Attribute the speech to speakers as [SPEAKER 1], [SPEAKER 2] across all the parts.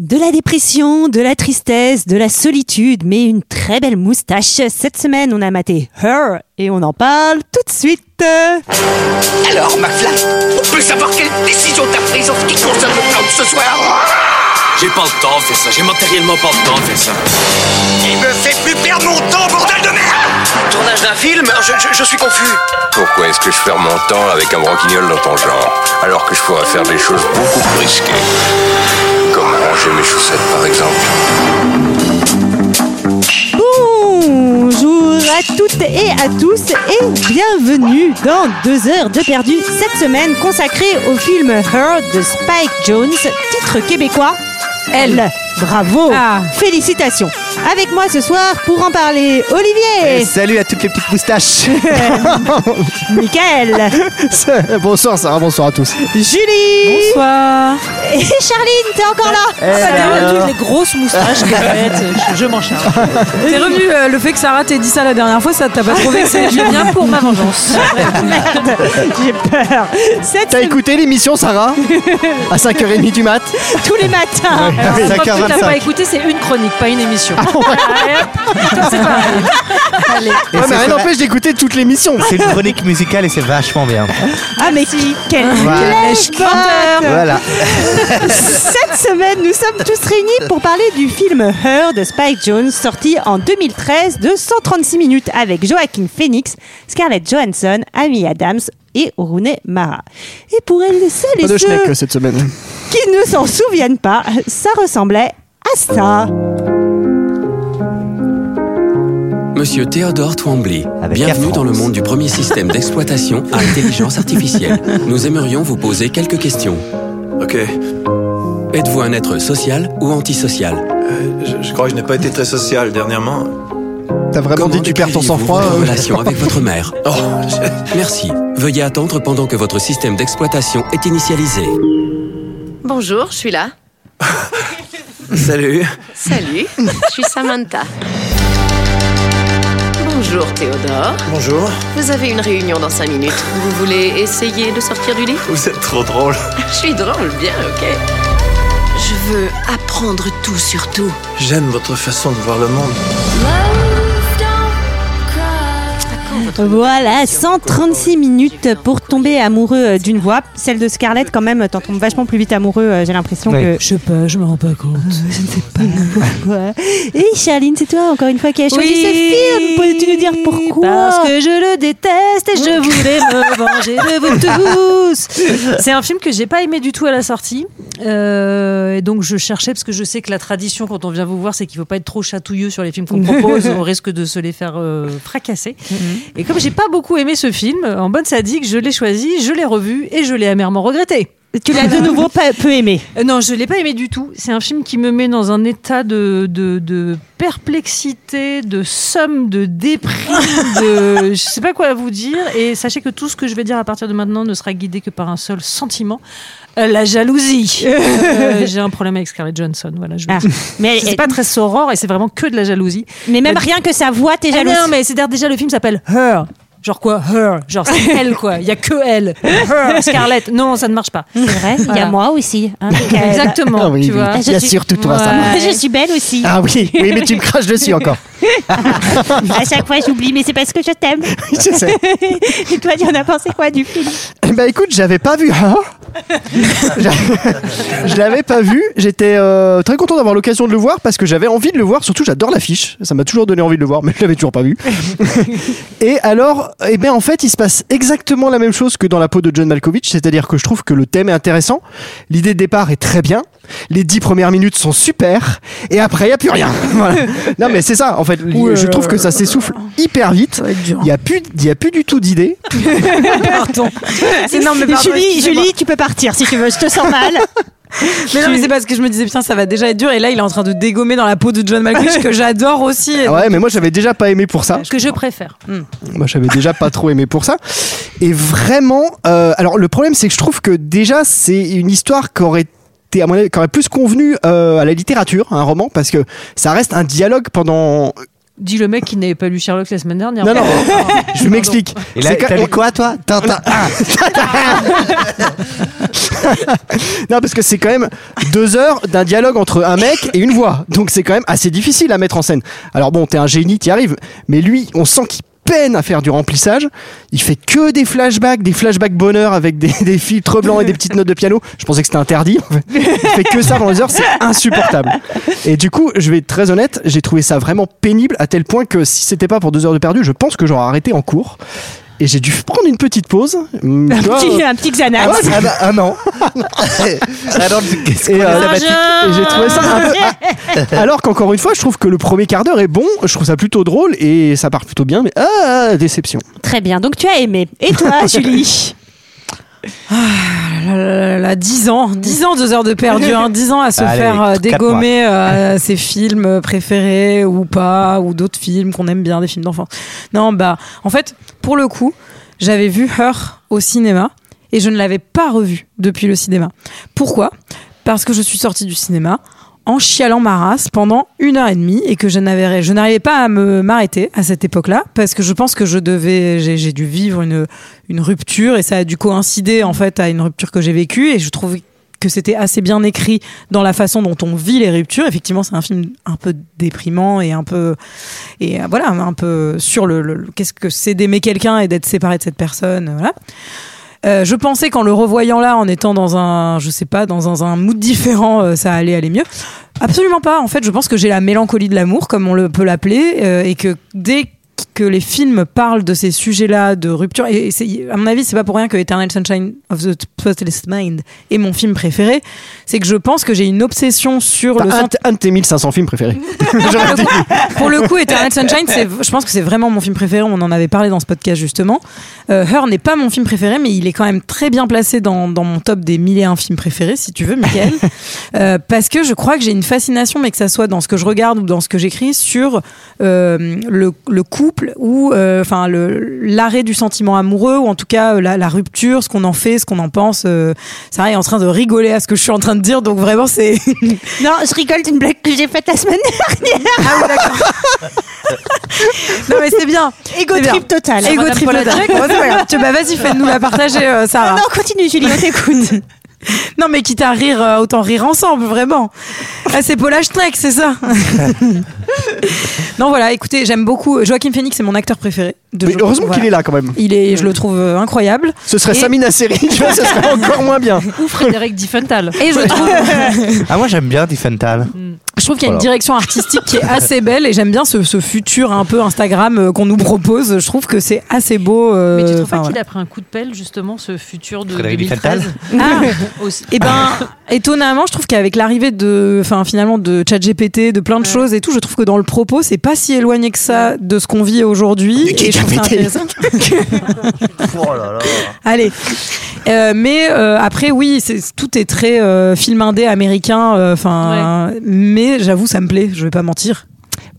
[SPEAKER 1] De la dépression, de la tristesse, de la solitude, mais une très belle moustache. Cette semaine, on a maté Her et on en parle tout de suite.
[SPEAKER 2] Alors, McFly, on peut savoir quelle décision t'as prise en ce qui concerne le plan de ce soir
[SPEAKER 3] J'ai pas le temps de faire ça, j'ai matériellement pas le temps de faire ça.
[SPEAKER 2] Il me fait plus perdre mon temps, bordel de merde
[SPEAKER 4] Tournage d'un film je, je- je suis confus.
[SPEAKER 5] Pourquoi est-ce que je perds mon temps avec un broquignol dans ton genre, alors que je pourrais faire des choses beaucoup plus risquées Comme ranger mes chaussettes par exemple.
[SPEAKER 1] Bonjour à toutes et à tous et bienvenue dans 2 heures de perdu cette semaine consacrée au film Her de Spike Jones, titre québécois. Elle. Bravo. Félicitations. Avec moi ce soir pour en parler, Olivier,
[SPEAKER 6] Et salut à toutes les petites moustaches.
[SPEAKER 1] Michael,
[SPEAKER 6] bonsoir Sarah, bonsoir à tous.
[SPEAKER 1] Julie. Bonsoir. Et Charline, t'es encore là bah,
[SPEAKER 7] Ah,
[SPEAKER 6] Eh ben
[SPEAKER 7] t'as vu
[SPEAKER 6] alors.
[SPEAKER 7] toutes les grosses moustaches qu'elle fait, je, je m'en charge. T'es revenu, euh, le fait que Sarah t'ait dit ça la dernière fois, ça t'a pas trop vexé. Je viens pour ma vengeance.
[SPEAKER 1] Merde, j'ai peur. Cette
[SPEAKER 6] T'as écouté l'émission Sarah À 5h30 du mat
[SPEAKER 1] tous les matins.
[SPEAKER 7] Alors,
[SPEAKER 6] Oui,
[SPEAKER 7] une fois que tu t'as
[SPEAKER 6] 5h25.
[SPEAKER 7] pas écouté, c'est une chronique, pas une émission.
[SPEAKER 6] Ah Ouais, mais rien n'empêche d'écouter toute l'émission.
[SPEAKER 8] C'est une chronique musicale et c'est vachement bien.
[SPEAKER 1] Ah mais qui quel
[SPEAKER 6] Voilà.
[SPEAKER 1] clever
[SPEAKER 8] Voilà.
[SPEAKER 1] Cette semaine, nous sommes tous réunis pour parler du film Her de Spike Jones, sorti en 2013 de 136 minutes avec Joaquin Phoenix, Scarlett Johansson, Amy Adams et Rooney Mara. Et pour elles seules
[SPEAKER 6] Pas de
[SPEAKER 1] et
[SPEAKER 6] schneck
[SPEAKER 1] ceux
[SPEAKER 6] euh, cette semaine.
[SPEAKER 1] qui ne s'en souviennent pas, ça ressemblait à ça.
[SPEAKER 3] Monsieur Théodore Twombly,
[SPEAKER 8] Avec Air
[SPEAKER 3] bienvenue
[SPEAKER 8] France.
[SPEAKER 3] dans le monde du premier système d'exploitation à intelligence artificielle. Nous aimerions vous poser quelques questions.
[SPEAKER 9] Ok,
[SPEAKER 3] Êtes-vous un être social ou
[SPEAKER 6] Ah,
[SPEAKER 3] antisocial
[SPEAKER 9] Euh, je, je crois que je n'ai pas été très social dernièrement.
[SPEAKER 6] T'as vraiment dit tu perds ton
[SPEAKER 3] décririez-vous
[SPEAKER 6] sang-froid
[SPEAKER 3] votre
[SPEAKER 6] euh
[SPEAKER 3] relation avec votre mère.
[SPEAKER 9] Oh, je-
[SPEAKER 3] Merci. Veuillez attendre pendant que votre système d'exploitation est initialisé.
[SPEAKER 10] Bonjour, je suis là.
[SPEAKER 9] salut.
[SPEAKER 10] Salut, je suis Samantha. Bonjour Théodore.
[SPEAKER 9] Bonjour.
[SPEAKER 10] Vous avez une réunion dans 5 minutes. Vous voulez essayer de sortir du lit
[SPEAKER 9] Vous êtes trop drôle.
[SPEAKER 10] Je suis drôle, bien, ok. Je veux apprendre tout sur tout.
[SPEAKER 9] J'aime votre façon de voir le monde.
[SPEAKER 1] Voilà, 136 minutes pour tomber amoureux euh, d'une voix. Celle de Scarlett, quand même, euh, t'en tombes vachement plus vite amoureux, euh, j'ai l'impression
[SPEAKER 8] Oui.
[SPEAKER 1] que...
[SPEAKER 7] Je sais pas, je me rends pas
[SPEAKER 10] Euh,
[SPEAKER 7] compte.
[SPEAKER 1] Et Charline, c'est toi encore une fois qui as choisi ce film. Peux-tu nous dire pourquoi Mmh.
[SPEAKER 7] Parce que je le déteste et
[SPEAKER 1] Mm.
[SPEAKER 7] je voulais me venger de vous tous. C'est un film que j'ai pas aimé du tout à la sortie. Euh, et donc je cherchais parce que je sais que la tradition quand on vient vous voir, c'est qu'il faut pas être trop chatouilleux sur les films qu'on propose. on risque de se les faire euh, fracasser.
[SPEAKER 1] Mm-hmm.
[SPEAKER 7] Et comme j'ai pas beaucoup aimé ce film, en bonne sadique, je l'ai choisi, je l'ai revu et je l'ai amèrement regretté.
[SPEAKER 1] tu l'as de nouveau pas- peu aimé.
[SPEAKER 7] Euh, Non, je l'ai pas aimé du tout. C'est un film qui me met dans un état de, de, de perplexité, de somme, de déprime, de je sais pas quoi vous dire. Et sachez que tout ce que je vais dire à partir de maintenant ne sera guidé que par un seul sentiment euh, la jalousie. Euh, J'ai un problème avec Scarlett Johnson. Voilà, je vous
[SPEAKER 1] Ah,
[SPEAKER 7] le dis.
[SPEAKER 1] mais,
[SPEAKER 7] C'est pas très sorore et c'est vraiment que de la jalousie.
[SPEAKER 1] mais même euh, rien que sa voix, t'es
[SPEAKER 7] Ah
[SPEAKER 1] jalouse.
[SPEAKER 7] non, mais c'est d'ailleurs déjà le film s'appelle Her. Genre quoi Her. Genre c'est elle quoi. Il y a que elle. Her. Scarlett. Non, ça ne marche pas.
[SPEAKER 1] C'est vrai, il y a
[SPEAKER 7] Voilà.
[SPEAKER 1] moi aussi. hein, Euh, Michael.
[SPEAKER 7] Exactement.
[SPEAKER 6] Ah oui,
[SPEAKER 7] tu
[SPEAKER 6] oui.
[SPEAKER 7] vois.
[SPEAKER 6] Bien sûr, tout toi, Sarah.
[SPEAKER 1] Moi, je suis belle aussi.
[SPEAKER 6] Ah oui, oui, mais tu me craches dessus encore.
[SPEAKER 1] À chaque fois, j'oublie, mais c'est parce que je t'aime.
[SPEAKER 6] Je sais.
[SPEAKER 1] Et toi, tu en as pensé quoi du film
[SPEAKER 6] Bah écoute, j'avais pas vu. hein. J'a- je l'avais pas vu. J'étais euh, très content d'avoir l'occasion de le voir parce que j'avais envie de le voir. Surtout, j'adore l'affiche. Ça m'a toujours donné envie de le voir, mais je l'avais toujours pas vu. Et alors, eh bien en fait, il se passe exactement la même chose que dans la peau de John Malkovich, c'est-à-dire que je trouve que le thème est intéressant, l'idée de départ est très bien, les dix premières minutes sont super, et après, il n'y a plus rien. Voilà. Non, mais c'est ça, en fait, je trouve que ça s'essouffle hyper vite, il n'y a, plus- il y a plus du tout d'idées.
[SPEAKER 7] Pardon.
[SPEAKER 1] C'est
[SPEAKER 7] non, mais pardon,
[SPEAKER 1] Julie,
[SPEAKER 7] excusez-moi.
[SPEAKER 1] Julie, tu peux partir si tu veux, je te sens mal.
[SPEAKER 7] Mais non, mais c'est parce que je me disais, putain, ça va déjà être dur. Et là, il est en train de dégommer dans la peau de John Malkovich, que j'adore aussi.
[SPEAKER 6] Ah Ouais, mais moi, j'avais déjà pas aimé pour ça.
[SPEAKER 7] Que je préfère. Hmm.
[SPEAKER 6] Moi, j'avais déjà pas trop aimé pour ça. Et vraiment, euh, alors le problème, c'est que je trouve que déjà, c'est une histoire qui aurait été, à mon avis, qui aurait plus convenu euh, à la littérature, à un roman, parce que ça reste un dialogue pendant.
[SPEAKER 7] Dis le mec qui n'avait pas lu Sherlock la semaine dernière. Ah,
[SPEAKER 6] Non, non, je m'explique.
[SPEAKER 8] Et là,
[SPEAKER 6] C'est quand-
[SPEAKER 8] t'as vu quoi toi Tintin
[SPEAKER 6] non, parce que c'est quand même deux heures d'un dialogue entre un mec et une voix. Donc c'est quand même assez difficile à mettre en scène. Alors bon, t'es un génie, t'y arrives. Mais lui, on sent qu'il peine à faire du remplissage. Il fait que des flashbacks, des flashbacks bonheur avec des, des filtres blancs et des petites notes de piano. Je pensais que c'était interdit. en fait. Il fait que ça pendant des heures, c'est insupportable. Et du coup, je vais être très honnête, j'ai trouvé ça vraiment pénible à tel point que si c'était pas pour deux heures de perdu, je pense que j'aurais arrêté en cours. Et j'ai dû prendre une petite pause. Hum,
[SPEAKER 1] Un
[SPEAKER 6] tu vois,
[SPEAKER 1] petit, un petit Xanax.
[SPEAKER 10] Ah, bah, ah non. Alors, qu'est-ce
[SPEAKER 6] et,
[SPEAKER 10] qu'on
[SPEAKER 6] euh,
[SPEAKER 10] a
[SPEAKER 6] la-
[SPEAKER 10] battu
[SPEAKER 6] et j'ai trouvé ça un
[SPEAKER 10] Ah,
[SPEAKER 6] peu- ah, Alors qu'encore une fois, je trouve que le premier quart d'heure est bon, je trouve ça plutôt drôle et ça part plutôt bien, mais ah, déception.
[SPEAKER 1] Très bien, donc tu as aimé. Et toi, Julie
[SPEAKER 7] Là, là, là, là, 10 ans, 10 ans, 2 heures de perdu, hein, 10 ans à se
[SPEAKER 10] Allez,
[SPEAKER 7] faire euh,
[SPEAKER 10] quatre
[SPEAKER 7] dégommer euh, ses films préférés ou pas, ou d'autres films qu'on aime bien, des films d'enfants. Non, bah, en fait, pour le coup, j'avais vu Her au cinéma et je ne l'avais pas revu depuis le cinéma. Pourquoi Parce que je suis sortie du cinéma en chialant ma race pendant une heure et demie et que je n'avais, je n'arrivais pas à me m'arrêter à cette époque-là parce que je pense que je devais, j'ai, j'ai dû vivre une, une rupture et ça a dû coïncider en fait à une rupture que j'ai vécue et je trouvais que c'était assez bien écrit dans la façon dont on vit les ruptures. Effectivement, c'est un film un peu déprimant et un peu et euh, voilà un peu sur le, le- le- qu'est-ce que c'est d'aimer quelqu'un et d'être séparé de cette personne. Voilà. Euh, je pensais qu'en le revoyant là, en étant dans un, je sais pas, dans un, un mood différent, euh, ça allait aller mieux. Absolument pas. En fait, je pense que j'ai la mélancolie de l'amour, comme on le peut l'appeler, euh, et que dès que les films parlent de ces sujets-là, de rupture, et, et c'est- à mon avis, c'est pas pour rien que Eternal Sunshine of the Spotless Mind est mon film préféré, c'est que je pense que j'ai une obsession sur
[SPEAKER 6] T'as
[SPEAKER 7] le
[SPEAKER 6] un,
[SPEAKER 7] sentiment
[SPEAKER 6] de- un de tes 1500 films préférés.
[SPEAKER 7] pour, le coup, pour le coup, Eternal Sunshine, c'est, je pense que c'est vraiment mon film préféré. On en avait parlé dans ce podcast justement. Euh, Her n'est pas mon film préféré, mais il est quand même très bien placé dans, dans mon top des mille et un films préférés, si tu veux, Michael. Euh, parce que je crois que j'ai une fascination, mais que ça soit dans ce que je regarde ou dans ce que j'écris, sur euh, le, le couple ou euh, enfin le l'arrêt du sentiment amoureux ou en tout cas euh, la, la rupture, ce qu'on en fait, ce qu'on en pense. Euh, Sarah est en train de rigoler à ce que je suis en train de dire, donc vraiment c'est
[SPEAKER 1] Non, je rigole d'une blague que j'ai faite la semaine dernière.
[SPEAKER 7] Ah oui, d'accord. non, mais c'est bien.
[SPEAKER 1] Ego
[SPEAKER 7] C'est bien.
[SPEAKER 1] trip total.
[SPEAKER 7] Ego
[SPEAKER 1] Madame
[SPEAKER 7] trip
[SPEAKER 1] Paula
[SPEAKER 7] total.
[SPEAKER 1] Drake. Ah.
[SPEAKER 7] Bon, c'est pas grave. Tu- bah, vas-y, fais-nous la partager, euh, Sarah.
[SPEAKER 11] Ah
[SPEAKER 1] Non, continue, Julie, on t'écoute.
[SPEAKER 7] Non, mais quitte à rire, euh, autant rire ensemble, vraiment. Ah, c'est Paula Schneck, c'est ça. non, voilà, écoutez, j'aime beaucoup. Joachim Phoenix, c'est mon acteur préféré. de
[SPEAKER 6] Mais
[SPEAKER 7] jeu.
[SPEAKER 6] heureusement
[SPEAKER 7] Voilà.
[SPEAKER 6] qu'il est là quand même.
[SPEAKER 7] Il est, je le trouve euh, incroyable.
[SPEAKER 6] Ce serait
[SPEAKER 7] Et-
[SPEAKER 6] Samina Seri, tu vois, ce serait encore moins bien.
[SPEAKER 11] Ou Frédéric Diffenthal.
[SPEAKER 7] Et je trouve,
[SPEAKER 10] Ah, moi j'aime bien Diffental.
[SPEAKER 7] je trouve qu'il y a une
[SPEAKER 10] Voilà.
[SPEAKER 7] direction artistique qui est assez belle et j'aime bien ce, ce futur un peu Instagram euh, qu'on nous propose. Je trouve que c'est assez beau. euh,
[SPEAKER 11] Mais tu trouves
[SPEAKER 7] enfin,
[SPEAKER 11] pas
[SPEAKER 7] voilà.
[SPEAKER 11] qu'il a pris un coup de pelle, justement, ce futur de
[SPEAKER 10] Frédéric
[SPEAKER 11] 2013
[SPEAKER 10] Diffenthal
[SPEAKER 11] Aussi-
[SPEAKER 7] Et ben, étonnamment, je trouve qu'avec l'arrivée de, enfin, finalement, de ChatGPT, de plein de choses et tout, je trouve que dans le propos, c'est pas si éloigné que ça de ce qu'on vit aujourd'hui. Et je trouve ça intéressant.
[SPEAKER 10] Oh là là.
[SPEAKER 7] Allez. Euh, mais euh, après, oui, c'est- tout est très euh, film indé américain. euh, Enfin, mais j'avoue, ça me plaît. Je vais pas mentir.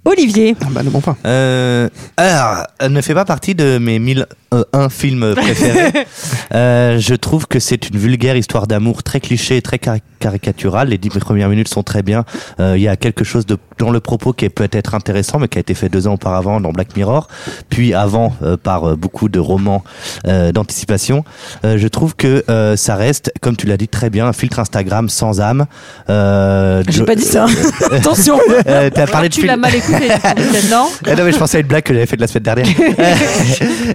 [SPEAKER 1] Olivier,
[SPEAKER 6] Ah bah ne mens pas.
[SPEAKER 10] Euh, alors, elle ne fait pas partie de mes 1001 films préférés. Euh, je trouve que c'est une vulgaire histoire d'amour très cliché, et très cari- caricaturale. Les dix premières minutes sont très bien. Euh, Il y a quelque chose de, dans le propos qui est peut-être intéressant, mais qui a été fait deux ans auparavant dans Black Mirror, puis avant euh, par euh, beaucoup de romans euh, d'anticipation. Euh, je trouve que euh, ça reste, comme tu l'as dit très bien, un filtre Instagram sans âme. Euh,
[SPEAKER 7] J'ai
[SPEAKER 10] je-
[SPEAKER 7] pas dit ça. Attention.
[SPEAKER 10] Euh, T'as parlé de
[SPEAKER 11] tu
[SPEAKER 10] fil-
[SPEAKER 11] l'as mal écouté, peut-être, non
[SPEAKER 10] ah non, mais je pensais à une blague que j'avais faite la semaine dernière.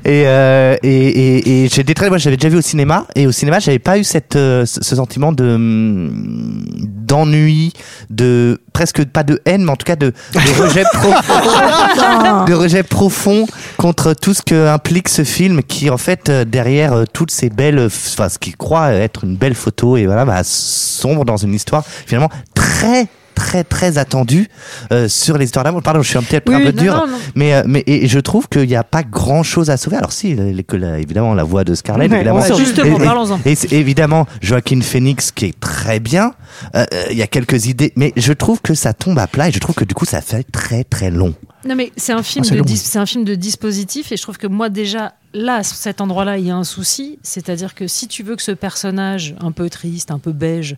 [SPEAKER 10] et, euh, et, et, et j'étais très, moi, j'avais déjà vu au cinéma, et au cinéma, j'avais pas eu cette, euh, ce ce sentiment de, hum, d'ennui, de, presque pas de haine, mais en tout cas de, de rejet
[SPEAKER 7] Hein.
[SPEAKER 10] profond, de rejet profond contre tout ce que implique ce film qui, en fait, euh, derrière euh, toutes ces belles, enfin, ce qu'il croit être une belle photo, et voilà, bah, sombre dans une histoire, finalement, très, très très attendue euh, sur les histoires d'amour. Pardon, je suis un peut-être
[SPEAKER 7] Oui,
[SPEAKER 10] un
[SPEAKER 7] oui,
[SPEAKER 10] peu
[SPEAKER 7] non,
[SPEAKER 10] dur,
[SPEAKER 7] non, non.
[SPEAKER 10] mais, euh, mais et je trouve qu'il n'y a pas grand chose à sauver. Alors, si, euh, les- que la- évidemment, la voix de Scarlett,
[SPEAKER 6] Ouais,
[SPEAKER 10] évidemment.
[SPEAKER 6] on l'a
[SPEAKER 11] Justement,
[SPEAKER 10] Et- et-
[SPEAKER 11] parlons-en.
[SPEAKER 10] Et c'est évidemment, Joaquin Phoenix, qui est très bien. Euh, euh, Il y a quelques idées, mais je trouve que ça tombe à plat et je trouve que du coup, ça fait très très long.
[SPEAKER 11] Non mais c'est un film
[SPEAKER 10] Ah, c'est
[SPEAKER 11] de
[SPEAKER 10] long.
[SPEAKER 11] dis- c'est un film de dispositif et je trouve que moi déjà
[SPEAKER 12] là, à cet endroit-là, il y a un souci. C'est-à-dire que si tu veux que ce personnage un peu triste, un peu beige,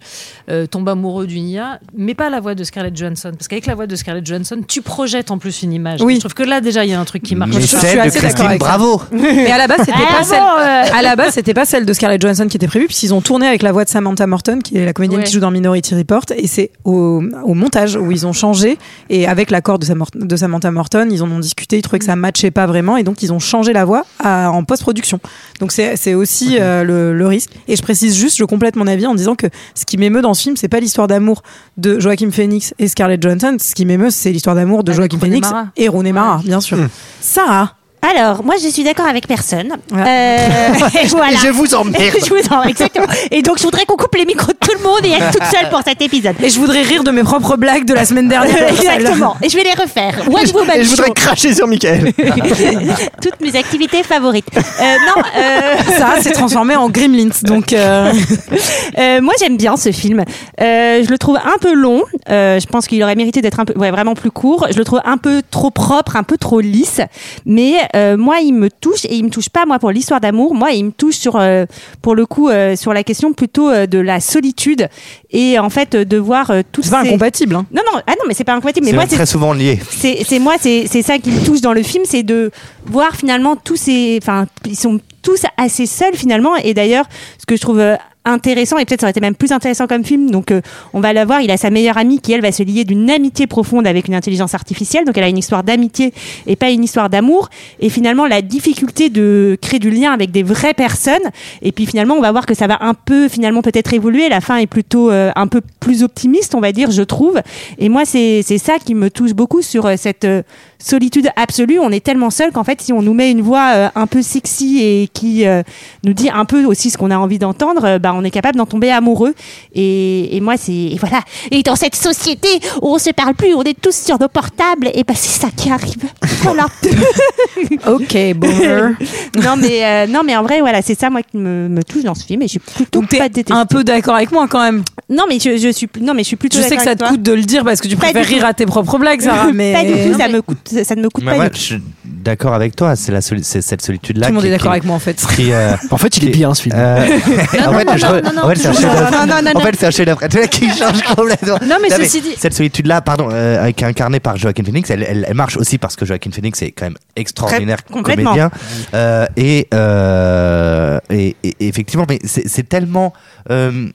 [SPEAKER 12] euh, tombe amoureux d'une IA, mais pas la voix de Scarlett Johansson. Parce qu'avec la voix de Scarlett Johansson, tu projettes en plus une image.
[SPEAKER 1] Oui.
[SPEAKER 12] Je trouve que là, déjà, il y a un truc qui marche.
[SPEAKER 10] Mais
[SPEAKER 12] Je suis
[SPEAKER 10] celle de
[SPEAKER 12] assez d'accord
[SPEAKER 10] Christine
[SPEAKER 12] avec ça.
[SPEAKER 10] Bravo.
[SPEAKER 7] Mais à la base, c'était
[SPEAKER 12] Ah
[SPEAKER 7] pas
[SPEAKER 12] bon,
[SPEAKER 7] celle.
[SPEAKER 12] euh.
[SPEAKER 7] À la base, c'était pas celle de Scarlett Johansson qui était prévue, puisqu'ils ont tourné avec la voix de Samantha Morton, qui est la comédienne
[SPEAKER 12] Ouais.
[SPEAKER 7] qui joue dans Minority Report, et c'est au, au montage où ils ont changé, et avec l'accord de, Samor- de Samantha Morton, ils en ont discuté, ils trouvaient que ça matchait pas vraiment, et donc ils ont changé la voix à- en post-production. Donc c'est c'est aussi euh, le, le risque. Et je précise juste, je complète mon avis en disant que ce qui m'émeut dans ce film, c'est pas l'histoire d'amour de Joaquin Phoenix et Scarlett Johansson, ce qui m'émeut, c'est l'histoire d'amour de
[SPEAKER 12] Ah,
[SPEAKER 7] Joaquin
[SPEAKER 1] Rooney
[SPEAKER 7] Phoenix
[SPEAKER 1] Mara.
[SPEAKER 7] et Rooney Mara, bien sûr.
[SPEAKER 10] Hmm.
[SPEAKER 7] hein. Sarah
[SPEAKER 1] Alors, moi, je suis d'accord avec personne. Euh, voilà.
[SPEAKER 6] Je vous emmerde.
[SPEAKER 1] Je vous emmerde, exactement. Et donc, je voudrais qu'on coupe les micros de tout le monde et être toute seule pour cet épisode.
[SPEAKER 7] Et je voudrais rire de mes propres blagues de la semaine dernière.
[SPEAKER 1] Exactement. Et je vais les refaire. One Woman
[SPEAKER 6] Et je voudrais
[SPEAKER 1] Show.
[SPEAKER 6] cracher sur Michael.
[SPEAKER 1] Toutes mes activités favorites. Euh, non, euh,
[SPEAKER 7] Ça s'est transformé en Gremlins. Donc, euh,
[SPEAKER 1] Euh, moi, j'aime bien ce film. Euh, je le trouve un peu long. Euh, je pense qu'il aurait mérité d'être un peu, ouais, vraiment plus court. Je le trouve un peu trop propre, un peu trop lisse. Mais euh, moi, il me touche et il me touche pas moi pour l'histoire d'amour. Moi, il me touche sur, euh, pour le coup, euh, sur la question plutôt euh, de la solitude et en fait euh, de voir euh, tout.
[SPEAKER 7] c'est pas incompatible. hein.
[SPEAKER 1] Non, non, ah non, mais c'est pas incompatible. Mais
[SPEAKER 10] C'est
[SPEAKER 1] moi,
[SPEAKER 10] même très souvent lié.
[SPEAKER 1] c'est c'est moi c'est c'est ça qui me touche dans le film c'est de voir finalement tous ces enfin ils sont tous assez seuls finalement et d'ailleurs ce que je trouve euh, intéressant et peut-être ça aurait été même plus intéressant comme film donc euh, on va la voir il a sa meilleure amie qui elle va se lier d'une amitié profonde avec une intelligence artificielle donc elle a une histoire d'amitié et pas une histoire d'amour et finalement la difficulté de créer du lien avec des vraies personnes et puis finalement on va voir que ça va un peu finalement peut-être évoluer la fin est plutôt euh, un peu plus optimiste on va dire je trouve et moi, c'est c'est ça qui me touche beaucoup sur euh, cette euh, solitude absolue. On est tellement seul qu'en fait, si on nous met une voix euh, un peu sexy et qui euh, nous dit un peu aussi ce qu'on a envie d'entendre, euh, bah, on est capable d'en tomber amoureux. Et, et moi, c'est et voilà. Et dans cette société où on se parle plus, on est tous sur nos portables, et bah c'est ça qui arrive. Voilà.
[SPEAKER 7] Ok, boomer.
[SPEAKER 1] non mais euh, non mais en vrai, voilà, c'est ça moi qui me, me touche dans ce film. Et je suis plutôt
[SPEAKER 7] Donc,
[SPEAKER 1] pas
[SPEAKER 7] t'es
[SPEAKER 1] détestée.
[SPEAKER 7] un peu d'accord avec moi quand même.
[SPEAKER 1] Non mais je, je suis non mais je suis plutôt.
[SPEAKER 7] Je sais
[SPEAKER 1] d'accord
[SPEAKER 7] que ça
[SPEAKER 1] avec
[SPEAKER 7] te
[SPEAKER 1] toi.
[SPEAKER 7] coûte de le dire parce que tu
[SPEAKER 1] Pas
[SPEAKER 7] préfères
[SPEAKER 1] du tout.
[SPEAKER 7] rire à tes propres blagues, Sarah. Mais
[SPEAKER 1] Pas du tout, ça me coûte, ça ne me coûte
[SPEAKER 10] Mais
[SPEAKER 1] pas
[SPEAKER 10] moi,
[SPEAKER 1] du tout.
[SPEAKER 10] je suis d'accord avec toi. C'est la soli- c'est cette solitude-là.
[SPEAKER 7] Tout le monde
[SPEAKER 10] qui-
[SPEAKER 7] est d'accord
[SPEAKER 10] qui-
[SPEAKER 7] avec moi en fait.
[SPEAKER 10] qui, euh,
[SPEAKER 6] En fait, il est bien ce film.
[SPEAKER 10] euh, en fait, je- en fait, c'est un chef-d'œuvre.
[SPEAKER 1] Non, non, non,
[SPEAKER 10] En fait, c'est un chef-d'œuvre. Tu vois, qui change complètement.
[SPEAKER 12] Non, mais ceci dit-
[SPEAKER 10] Cette solitude-là, pardon, euh, avec- incarnée par Joaquin Phoenix, elle, elle- elle marche aussi parce que Joaquin Phoenix est quand même extraordinaire
[SPEAKER 1] Très- complètement.
[SPEAKER 10] comédien. Euh, et, euh, et, et- et effectivement, mais c'est c'est tellement. euh,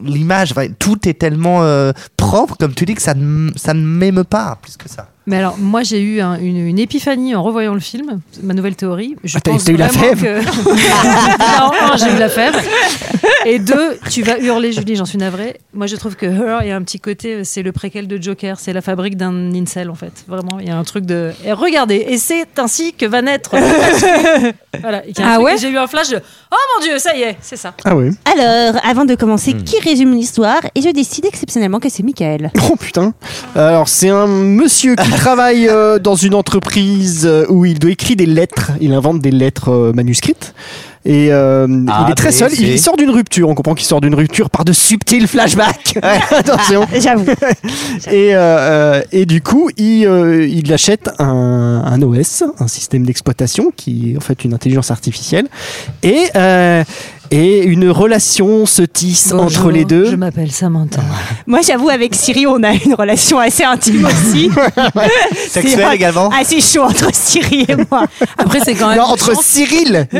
[SPEAKER 10] L'image, enfin, tout est tellement euh, propre, comme tu dis, que ça ne, m- ça ne m'aime pas plus que ça.
[SPEAKER 12] Mais alors, moi, j'ai eu un- une, une épiphanie en revoyant le film, ma nouvelle théorie. Je
[SPEAKER 6] Ah, t'as-
[SPEAKER 12] pense
[SPEAKER 6] t'as eu la
[SPEAKER 12] vraiment
[SPEAKER 6] fève
[SPEAKER 12] que- Non, un, j'ai eu la fève. Et deux, tu vas hurler, Julie, j'en suis navrée. Moi, je trouve que Her, il y a un petit côté, euh, c'est le préquel de Joker, c'est la fabrique d'un incel, en fait. Vraiment, il y a un truc de. Et regardez, et c'est ainsi que va naître. voilà. il y a un
[SPEAKER 7] Ah
[SPEAKER 12] truc-
[SPEAKER 7] ouais
[SPEAKER 12] J'ai eu un flash de. Oh mon Dieu, ça y est, c'est ça.
[SPEAKER 6] Ah oui.
[SPEAKER 1] Alors, avant de commencer, qui résume l'histoire Et je décide exceptionnellement que c'est Michael.
[SPEAKER 6] Oh putain. Alors c'est un monsieur qui travaille euh, dans une entreprise euh, où il doit écrire des lettres. Il invente des lettres euh, manuscrites. Et euh,
[SPEAKER 10] A,
[SPEAKER 6] il est très
[SPEAKER 10] B,
[SPEAKER 6] seul. Il
[SPEAKER 10] C.
[SPEAKER 6] sort d'une rupture. On comprend qu'il sort d'une rupture par de subtils flashbacks. Attention.
[SPEAKER 1] J'avoue.
[SPEAKER 6] Et, euh, euh, et du coup, il, euh, il achète un, un OS, un système d'exploitation qui est en fait une intelligence artificielle. Et, euh, et une relation se tisse entre
[SPEAKER 12] Bonjour,
[SPEAKER 6] les deux.
[SPEAKER 12] Je m'appelle Samantha.
[SPEAKER 1] Moi, j'avoue, avec Siri, on a une relation assez intime aussi.
[SPEAKER 10] Sexuel
[SPEAKER 1] C'est
[SPEAKER 10] également.
[SPEAKER 1] Assez chaud entre Siri et moi.
[SPEAKER 7] Après, c'est quand même.
[SPEAKER 6] Non, entre Cyril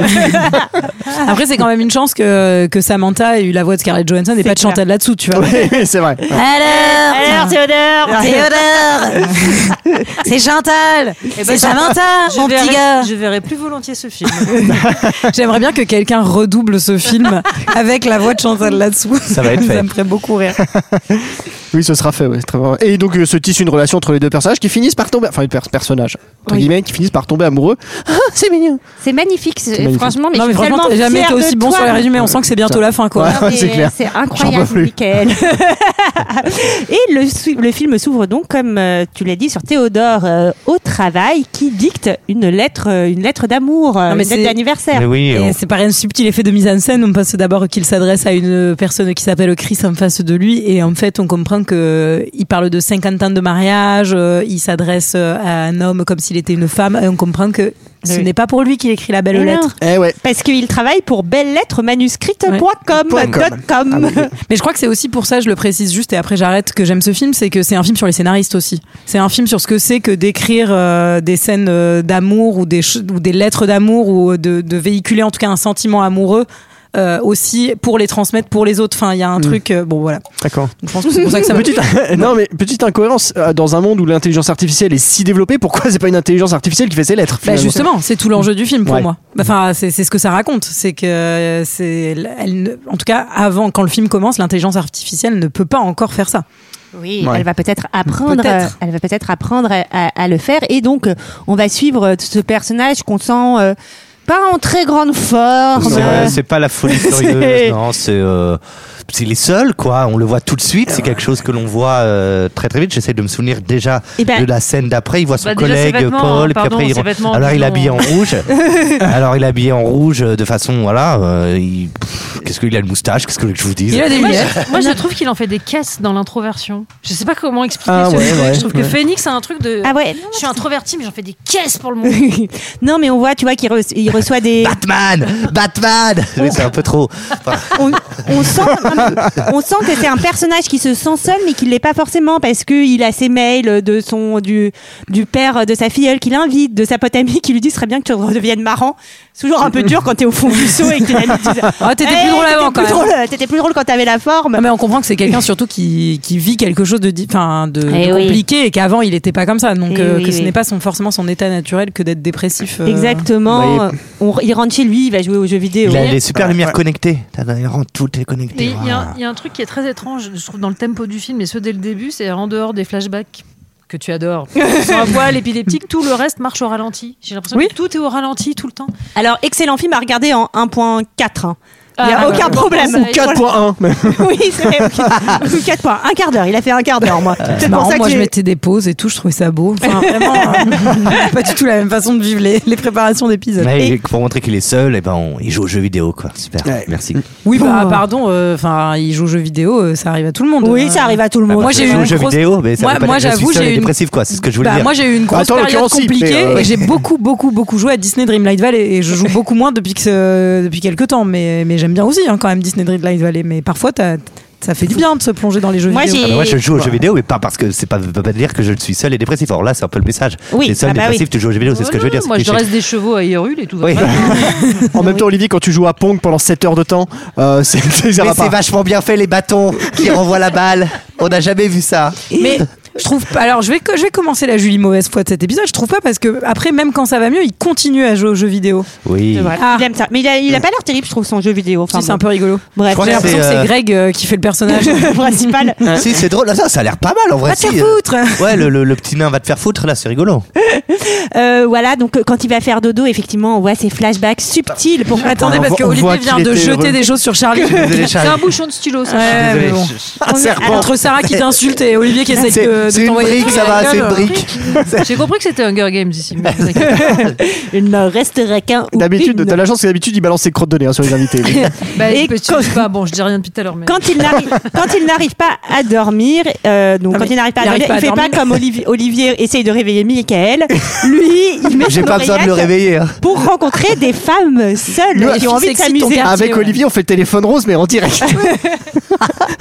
[SPEAKER 7] Après, c'est quand même une chance que, que Samantha ait eu la voix de Scarlett Johansson et pas de
[SPEAKER 1] clair.
[SPEAKER 7] Chantal là-dessous, tu vois.
[SPEAKER 6] Oui, c'est vrai.
[SPEAKER 7] Alors,
[SPEAKER 1] Théodore
[SPEAKER 7] Théodore C'est Eh ben, Chantal C'est Samantha,
[SPEAKER 12] Je verrai- Je verrai plus volontiers ce film.
[SPEAKER 7] J'aimerais bien que quelqu'un redouble ce film avec la voix de Chantal là-dessous.
[SPEAKER 10] Ça va être fait.
[SPEAKER 7] Ça me ferait beaucoup rire.
[SPEAKER 6] Oui, ce sera fait, ouais, c'est très vrai. Et donc euh, se tisse une relation entre les deux personnages qui finissent par tomber, enfin les per- personnages, entre
[SPEAKER 1] Oui.
[SPEAKER 6] guillemets, qui finissent par tomber amoureux. Ah, c'est mignon.
[SPEAKER 1] C'est magnifique, c'est-
[SPEAKER 6] magnifique.
[SPEAKER 1] franchement, mais
[SPEAKER 7] non, mais
[SPEAKER 1] je suis tellement
[SPEAKER 7] franchement, t'as jamais
[SPEAKER 1] fière
[SPEAKER 7] été
[SPEAKER 1] de
[SPEAKER 7] aussi bon
[SPEAKER 1] toi.
[SPEAKER 7] sur les résumés. On sent que c'est bientôt la fin, quoi.
[SPEAKER 6] Ouais.
[SPEAKER 1] Non, mais
[SPEAKER 6] C'est clair.
[SPEAKER 1] C'est
[SPEAKER 6] J'en peux
[SPEAKER 1] incroyable,
[SPEAKER 6] plus.
[SPEAKER 1] Michael. et le, sou- le film s'ouvre donc, comme euh, tu l'as dit, sur Théodore euh, au travail qui dicte une lettre, euh, une lettre d'amour, euh,
[SPEAKER 7] Non,
[SPEAKER 1] une
[SPEAKER 7] mais
[SPEAKER 1] lettre
[SPEAKER 7] c'est-
[SPEAKER 1] d'anniversaire.
[SPEAKER 10] Mais oui, on-
[SPEAKER 13] hein.
[SPEAKER 7] Et c'est pas rien de subtil effet de mise en scène. On pense d'abord qu'il s'adresse à une personne qui s'appelle Chris en face de lui, et en fait, on comprend euh,
[SPEAKER 10] qu'il parle de 50 ans de mariage, euh, il s'adresse euh, à un homme comme s'il était une femme, et on comprend que ce
[SPEAKER 14] Oui.
[SPEAKER 10] n'est pas pour lui qu'il écrit la belle
[SPEAKER 1] Mmh.
[SPEAKER 14] Eh non.
[SPEAKER 10] lettre.
[SPEAKER 14] Parce qu'il travaille pour bellelettre-manuscrite.com.
[SPEAKER 6] Ah,
[SPEAKER 10] Mais je crois que c'est aussi pour ça, je le précise juste et après j'arrête, que j'aime ce film, c'est que c'est un film sur les scénaristes aussi. C'est un film sur ce que c'est que d'écrire euh, des scènes euh, d'amour ou des, ch- ou des lettres d'amour ou euh, de, de véhiculer en tout cas un sentiment amoureux. euh, aussi pour les transmettre pour les autres. Enfin, il y a un
[SPEAKER 6] Mm.
[SPEAKER 10] truc. euh, bon, voilà.
[SPEAKER 6] D'accord.
[SPEAKER 10] Je pense que c'est pour ça que ça va.
[SPEAKER 6] petite, non mais petite incohérence euh, dans un monde où l'intelligence artificielle est si développée, pourquoi c'est pas une intelligence artificielle qui fait ses lettres
[SPEAKER 10] Bah
[SPEAKER 6] finalement
[SPEAKER 10] justement, c'est tout l'enjeu du film pour
[SPEAKER 6] Ouais.
[SPEAKER 10] moi. Enfin, c'est c'est ce que ça raconte. C'est que euh, c'est, elle ne- en tout cas, avant, quand le film commence, l'intelligence artificielle ne peut pas encore faire ça.
[SPEAKER 1] Oui,
[SPEAKER 10] Ouais.
[SPEAKER 1] elle va peut-être apprendre,
[SPEAKER 10] Peut-être.
[SPEAKER 1] euh, elle va peut-être apprendre à, à- à le faire et donc euh, on va suivre euh, ce personnage qu'on sent euh, pas en très grande forme.
[SPEAKER 13] C'est-
[SPEAKER 1] euh,
[SPEAKER 13] C'est pas la folie
[SPEAKER 1] C'est-
[SPEAKER 13] furieuse, non, c'est euh, c'est les seuls, quoi. On le voit tout de suite, c'est quelque chose que l'on voit euh, très très vite. J'essaie de me souvenir déjà
[SPEAKER 1] Eh ben-
[SPEAKER 13] de la scène d'après. Il voit son
[SPEAKER 7] Bah, déjà, ses
[SPEAKER 13] collègue
[SPEAKER 7] vêtements,
[SPEAKER 13] Paul,
[SPEAKER 7] pardon,
[SPEAKER 13] puis après il
[SPEAKER 7] ses
[SPEAKER 13] rentre.
[SPEAKER 7] vêtements,
[SPEAKER 13] Alors il est
[SPEAKER 7] disons.
[SPEAKER 13] habillé en rouge. Alors il est habillé en rouge euh, de façon, voilà. euh, il- pff, Qu'est-ce qu'il a le moustache Qu'est-ce que vous voulez que je vous dise
[SPEAKER 7] Moi, je- Moi, je trouve qu'il en fait des caisses dans l'introversion. Je sais pas comment expliquer
[SPEAKER 13] Ah
[SPEAKER 7] ce
[SPEAKER 13] ouais,
[SPEAKER 7] truc.
[SPEAKER 13] ouais,
[SPEAKER 7] je trouve
[SPEAKER 13] ouais.
[SPEAKER 7] que Phoenix a un truc de.
[SPEAKER 1] Ah ouais,
[SPEAKER 7] je suis introverti, mais j'en fais des caisses pour le monde.
[SPEAKER 1] non mais on voit, tu vois qu'il re- il reçoit des
[SPEAKER 13] Batman, Batman. Oui, c'est un peu trop. Enfin,
[SPEAKER 1] on, on sent, non, mais on sent que c'est un personnage qui se sent seul, mais qui l'est pas forcément parce que il a ses mails de son du du père de sa filleule qui l'invite, de sa pote amie qui lui dit ce serait bien que tu redeviennes marrant. C'est toujours un peu dur quand t'es au fond du seau et que tes amis te disent
[SPEAKER 10] Ah, t'étais
[SPEAKER 1] Eh,
[SPEAKER 10] plus drôle
[SPEAKER 1] t'étais
[SPEAKER 10] avant, quand
[SPEAKER 1] plus
[SPEAKER 10] même.
[SPEAKER 1] drôle, T'étais plus drôle quand t'avais la forme.
[SPEAKER 10] mais on comprend que c'est quelqu'un surtout qui, qui vit quelque chose de, di- enfin, de, de
[SPEAKER 1] Eh oui.
[SPEAKER 10] compliqué et qu'avant il n'était pas comme ça. Donc
[SPEAKER 1] Eh
[SPEAKER 10] euh,
[SPEAKER 1] oui,
[SPEAKER 10] que ce
[SPEAKER 1] oui.
[SPEAKER 10] n'est pas son, forcément son état naturel que d'être dépressif. euh.
[SPEAKER 1] Ah, Exactement. Euh, on- il rentre chez lui, il va jouer aux jeux vidéo.
[SPEAKER 13] il a les super lumières connectées. T'as- Il rend tout est
[SPEAKER 7] Mais
[SPEAKER 13] connecté.
[SPEAKER 7] il y, a un- il y a un truc qui est très étrange, je trouve, dans le tempo du film, et ce dès le début, c'est en dehors des flashbacks que tu adores. Ils sont à poil, épileptique, tout le reste marche au ralenti. J'ai l'impression que tout est au ralenti tout le temps.
[SPEAKER 1] Alors, excellent film à regarder en 1.4. hein. Il n'y a
[SPEAKER 7] Ah,
[SPEAKER 1] aucun
[SPEAKER 7] ouais.
[SPEAKER 1] problème.
[SPEAKER 7] Ou 4.1,
[SPEAKER 1] Voilà. oui, c'est vrai. Ou 4 points. Un quart d'heure. Il a fait un quart d'heure, moi.
[SPEAKER 10] Euh,
[SPEAKER 1] C'est
[SPEAKER 10] marrant,
[SPEAKER 1] pour ça
[SPEAKER 10] moi
[SPEAKER 1] que
[SPEAKER 10] je
[SPEAKER 1] j'ai-
[SPEAKER 10] mettais des pauses et tout, je trouvais ça beau. Enfin, vraiment, euh, pas du tout la même façon de vivre les, les préparations d'épisodes.
[SPEAKER 13] Ouais,
[SPEAKER 10] Et-
[SPEAKER 13] et Pour montrer qu'il est seul, et ben on- il joue aux jeux vidéo, quoi. Super. Merci.
[SPEAKER 10] Oui, bah, pardon, enfin, il joue aux jeux vidéo, euh, ça arrive à tout le monde.
[SPEAKER 1] Oui, ça arrive à tout le monde.
[SPEAKER 10] Moi, j'ai eu
[SPEAKER 13] aux
[SPEAKER 10] une
[SPEAKER 13] jeux
[SPEAKER 10] grosse-
[SPEAKER 13] vidéo, mais ça
[SPEAKER 10] Moi-
[SPEAKER 13] veut pas
[SPEAKER 10] moi,
[SPEAKER 13] dire que je suis
[SPEAKER 10] j'avoue,
[SPEAKER 13] seul
[SPEAKER 10] j'ai
[SPEAKER 13] et
[SPEAKER 10] eu une-
[SPEAKER 13] dépressif, quoi. C'est ce que je voulais
[SPEAKER 10] Bah,
[SPEAKER 13] dire.
[SPEAKER 10] Moi, j'ai eu une grosse période compliquée et j'ai
[SPEAKER 13] beaucoup
[SPEAKER 10] beaucoup, beaucoup, beaucoup joué à Disney Dream Light Valley et je joue beaucoup moins depuis que ce- depuis quelques temps, mais, mais j'aime bien aussi hein, quand même Disney Dream Light Valley. Mais parfois, t'as- ça fait du bien de se plonger dans les jeux
[SPEAKER 1] Moi,
[SPEAKER 10] vidéo.
[SPEAKER 13] Ah bah ouais, je joue aux jeux vidéo, mais pas parce que c'est pas, veut pas dire que je suis seul et dépressif. Alors là, c'est un peu le message.
[SPEAKER 10] Oui,
[SPEAKER 13] T'es seul
[SPEAKER 10] ah bah
[SPEAKER 13] dépressif,
[SPEAKER 10] oui.
[SPEAKER 13] tu joues aux jeux vidéo, c'est ce que je veux dire. c'est
[SPEAKER 7] Moi, je
[SPEAKER 13] cliché.
[SPEAKER 7] reste des chevaux à Hyrule et tout va
[SPEAKER 13] Oui.
[SPEAKER 7] bien.
[SPEAKER 6] En même temps, Olivier, quand tu joues à Pong pendant 7 heures de temps, euh, c'est ça
[SPEAKER 13] Mais
[SPEAKER 6] va
[SPEAKER 13] c'est
[SPEAKER 6] pas.
[SPEAKER 13] vachement bien fait les bâtons qui renvoient la balle. On n'a jamais vu ça.
[SPEAKER 10] Mais je trouve pas. Alors, je vais, co- je vais commencer la Julie mauvaise foi de cet épisode. Je trouve pas parce que après, même quand ça va mieux, il continue à jouer aux jeux vidéo.
[SPEAKER 13] Oui.
[SPEAKER 1] C'est vrai.
[SPEAKER 13] Ah.
[SPEAKER 1] Il aime ça. Mais il a, il a pas l'air terrible, je trouve, son jeu vidéo. Enfin,
[SPEAKER 10] Ah. c'est
[SPEAKER 1] bon.
[SPEAKER 10] un peu rigolo.
[SPEAKER 1] Bref.
[SPEAKER 13] crois
[SPEAKER 10] J'ai
[SPEAKER 13] que
[SPEAKER 10] l'impression que
[SPEAKER 13] c'est,
[SPEAKER 10] c'est
[SPEAKER 13] euh,
[SPEAKER 10] Greg euh, qui fait le personnage
[SPEAKER 1] principal.
[SPEAKER 13] si, c'est drôle. Ça, ça a l'air pas mal en vrai.
[SPEAKER 10] Va te
[SPEAKER 13] si,
[SPEAKER 10] faire
[SPEAKER 13] euh,
[SPEAKER 10] foutre.
[SPEAKER 13] Ouais, le, le- le petit nain va te faire foutre là, c'est rigolo.
[SPEAKER 1] Euh, voilà, donc euh, quand il va faire dodo, effectivement, on voit ces flashbacks subtils. Pour
[SPEAKER 10] Attendez, parce que Olivier vient de jeter des choses sur Charlie.
[SPEAKER 1] Je suis désolé,
[SPEAKER 7] C'est un bouchon de stylo, ça.
[SPEAKER 10] Ouais, mais bon.
[SPEAKER 13] Un serpent.
[SPEAKER 10] Ah, Entre Sarah qui t'insulte et Olivier qui essaie
[SPEAKER 13] C'est-
[SPEAKER 10] de,
[SPEAKER 13] c'est
[SPEAKER 10] de
[SPEAKER 13] une
[SPEAKER 10] t'envoyer. des
[SPEAKER 13] brique,
[SPEAKER 10] trucs
[SPEAKER 13] ça
[SPEAKER 10] à
[SPEAKER 13] va,
[SPEAKER 10] la
[SPEAKER 13] c'est
[SPEAKER 10] gueule.
[SPEAKER 13] une brique.
[SPEAKER 7] J'ai compris que c'était Hunger Games ici. mais vous inquiétez
[SPEAKER 1] Il ne resterait qu'un. ou
[SPEAKER 6] D'habitude,
[SPEAKER 1] une.
[SPEAKER 6] t'as la chance que d'habitude, il balance ses crottes de nez hein, sur les invités.
[SPEAKER 7] pas. Bah, petit, je sais pas, bon, je dis rien depuis tout à l'heure. mais-
[SPEAKER 1] Quand il n'arrive, quand il n'arrive pas à dormir, euh, donc
[SPEAKER 7] Non,
[SPEAKER 1] quand
[SPEAKER 7] mais
[SPEAKER 1] il n'arrive pas à
[SPEAKER 7] il
[SPEAKER 1] dormir,
[SPEAKER 7] n'arrive
[SPEAKER 1] il fait
[SPEAKER 7] pas
[SPEAKER 1] pas
[SPEAKER 7] à dormir.
[SPEAKER 1] comme Olivier, Olivier essaye de réveiller Michael. Lui, il met
[SPEAKER 13] J'ai
[SPEAKER 1] son
[SPEAKER 13] pas besoin de le
[SPEAKER 1] oreillette
[SPEAKER 13] réveiller. hein.
[SPEAKER 1] pour rencontrer des femmes seules
[SPEAKER 6] Nous,
[SPEAKER 1] qui ont envie de s'amuser. Ah,
[SPEAKER 6] Avec Olivier, on fait le téléphone rose, mais en direct.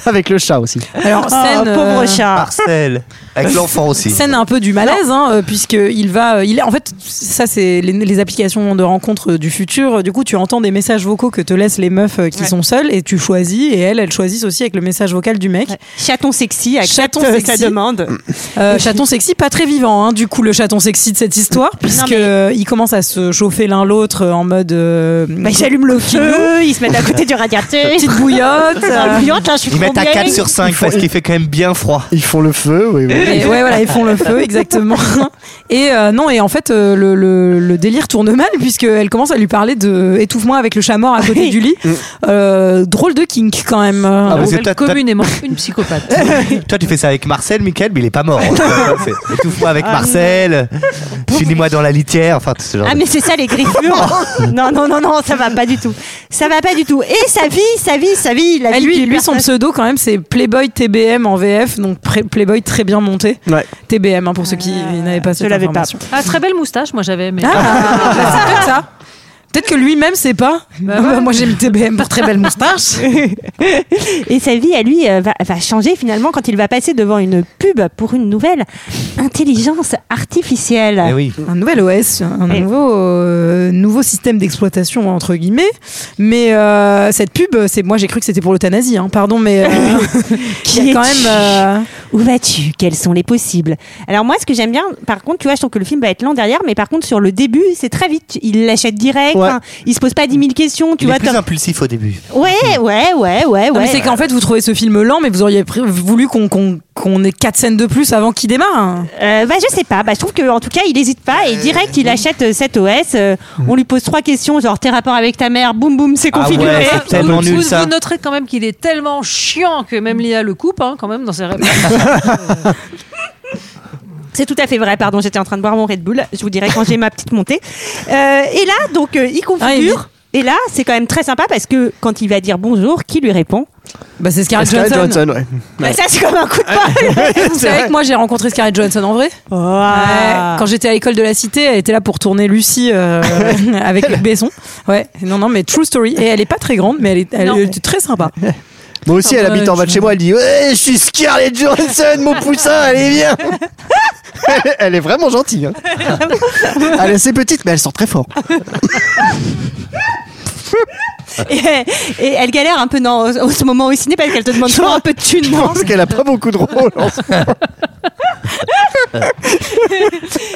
[SPEAKER 6] Avec le chat aussi.
[SPEAKER 10] Alors,
[SPEAKER 1] Oh,
[SPEAKER 10] scène,
[SPEAKER 1] pauvre
[SPEAKER 10] euh,
[SPEAKER 1] chat.
[SPEAKER 13] Marcel. Avec l'enfant aussi.
[SPEAKER 10] Scène un peu du malaise, hein, euh, puisque il va, euh, il, en fait, ça c'est les, les applications de rencontres euh, du futur. Du coup, tu entends des messages vocaux que te laissent les meufs euh, qui sont seules et tu choisis et elles, elles choisissent aussi avec le message vocal du mec.
[SPEAKER 1] Chaton sexy, accepte
[SPEAKER 10] Chaton
[SPEAKER 1] chaton
[SPEAKER 10] sexy.
[SPEAKER 1] sa demande.
[SPEAKER 10] Euh, chaton sexy, pas très vivant, hein, du coup le chaton sexy de cette histoire, puisque euh, ils commencent à se chauffer l'un l'autre euh, en mode. euh,
[SPEAKER 1] Bah, ils allument le feu, ils se mettent à côté du radiateur.
[SPEAKER 10] Petite bouillotte,
[SPEAKER 1] Dans le
[SPEAKER 10] euh.
[SPEAKER 1] bouillotte, là, hein, je suis
[SPEAKER 13] Ils
[SPEAKER 1] trop
[SPEAKER 13] mettent à
[SPEAKER 1] bien.
[SPEAKER 13] 4 sur 5 parce qu'il fait quand même bien froid.
[SPEAKER 6] Ils font le feu, oui, oui.
[SPEAKER 10] Et ouais, voilà, ils font le feu, exactement. Et euh, non, et en fait, euh, le, le- le délire tourne mal, puisqu'elle commence à lui parler de étouffe-moi avec le chat mort à
[SPEAKER 1] Ah
[SPEAKER 10] côté du lit. Euh, drôle de kink, quand même.
[SPEAKER 15] Mm.
[SPEAKER 7] bah,
[SPEAKER 15] Ah, mais c'est toi- toi-
[SPEAKER 10] communément une psychopathe.
[SPEAKER 15] Toi, tu fais ça avec Marcel, Michael, mais il est pas mort. hein. C'est- Étouffe-moi avec
[SPEAKER 1] Ah,
[SPEAKER 15] Marcel, finis-moi dans la litière, enfin, tout ce genre
[SPEAKER 1] Ah
[SPEAKER 15] de-
[SPEAKER 1] mais c'est ça les griffures Non non non non ça va pas du tout ça va pas du tout et sa vie sa vie sa vie la
[SPEAKER 10] Et
[SPEAKER 1] vie
[SPEAKER 10] lui,
[SPEAKER 1] du
[SPEAKER 10] lui son
[SPEAKER 1] personnage.
[SPEAKER 10] pseudo, quand même, c'est Playboy TBM en VF, donc pré- Playboy très bien monté. TBM, hein, pour ceux qui n'avaient pas cette
[SPEAKER 1] Euh, l'avais pas.
[SPEAKER 10] information.
[SPEAKER 7] Ah, très belle moustache, moi j'avais aimé.
[SPEAKER 10] Ah, bah, c'est peut-être ça. Peut-être que lui-même sait pas. Bah, moi j'ai mis TBM pour très belle moustache.
[SPEAKER 1] et sa vie à lui euh, va, va changer finalement quand il va passer devant une pub pour une nouvelle intelligence artificielle
[SPEAKER 13] Eh
[SPEAKER 10] Un nouvel OS, un nouveau, euh, nouveau système d'exploitation, entre guillemets. Mais euh, cette pub, c'est moi j'ai cru que c'était pour l'euthanasie, hein, pardon, mais. euh, il
[SPEAKER 1] qui
[SPEAKER 10] y
[SPEAKER 1] est
[SPEAKER 10] a quand même. euh,
[SPEAKER 1] Où vas-tu Quels sont les possibles Alors moi, ce que j'aime bien, par contre, tu vois, je trouve que le film va être lent derrière, mais par contre, sur le début, c'est très vite. Il l'achète direct.
[SPEAKER 15] Ouais.
[SPEAKER 1] hein, il se pose pas 10 000 questions. Tu
[SPEAKER 15] Il
[SPEAKER 1] vois,
[SPEAKER 15] est plus
[SPEAKER 1] t'as-
[SPEAKER 15] impulsif au début.
[SPEAKER 1] ouais, ouais, ouais, ouais,
[SPEAKER 10] Non,
[SPEAKER 1] ouais.
[SPEAKER 10] mais c'est qu'en fait, vous trouvez ce film lent, mais vous auriez pr- voulu qu'on qu'on- qu'on ait quatre scènes de plus avant qu'il démarre. hein.
[SPEAKER 1] Euh, bah je sais pas, bah, je trouve que en tout cas il hésite pas et direct il achète euh, cet OS. euh, On lui pose trois questions genre tes rapports avec ta mère, boum boum c'est
[SPEAKER 15] Mm. Ah
[SPEAKER 1] configuré.
[SPEAKER 15] ouais, c'est tellement
[SPEAKER 7] vous,
[SPEAKER 15] nul ça.
[SPEAKER 7] vous noterez quand même qu'il est tellement chiant que même Lia le coupe, hein, quand même, dans ses rêves.
[SPEAKER 1] C'est tout à fait vrai, pardon, j'étais en train de boire mon Red Bull. Je vous dirai quand j'ai ma petite montée. Euh, et là, donc,
[SPEAKER 10] Ah,
[SPEAKER 1] euh, il configure. et là, c'est quand même très sympa parce que quand il va dire bonjour, qui lui répond
[SPEAKER 10] Bah, c'est Scarlett
[SPEAKER 6] Scarlett
[SPEAKER 10] Johansson.
[SPEAKER 6] Johansson, ouais.
[SPEAKER 1] Bah, Ça, c'est comme un coup de bol.
[SPEAKER 10] Vous savez que moi j'ai rencontré Scarlett Johansson en vrai.
[SPEAKER 7] Ah.
[SPEAKER 10] Ouais. Quand j'étais à l'école de la Cité, elle était là pour tourner Lucie euh, avec Luc Besson. Ouais. Non non mais true story. Et elle est pas très grande mais elle est, elle
[SPEAKER 6] Non.
[SPEAKER 10] est très sympa.
[SPEAKER 6] Moi aussi, elle
[SPEAKER 10] Ah,
[SPEAKER 6] habite en bas de chez moi. Elle dit Ouais, Je suis Scarlett Johansson, mon poussin, allez, viens Elle- Elle est vraiment gentille. hein. Elle est assez petite, mais elle sort très fort.
[SPEAKER 1] et, et elle galère un peu dans, en ce moment au ciné parce qu'elle te demande toujours un peu de thunes. non
[SPEAKER 6] Parce qu'elle a pas beaucoup de rôle. en ce moment.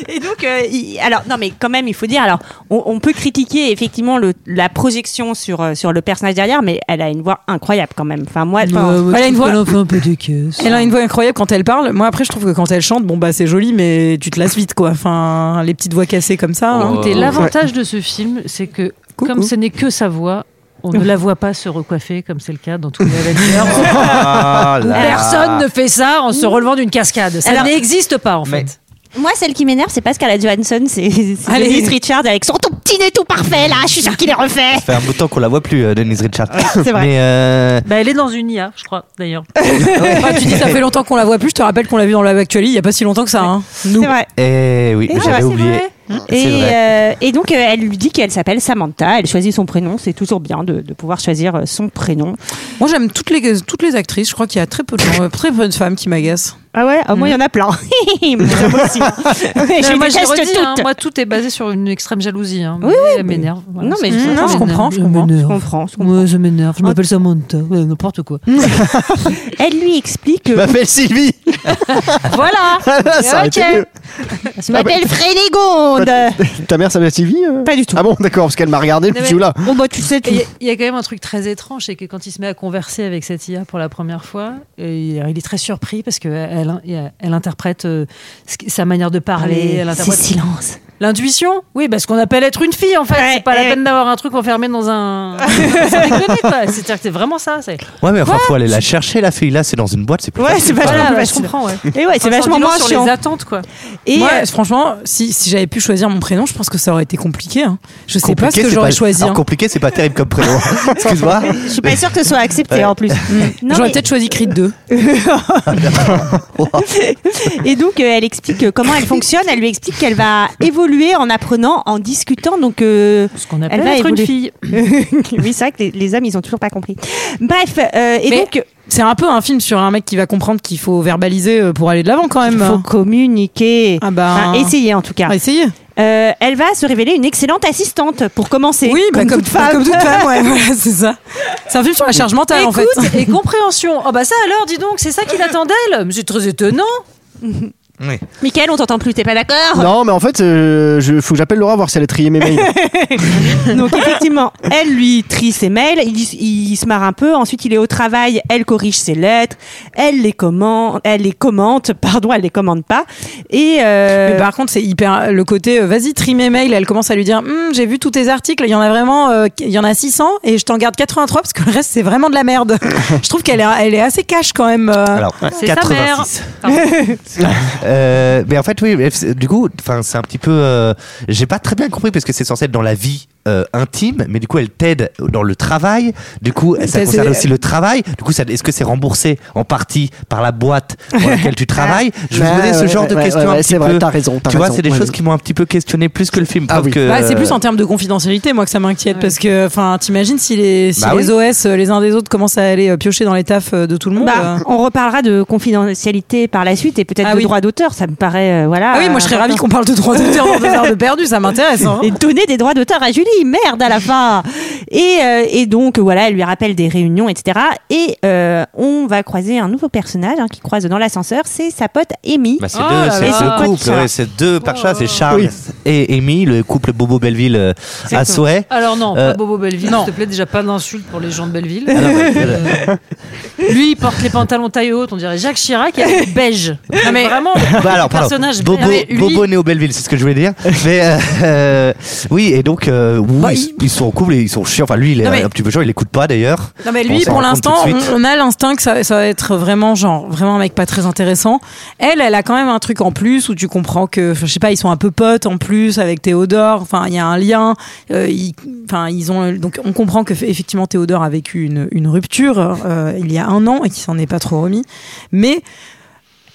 [SPEAKER 1] Et donc, euh, il- alors non, mais quand même, il faut dire, alors on, on peut critiquer effectivement le, la projection sur euh, sur le personnage derrière, mais elle a une voix incroyable quand même. Enfin moi, enfin,
[SPEAKER 10] elle a une voix Elle a une voix incroyable quand elle parle. Moi après je trouve que quand elle chante bon bah c'est joli mais tu te lasses vite quoi. Enfin les petites voix cassées comme ça. hein.
[SPEAKER 7] Écoutez, l'avantage de ce film, c'est que comme ce n'est que sa voix, on ne la voit pas se recoiffer comme c'est le cas dans tous les
[SPEAKER 15] Ah
[SPEAKER 7] Avengers.
[SPEAKER 15] là.
[SPEAKER 7] Personne ne fait ça en se relevant d'une cascade. Ça
[SPEAKER 1] Alors-
[SPEAKER 7] n'existe pas en fait.
[SPEAKER 1] moi celle qui m'énerve, c'est pas Scarlett Johansson, c'est c'est
[SPEAKER 7] Allez.
[SPEAKER 1] Denise Richard avec son tout petit nez tout parfait là. Je suis sûre qu'il est refait.
[SPEAKER 15] Ça fait un bout de temps qu'on la voit plus, euh, Denise Richard.
[SPEAKER 10] Ah.
[SPEAKER 1] c'est vrai.
[SPEAKER 15] Mais euh,
[SPEAKER 7] Bah, elle est dans une IA, je crois, d'ailleurs.
[SPEAKER 10] Enfin, Ah, tu dis ça fait longtemps qu'on la voit plus. Je te rappelle qu'on l'a vu dans la actualité il y a pas si longtemps que ça. Hein. Nous.
[SPEAKER 1] vrai.
[SPEAKER 15] eh oui,
[SPEAKER 1] Et
[SPEAKER 15] j'avais
[SPEAKER 1] Mmh. c'est
[SPEAKER 15] oublié.
[SPEAKER 1] vrai.
[SPEAKER 15] C'est
[SPEAKER 1] Et,
[SPEAKER 15] vrai.
[SPEAKER 1] euh, et donc euh, elle lui dit qu'elle s'appelle Samantha, elle choisit son prénom, c'est toujours bien de, de pouvoir choisir euh, son prénom.
[SPEAKER 10] Moi j'aime toutes les toutes les actrices. Je crois qu'il y a très peu de gens- euh, très peu de femmes qui m'agacent. Mmh.
[SPEAKER 1] Ah ouais, ah, moi il y en a plein. Mais moi aussi.
[SPEAKER 7] Non,
[SPEAKER 1] je
[SPEAKER 7] moi, je
[SPEAKER 1] déteste
[SPEAKER 7] redis, hein,
[SPEAKER 1] toutes.
[SPEAKER 7] moi, tout est basé sur une extrême jalousie. Hein.
[SPEAKER 1] Oui, oui,
[SPEAKER 7] Elle m'énerve.
[SPEAKER 1] non, mais
[SPEAKER 7] c'est-
[SPEAKER 1] je-
[SPEAKER 7] ça
[SPEAKER 1] non, je
[SPEAKER 7] m'énerve.
[SPEAKER 1] comprends, je comprends, je comprends, Ah, bah. je
[SPEAKER 7] Moi, ça m'énerve. Je m'appelle Samantha. Ouais, N'importe quoi.
[SPEAKER 1] Elle lui explique. euh,
[SPEAKER 6] Je m'appelle Sylvie.
[SPEAKER 1] Bah, Voilà.
[SPEAKER 6] Voilà, ça aurait
[SPEAKER 1] Ok.
[SPEAKER 6] été mieux.
[SPEAKER 1] Je
[SPEAKER 7] Bah,
[SPEAKER 1] m'appelle Frédégonde.
[SPEAKER 6] Ta mère s'appelle Sylvie
[SPEAKER 1] Pas du tout.
[SPEAKER 6] Ah bon, d'accord, parce qu'elle m'a regardé,
[SPEAKER 7] Non,
[SPEAKER 6] puis
[SPEAKER 7] mais-
[SPEAKER 6] tu là.
[SPEAKER 1] Bon bah tu sais tout.
[SPEAKER 7] Il y a- il y, a quand même un truc très étrange, c'est que quand il se met à converser avec cette IA pour la première fois, et il il est très surpris parce qu'elle elle, elle interprète euh, ce qui- sa manière de parler.
[SPEAKER 1] Parler,
[SPEAKER 7] Elle
[SPEAKER 1] c'est
[SPEAKER 7] interprète
[SPEAKER 1] silence.
[SPEAKER 7] L'intuition Oui, parce qu'on appelle être une fille en fait. c'est pas la peine d'avoir un truc enfermé dans un. Sans déconner, quoi. C'est-à-dire que c'est vraiment ça. c'est-
[SPEAKER 15] Ouais, mais enfin, faut aller la chercher, la fille. Là, c'est dans une boîte, c'est plus
[SPEAKER 1] Ouais,
[SPEAKER 15] facile,
[SPEAKER 1] c'est vachement
[SPEAKER 15] quoi.
[SPEAKER 1] plus
[SPEAKER 7] ouais, je
[SPEAKER 1] facile.
[SPEAKER 7] comprends, ouais.
[SPEAKER 1] Et ouais, c'est
[SPEAKER 7] Enfin,
[SPEAKER 1] vachement
[SPEAKER 7] dis-leur
[SPEAKER 1] moins
[SPEAKER 7] sur
[SPEAKER 1] chiant.
[SPEAKER 7] les attentes, quoi.
[SPEAKER 1] Et
[SPEAKER 10] Moi,
[SPEAKER 1] euh,
[SPEAKER 10] franchement, si, si j'avais pu choisir mon prénom, je pense que ça aurait été compliqué. hein. Je sais pas ce
[SPEAKER 15] Compliqué,
[SPEAKER 10] que
[SPEAKER 15] c'est
[SPEAKER 10] j'aurais choisi.
[SPEAKER 15] Alors,
[SPEAKER 10] hein.
[SPEAKER 15] compliqué, c'est pas terrible comme prénom. Excuse-moi.
[SPEAKER 1] je suis pas sûre que ce soit accepté
[SPEAKER 15] Ouais.
[SPEAKER 1] en plus. Mm. Non,
[SPEAKER 10] J'aurais
[SPEAKER 1] mais-
[SPEAKER 10] peut-être choisi Creed 2.
[SPEAKER 1] Et donc, euh, elle explique euh, comment elle fonctionne. Elle lui explique qu'elle va évoluer en apprenant, en discutant. Donc, euh,
[SPEAKER 7] qu'on appelle
[SPEAKER 1] elle va
[SPEAKER 7] être une
[SPEAKER 1] évoluer.
[SPEAKER 7] fille.
[SPEAKER 1] oui, c'est vrai que les, les hommes, ils ont toujours pas compris. Bref, euh, et
[SPEAKER 10] Mais
[SPEAKER 1] donc,
[SPEAKER 10] c'est un peu un film sur un mec qui va comprendre qu'il faut verbaliser euh, pour aller de l'avant quand même.
[SPEAKER 1] il faut communiquer.
[SPEAKER 10] Ah bah.
[SPEAKER 1] Enfin, essayer en tout cas.
[SPEAKER 10] Ah, essayer.
[SPEAKER 1] ben. Euh, elle va se révéler une excellente assistante pour commencer.
[SPEAKER 10] Oui, bah,
[SPEAKER 1] comme,
[SPEAKER 10] comme,
[SPEAKER 1] toute femme.
[SPEAKER 10] comme toute femme, ouais, voilà, c'est ça. C'est un film sur la charge mentale en fait.
[SPEAKER 7] Écoute, et compréhension. Oh bah ça alors, dis donc, c'est ça qu'il attend d'elle. Mais C'est très étonnant.
[SPEAKER 10] Oui.
[SPEAKER 1] Michael, on t'entend plus, t'es pas d'accord
[SPEAKER 6] Non, mais en fait, euh, je, faut que j'appelle Laura voir si elle a trié mes mails.
[SPEAKER 1] Donc effectivement, elle lui trie ses mails, il, il se marre un peu, ensuite il est au travail, elle corrige ses lettres, elle les commente, elle les commente, pardon, elle les commande pas. Et euh,
[SPEAKER 7] Mais par contre, c'est hyper le côté euh, vas-y trie mes mails. Elle commence à lui dire Hum, j'ai vu tous tes articles, il y en a vraiment, euh, il y en a 600 et je t'en garde 83 parce que le reste c'est vraiment de la merde. je trouve qu'elle est, elle est assez cash quand même.
[SPEAKER 1] Bah,
[SPEAKER 7] euh.
[SPEAKER 10] Alors,
[SPEAKER 7] C'est sa
[SPEAKER 10] 86.
[SPEAKER 7] mère.
[SPEAKER 10] Euh, mais en fait, oui, mais c'est- du coup, enfin, c'est un petit peu. euh, J'ai pas très bien compris parce que c'est censé être dans la vie euh, intime, mais du coup, elle t'aide dans le travail. Du coup, ça
[SPEAKER 7] Ça,
[SPEAKER 10] concerne
[SPEAKER 7] c'est-
[SPEAKER 10] aussi le travail. Du coup, ça- est-ce que c'est remboursé en partie par la boîte pour laquelle tu travailles Je me
[SPEAKER 6] Ouais,
[SPEAKER 10] posais ce
[SPEAKER 6] Bah, ouais,
[SPEAKER 10] genre de
[SPEAKER 6] ouais,
[SPEAKER 10] questions
[SPEAKER 6] ouais,
[SPEAKER 10] un
[SPEAKER 6] ouais,
[SPEAKER 10] petit
[SPEAKER 6] c'est vrai,
[SPEAKER 10] peu.
[SPEAKER 6] t'as raison, t'as
[SPEAKER 10] tu vois,
[SPEAKER 6] raison,
[SPEAKER 10] c'est des
[SPEAKER 6] ouais, Ah
[SPEAKER 10] choses
[SPEAKER 6] oui.
[SPEAKER 10] qui m'ont un petit peu questionné plus que le film. preuve que,
[SPEAKER 7] Bah, c'est plus
[SPEAKER 10] euh,
[SPEAKER 7] en termes de confidentialité, moi, que ça m'inquiète parce que, enfin, t'imagines si les si
[SPEAKER 10] Bah
[SPEAKER 7] les
[SPEAKER 10] oui.
[SPEAKER 7] OS euh, les uns des autres commencent à aller euh, piocher dans les tafs euh, de tout le monde.
[SPEAKER 1] bah,
[SPEAKER 7] euh.
[SPEAKER 1] on reparlera de confidentialité par la suite et peut-être
[SPEAKER 7] Ah
[SPEAKER 1] de
[SPEAKER 7] oui.
[SPEAKER 1] droit d'auteur, ça me paraît euh, voilà.
[SPEAKER 7] Ah oui, moi je serais ravie qu'on parle de droits d'auteur dans deux heures de perdu, ça m'intéresse. hein.
[SPEAKER 1] Et donner des droits d'auteur à Julie, merde à la fin. Et, euh, et donc voilà, elle lui rappelle des réunions, etc. Et euh, on va croiser un nouveau personnage hein, qui croise dans l'ascenseur, c'est sa pote Amy.
[SPEAKER 10] Bah, c'est
[SPEAKER 6] Ah,
[SPEAKER 10] deux, c'est
[SPEAKER 1] Et
[SPEAKER 10] deux
[SPEAKER 1] son pote
[SPEAKER 10] couples,
[SPEAKER 1] Charles.
[SPEAKER 10] ouais, c'est deux par chat, c'est Charles et Amy, le couple Bobo Belleville euh, à souhait.
[SPEAKER 16] Alors non,
[SPEAKER 10] Euh,
[SPEAKER 16] pas Bobo Belleville,
[SPEAKER 7] non.
[SPEAKER 16] s'il te plaît, déjà pas d'insultes pour les gens de Belleville.
[SPEAKER 10] Ah non, ouais,
[SPEAKER 16] Euh, lui, il porte les pantalons taille haute, on dirait Jacques Chirac, et elle est beige. Non mais vraiment,
[SPEAKER 10] Bah alors,
[SPEAKER 16] le
[SPEAKER 10] pardon.
[SPEAKER 16] personnage
[SPEAKER 10] Bobo,
[SPEAKER 16] beige. Non, mais lui-
[SPEAKER 10] Bobo Néo Belleville, c'est ce que je voulais dire. Mais euh, euh, oui, et donc euh, oui, ils, ils sont en couple et ils sont chiants. Enfin, lui, il est
[SPEAKER 7] Bah, Non, mais-
[SPEAKER 10] un petit peu chiant, il écoute pas d'ailleurs.
[SPEAKER 7] Non mais
[SPEAKER 10] On
[SPEAKER 7] lui,
[SPEAKER 10] s'en
[SPEAKER 7] pour
[SPEAKER 10] rend compte
[SPEAKER 7] l'instant,
[SPEAKER 10] tout de
[SPEAKER 7] on,
[SPEAKER 10] suite.
[SPEAKER 7] on a l'instinct que ça, ça va être vraiment genre vraiment un mec pas très intéressant. Elle, elle a quand même un truc en plus où tu comprends que, enfin, je sais pas, ils sont un peu potes en plus avec Théodore. Enfin, il y a un lien. Euh, ils- Enfin, ils ont donc on comprend que effectivement Théodore a vécu une, une rupture euh, il y a un an et qu'il s'en est pas trop remis. Mais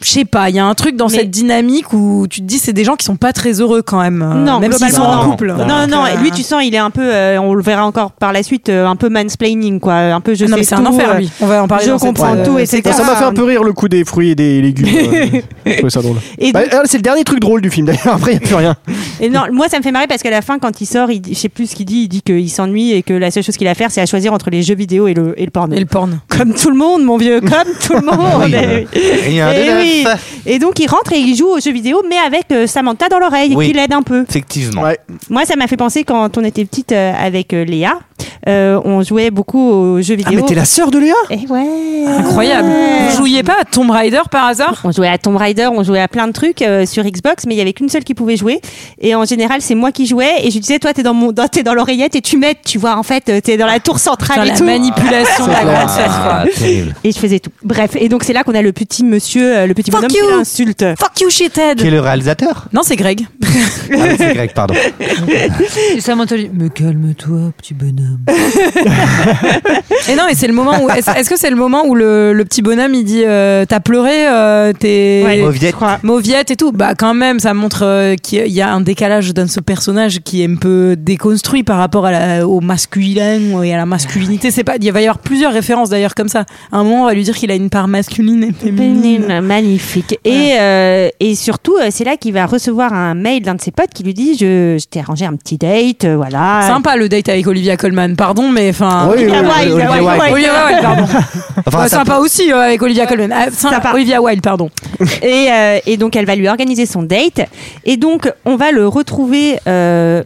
[SPEAKER 7] je sais pas, il y a un truc dans cette dynamique où tu te dis c'est des gens qui sont pas très heureux quand même. euh,
[SPEAKER 1] Non,
[SPEAKER 7] même s'ils sont
[SPEAKER 1] globalement,
[SPEAKER 7] en
[SPEAKER 1] non.
[SPEAKER 7] couple.
[SPEAKER 1] Non, non, non, lui, tu sens, il est un peu, euh, on le verra encore par la suite, euh, un peu mansplaining, quoi. Un peu, je sais
[SPEAKER 7] Non, mais c'est
[SPEAKER 1] tout,
[SPEAKER 7] un enfer,
[SPEAKER 1] euh,
[SPEAKER 7] lui. On va en parler
[SPEAKER 1] Je
[SPEAKER 7] dans cette,
[SPEAKER 1] comprends
[SPEAKER 7] euh,
[SPEAKER 1] tout,
[SPEAKER 7] cette
[SPEAKER 1] etc.
[SPEAKER 6] Enfin, ça m'a fait un peu rire le coup des fruits et des légumes. euh, je trouvais ça drôle.
[SPEAKER 1] Et
[SPEAKER 6] Bah,
[SPEAKER 1] donc-
[SPEAKER 6] euh, c'est le dernier truc drôle du film d'ailleurs. Après, il n'y a plus rien.
[SPEAKER 1] Et non, moi, ça me fait marrer parce qu'à la fin, quand il sort, il, je sais plus ce qu'il dit, il dit qu'il s'ennuie et que la seule chose qu'il a à faire, c'est à choisir entre les jeux vidéo et le, et le porno.
[SPEAKER 7] Et le porno.
[SPEAKER 1] Comme tout le monde, mon vieux, comme tout le monde.
[SPEAKER 10] Oui,
[SPEAKER 1] Eh oui.
[SPEAKER 10] euh, rien de
[SPEAKER 1] Eh
[SPEAKER 10] neuf.
[SPEAKER 1] oui. Et donc, il rentre et il joue aux jeux vidéo, mais avec euh, Samantha dans l'oreille,
[SPEAKER 10] Oui.
[SPEAKER 1] qui l'aide un peu.
[SPEAKER 10] Effectivement.
[SPEAKER 1] Moi, ça m'a fait penser quand on était petite euh, avec euh, Léa, euh, on jouait beaucoup aux jeux vidéo.
[SPEAKER 6] Ah, mais t'es la sœur de Léa
[SPEAKER 1] Eh ouais.
[SPEAKER 7] Incroyable.
[SPEAKER 1] Ouais.
[SPEAKER 7] Vous jouiez pas à Tomb Raider par hasard
[SPEAKER 1] On jouait à Tomb Raider, on jouait à plein de trucs euh, sur Xbox, mais il y avait qu'une seule qui pouvait jouer. Et en général, c'est moi qui jouais. Et je disais, toi, t'es dans mon, dans- t'es dans l'oreillette et tu m'aides, tu vois. En fait, euh, t'es dans la tour centrale
[SPEAKER 7] Putain,
[SPEAKER 1] et
[SPEAKER 7] la
[SPEAKER 1] tout.
[SPEAKER 7] manipulation de la grande sœur, quoi.
[SPEAKER 10] terrible.
[SPEAKER 1] Et je faisais tout. Bref. Et donc c'est là qu'on a le petit monsieur, euh, le petit bonhomme qui l'insulte.
[SPEAKER 7] Fuck you, shithead
[SPEAKER 10] Qui est le réalisateur
[SPEAKER 7] Non, c'est Greg.
[SPEAKER 10] Ah oui, c'est Greg, pardon.
[SPEAKER 16] Et Samantha lui, mais calme-toi, petit bonhomme.
[SPEAKER 7] Et non, mais c'est le moment où. Est-ce est-ce que c'est le moment où le, le petit bonhomme il dit euh, T'as pleuré, euh, t'es.
[SPEAKER 10] Ouais. Mauviette. je crois.
[SPEAKER 7] Mauviette et tout. Bah, quand même, ça montre euh, qu'il y a un décalage dans ce personnage qui est un peu déconstruit par rapport à la- au masculin et à la masculinité. C'est pas. Il va y avoir plusieurs références d'ailleurs comme ça. À un moment, on va lui dire qu'il a une part masculine et féminine.
[SPEAKER 1] Féminine, magnifique. Et, euh, et surtout, euh, c'est là qu'il va recevoir un mail d'un de ses potes qui lui dit Je, je t'ai arrangé un petit date, euh, voilà.
[SPEAKER 7] Sympa le date avec Olivia Colman, pardon, mais enfin.
[SPEAKER 6] Oui, oui,
[SPEAKER 7] Olivia
[SPEAKER 6] oui,
[SPEAKER 7] Wilde,
[SPEAKER 6] Olivia
[SPEAKER 1] euh,
[SPEAKER 7] Olivia
[SPEAKER 6] Wilde.
[SPEAKER 7] Wilde, Olivia Wilde, pardon.
[SPEAKER 10] Enfin,
[SPEAKER 7] Ouais,
[SPEAKER 10] ça
[SPEAKER 7] sympa aussi euh, avec Olivia Colman. Ah, sympa. Olivia Wilde, pardon.
[SPEAKER 1] Et, euh, et donc, elle va lui organiser son date. Et donc, on va le retrouver. euh,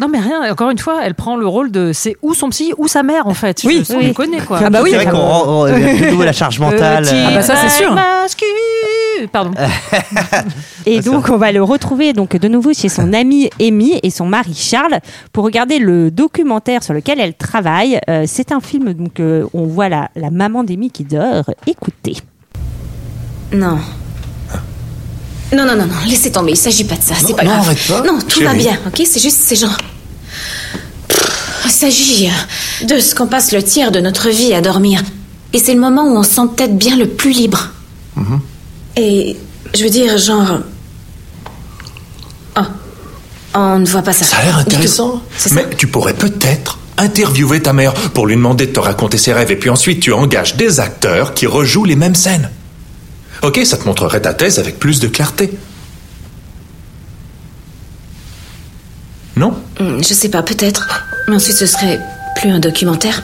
[SPEAKER 16] Non mais rien, encore une fois, elle prend le rôle de c'est ou son psy ou sa mère en fait.
[SPEAKER 7] Oui.
[SPEAKER 16] Je- on
[SPEAKER 7] Oui.
[SPEAKER 16] les connaît quoi.
[SPEAKER 7] Ah bah oui.
[SPEAKER 10] C'est vrai qu'on rend- on- Oh, il y a plus de nouveau la
[SPEAKER 7] Euh,
[SPEAKER 10] charge mentale.
[SPEAKER 16] Petit
[SPEAKER 10] Ah bah
[SPEAKER 7] ça, c'est sûr.
[SPEAKER 16] masque. Pardon.
[SPEAKER 10] Ah,
[SPEAKER 7] Ah,
[SPEAKER 1] Et donc, on va le retrouver donc de nouveau chez son amie Amy et son mari Charles pour regarder le documentaire sur lequel elle travaille. Euh, c'est un film donc euh, on voit la, la maman d'Amy qui dort. Écoutez.
[SPEAKER 9] Non. Non, non, non, non, laissez tomber, il s'agit pas de ça, c'est pas
[SPEAKER 3] non,
[SPEAKER 9] grave.
[SPEAKER 3] arrête pas,
[SPEAKER 9] non, tout va
[SPEAKER 3] chérie.
[SPEAKER 9] bien, ok C'est juste ces gens. Pff, Il s'agit euh, de ce qu'on passe le tiers de notre vie à dormir. Et c'est le moment où on se sent peut-être bien le plus libre. Et je veux dire, genre. Ah, on ne voit pas ça.
[SPEAKER 3] Ça a l'air
[SPEAKER 9] Du tout.
[SPEAKER 3] intéressant.
[SPEAKER 9] C'est ça.
[SPEAKER 3] Mais tu pourrais peut-être interviewer ta mère pour lui demander de te raconter ses rêves et puis ensuite tu engages des acteurs qui rejouent les mêmes scènes. Ok, ça te montrerait ta thèse avec plus de clarté. Non
[SPEAKER 9] Hmm, Je sais pas, peut-être. Mais ensuite, ce serait plus un documentaire.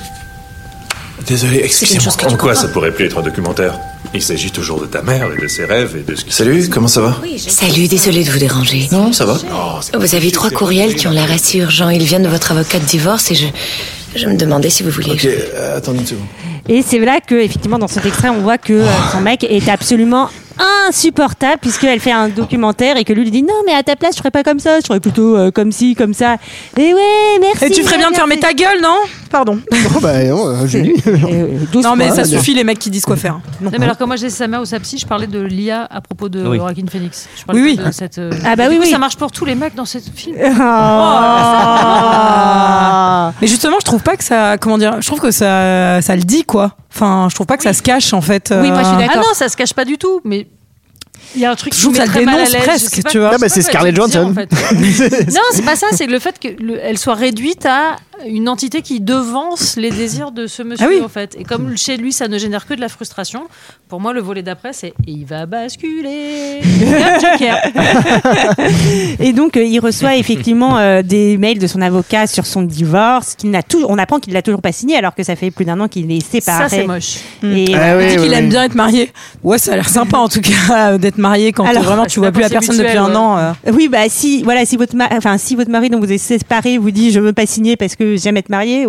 [SPEAKER 3] Désolé,
[SPEAKER 9] excusez-moi. chose que tu
[SPEAKER 3] En quoi
[SPEAKER 9] comprends.
[SPEAKER 3] ça pourrait plus être un documentaire
[SPEAKER 9] Il s'agit toujours de ta mère et de ses rêves et de ce qui...
[SPEAKER 17] Salut, comment ça va
[SPEAKER 18] Salut, désolé de vous déranger.
[SPEAKER 17] Non, ça va.
[SPEAKER 18] Vous avez trois courriels qui ont l'air assez urgents. Ils viennent de votre avocat de divorce et je, je me demandais si vous vouliez.
[SPEAKER 17] Ok, euh, attendez une seconde.
[SPEAKER 1] Et c'est là que, effectivement, dans cet extrait, on voit que euh, son mec est absolument insupportable puisqu'elle fait un documentaire et que lui lui dit non mais à ta place je ferais pas comme ça je ferais plutôt euh, comme ci comme ça et ouais merci
[SPEAKER 7] Et tu ferais bien de
[SPEAKER 1] merci.
[SPEAKER 7] fermer ta gueule, non Pardon.
[SPEAKER 6] Oh bah non, euh, j'ai lu.
[SPEAKER 7] Non, mais
[SPEAKER 6] Doucement,
[SPEAKER 7] ça
[SPEAKER 6] là,
[SPEAKER 7] suffit, les mecs qui disent quoi faire.
[SPEAKER 12] Non, mais alors quand moi j'ai sa mère ou sa psy, je parlais de l'IA à propos de
[SPEAKER 7] Oui.
[SPEAKER 12] Joaquin Phoenix. Je parlais
[SPEAKER 7] Oui,
[SPEAKER 12] pas
[SPEAKER 7] oui.
[SPEAKER 12] de cette, euh,
[SPEAKER 7] Ah bah
[SPEAKER 12] du
[SPEAKER 7] oui, Oh.
[SPEAKER 12] coup,
[SPEAKER 7] oui.
[SPEAKER 12] Ça marche pour tous les mecs dans ce film. Oh.
[SPEAKER 1] Ah.
[SPEAKER 7] Mais justement, je trouve pas que ça. Comment dire Je trouve que ça, ça le dit, quoi. Enfin, je trouve pas que ça se cache, en fait. euh,
[SPEAKER 12] Ah non, ça se cache pas du tout, mais il y a un truc
[SPEAKER 7] Je
[SPEAKER 12] qui
[SPEAKER 7] trouve
[SPEAKER 12] me
[SPEAKER 7] que
[SPEAKER 12] met
[SPEAKER 7] ça
[SPEAKER 12] très mal à
[SPEAKER 7] dénonce
[SPEAKER 12] l'aise, je
[SPEAKER 7] presque,
[SPEAKER 12] sais pas-
[SPEAKER 7] tu vois.
[SPEAKER 12] je
[SPEAKER 7] Ah bah,
[SPEAKER 12] sais
[SPEAKER 7] c'est
[SPEAKER 12] pas quoi
[SPEAKER 7] Scarlett
[SPEAKER 12] dire,
[SPEAKER 7] Johnson.
[SPEAKER 12] en fait. non, c'est pas ça, c'est le fait qu'elle soit réduite à une entité qui devance les désirs de ce monsieur,
[SPEAKER 7] Ah oui.
[SPEAKER 12] en fait. Et comme chez lui, ça ne génère que de la frustration, pour moi, le volet d'après, c'est « il va basculer comme Joker
[SPEAKER 1] Et donc, euh, il reçoit effectivement euh, des mails de son avocat sur son divorce. Qu'il n'a toujours, on apprend qu'il l'a toujours pas signé, alors que ça fait plus d'un an qu'il est séparé.
[SPEAKER 7] Ça, c'est Mm. moche.
[SPEAKER 1] Et
[SPEAKER 6] Eh
[SPEAKER 7] Il
[SPEAKER 1] euh,
[SPEAKER 7] dit qu'il aime bien être marié. Ouais, ça a l'air sympa en tout cas d'être marié quand
[SPEAKER 1] Alors,
[SPEAKER 7] vraiment tu vois plus la personne depuis un an. euh.
[SPEAKER 1] Oui, bah si, voilà, si votre, ma- enfin si votre mari dont vous êtes séparé vous dit je veux pas signer parce que j'aime être marié,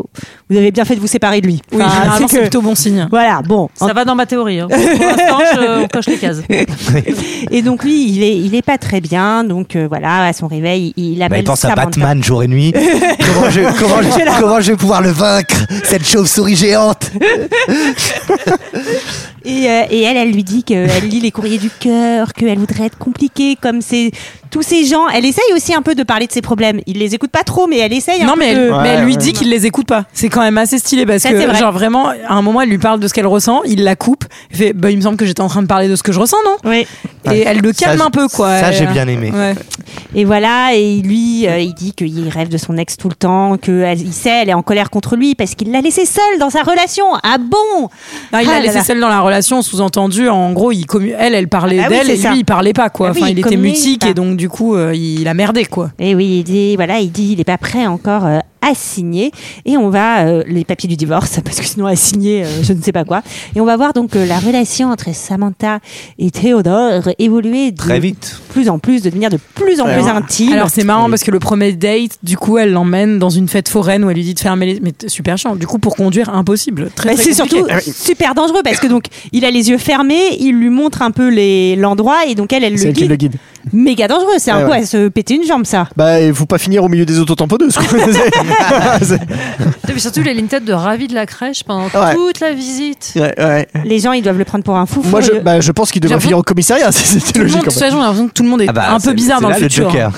[SPEAKER 1] vous avez bien fait de vous séparer de lui.
[SPEAKER 7] Oui,
[SPEAKER 1] Enfin,
[SPEAKER 7] généralement,
[SPEAKER 1] c'est
[SPEAKER 7] c'est
[SPEAKER 1] que-
[SPEAKER 7] plutôt bon signe.
[SPEAKER 1] Voilà, bon.
[SPEAKER 12] Ça va dans ma théorie. hein. Pour l'instant, je- on coche les cases.
[SPEAKER 1] Et donc lui, il est, il est pas très bien. Donc euh, voilà, à son réveil, il, il
[SPEAKER 10] Bah,
[SPEAKER 1] appelle.
[SPEAKER 10] il pense à
[SPEAKER 1] Samantha.
[SPEAKER 10] Batman jour et nuit. comment, je, comment, je-
[SPEAKER 1] Voilà.
[SPEAKER 10] comment je vais pouvoir le vaincre, cette chauve-souris géante
[SPEAKER 1] Et, euh, et elle, elle lui dit qu'elle lit les courriers du cœur, qu'elle voudrait être compliquée comme c'est tous ces gens. Elle essaye aussi un peu de parler de ses problèmes. Il les écoute pas trop, mais elle essaye. un
[SPEAKER 7] Non
[SPEAKER 1] peu
[SPEAKER 7] mais elle,
[SPEAKER 1] de-
[SPEAKER 7] mais elle lui dit qu'il les écoute pas. C'est quand même assez stylé parce
[SPEAKER 1] Ça,
[SPEAKER 7] que
[SPEAKER 1] c'est vrai.
[SPEAKER 7] genre vraiment à un moment elle lui parle de ce qu'elle ressent, il la coupe, il fait bah il me semble que j'étais en train de parler de ce que je ressens non
[SPEAKER 1] Oui.
[SPEAKER 7] Et elle le calme un peu quoi.
[SPEAKER 10] Ça
[SPEAKER 7] Elle-
[SPEAKER 10] j'ai bien aimé.
[SPEAKER 7] Ouais.
[SPEAKER 1] Et voilà, et lui, euh, il dit qu'il rêve de son ex tout le temps, qu'il sait, elle est en colère contre lui parce qu'il l'a laissée seule dans sa relation. Ah bon
[SPEAKER 7] Non, il
[SPEAKER 1] Ah
[SPEAKER 7] l'a
[SPEAKER 1] là
[SPEAKER 7] laissé
[SPEAKER 1] là.
[SPEAKER 7] seule dans la relation, sous-entendu, en gros, il commu- elle, elle parlait
[SPEAKER 1] Ah bah oui,
[SPEAKER 7] d'elle
[SPEAKER 1] c'est
[SPEAKER 7] et
[SPEAKER 1] ça.
[SPEAKER 7] lui, il parlait pas, quoi.
[SPEAKER 1] Ah oui,
[SPEAKER 7] enfin, il
[SPEAKER 1] il
[SPEAKER 7] était
[SPEAKER 1] communique
[SPEAKER 7] mutique
[SPEAKER 1] pas.
[SPEAKER 7] et donc, du coup, euh, il a merdé, quoi.
[SPEAKER 1] Et oui, il dit, voilà, il dit, il est pas prêt encore euh, à signer. Et on va, euh, les papiers du divorce, parce que sinon à signer, euh, je ne sais pas quoi. Et on va voir donc euh, la relation entre Samantha et Théodore évoluer de
[SPEAKER 10] Très vite.
[SPEAKER 1] plus en plus, de devenir de plus en plus intime.
[SPEAKER 7] Alors, c'est marrant parce que le premier date, du coup, elle l'emmène dans une fête foraine où elle lui dit de fermer les. Mais t- super chiant. Du coup, pour conduire, impossible. Très,
[SPEAKER 1] Bah,
[SPEAKER 7] très
[SPEAKER 1] c'est
[SPEAKER 7] compliqué.
[SPEAKER 6] Ah
[SPEAKER 1] surtout super dangereux parce que donc il a les yeux fermés, il lui montre un peu les- l'endroit et donc elle, elle le
[SPEAKER 6] C'est elle
[SPEAKER 1] guide.
[SPEAKER 6] qui le guide.
[SPEAKER 1] Méga dangereux, c'est un
[SPEAKER 6] Ouais,
[SPEAKER 1] coup
[SPEAKER 6] ouais.
[SPEAKER 1] à se péter une jambe ça.
[SPEAKER 6] Bah, il faut pas finir au milieu des autotamponneuses. quoi. C'est- c'est-
[SPEAKER 12] Et puis surtout, il a une tête de ravi de la crèche pendant
[SPEAKER 6] Ouais.
[SPEAKER 12] toute la visite.
[SPEAKER 6] ouais, ouais.
[SPEAKER 1] Les gens ils doivent le prendre pour un fou.
[SPEAKER 6] Moi, je,
[SPEAKER 1] furieux.
[SPEAKER 6] bah, je pense qu'il devrait
[SPEAKER 1] J'avoue-
[SPEAKER 6] finir au commissariat. c'est- C'était
[SPEAKER 7] Tout le
[SPEAKER 6] logique.
[SPEAKER 7] monde, de
[SPEAKER 6] en
[SPEAKER 7] toute
[SPEAKER 6] fait.
[SPEAKER 7] façon, j'ai l'impression que tout le monde est
[SPEAKER 6] Ah bah,
[SPEAKER 7] un peu
[SPEAKER 6] c'est-
[SPEAKER 7] bizarre
[SPEAKER 6] c'est
[SPEAKER 7] dans
[SPEAKER 6] là
[SPEAKER 7] le
[SPEAKER 6] le
[SPEAKER 7] futur.
[SPEAKER 6] Joker.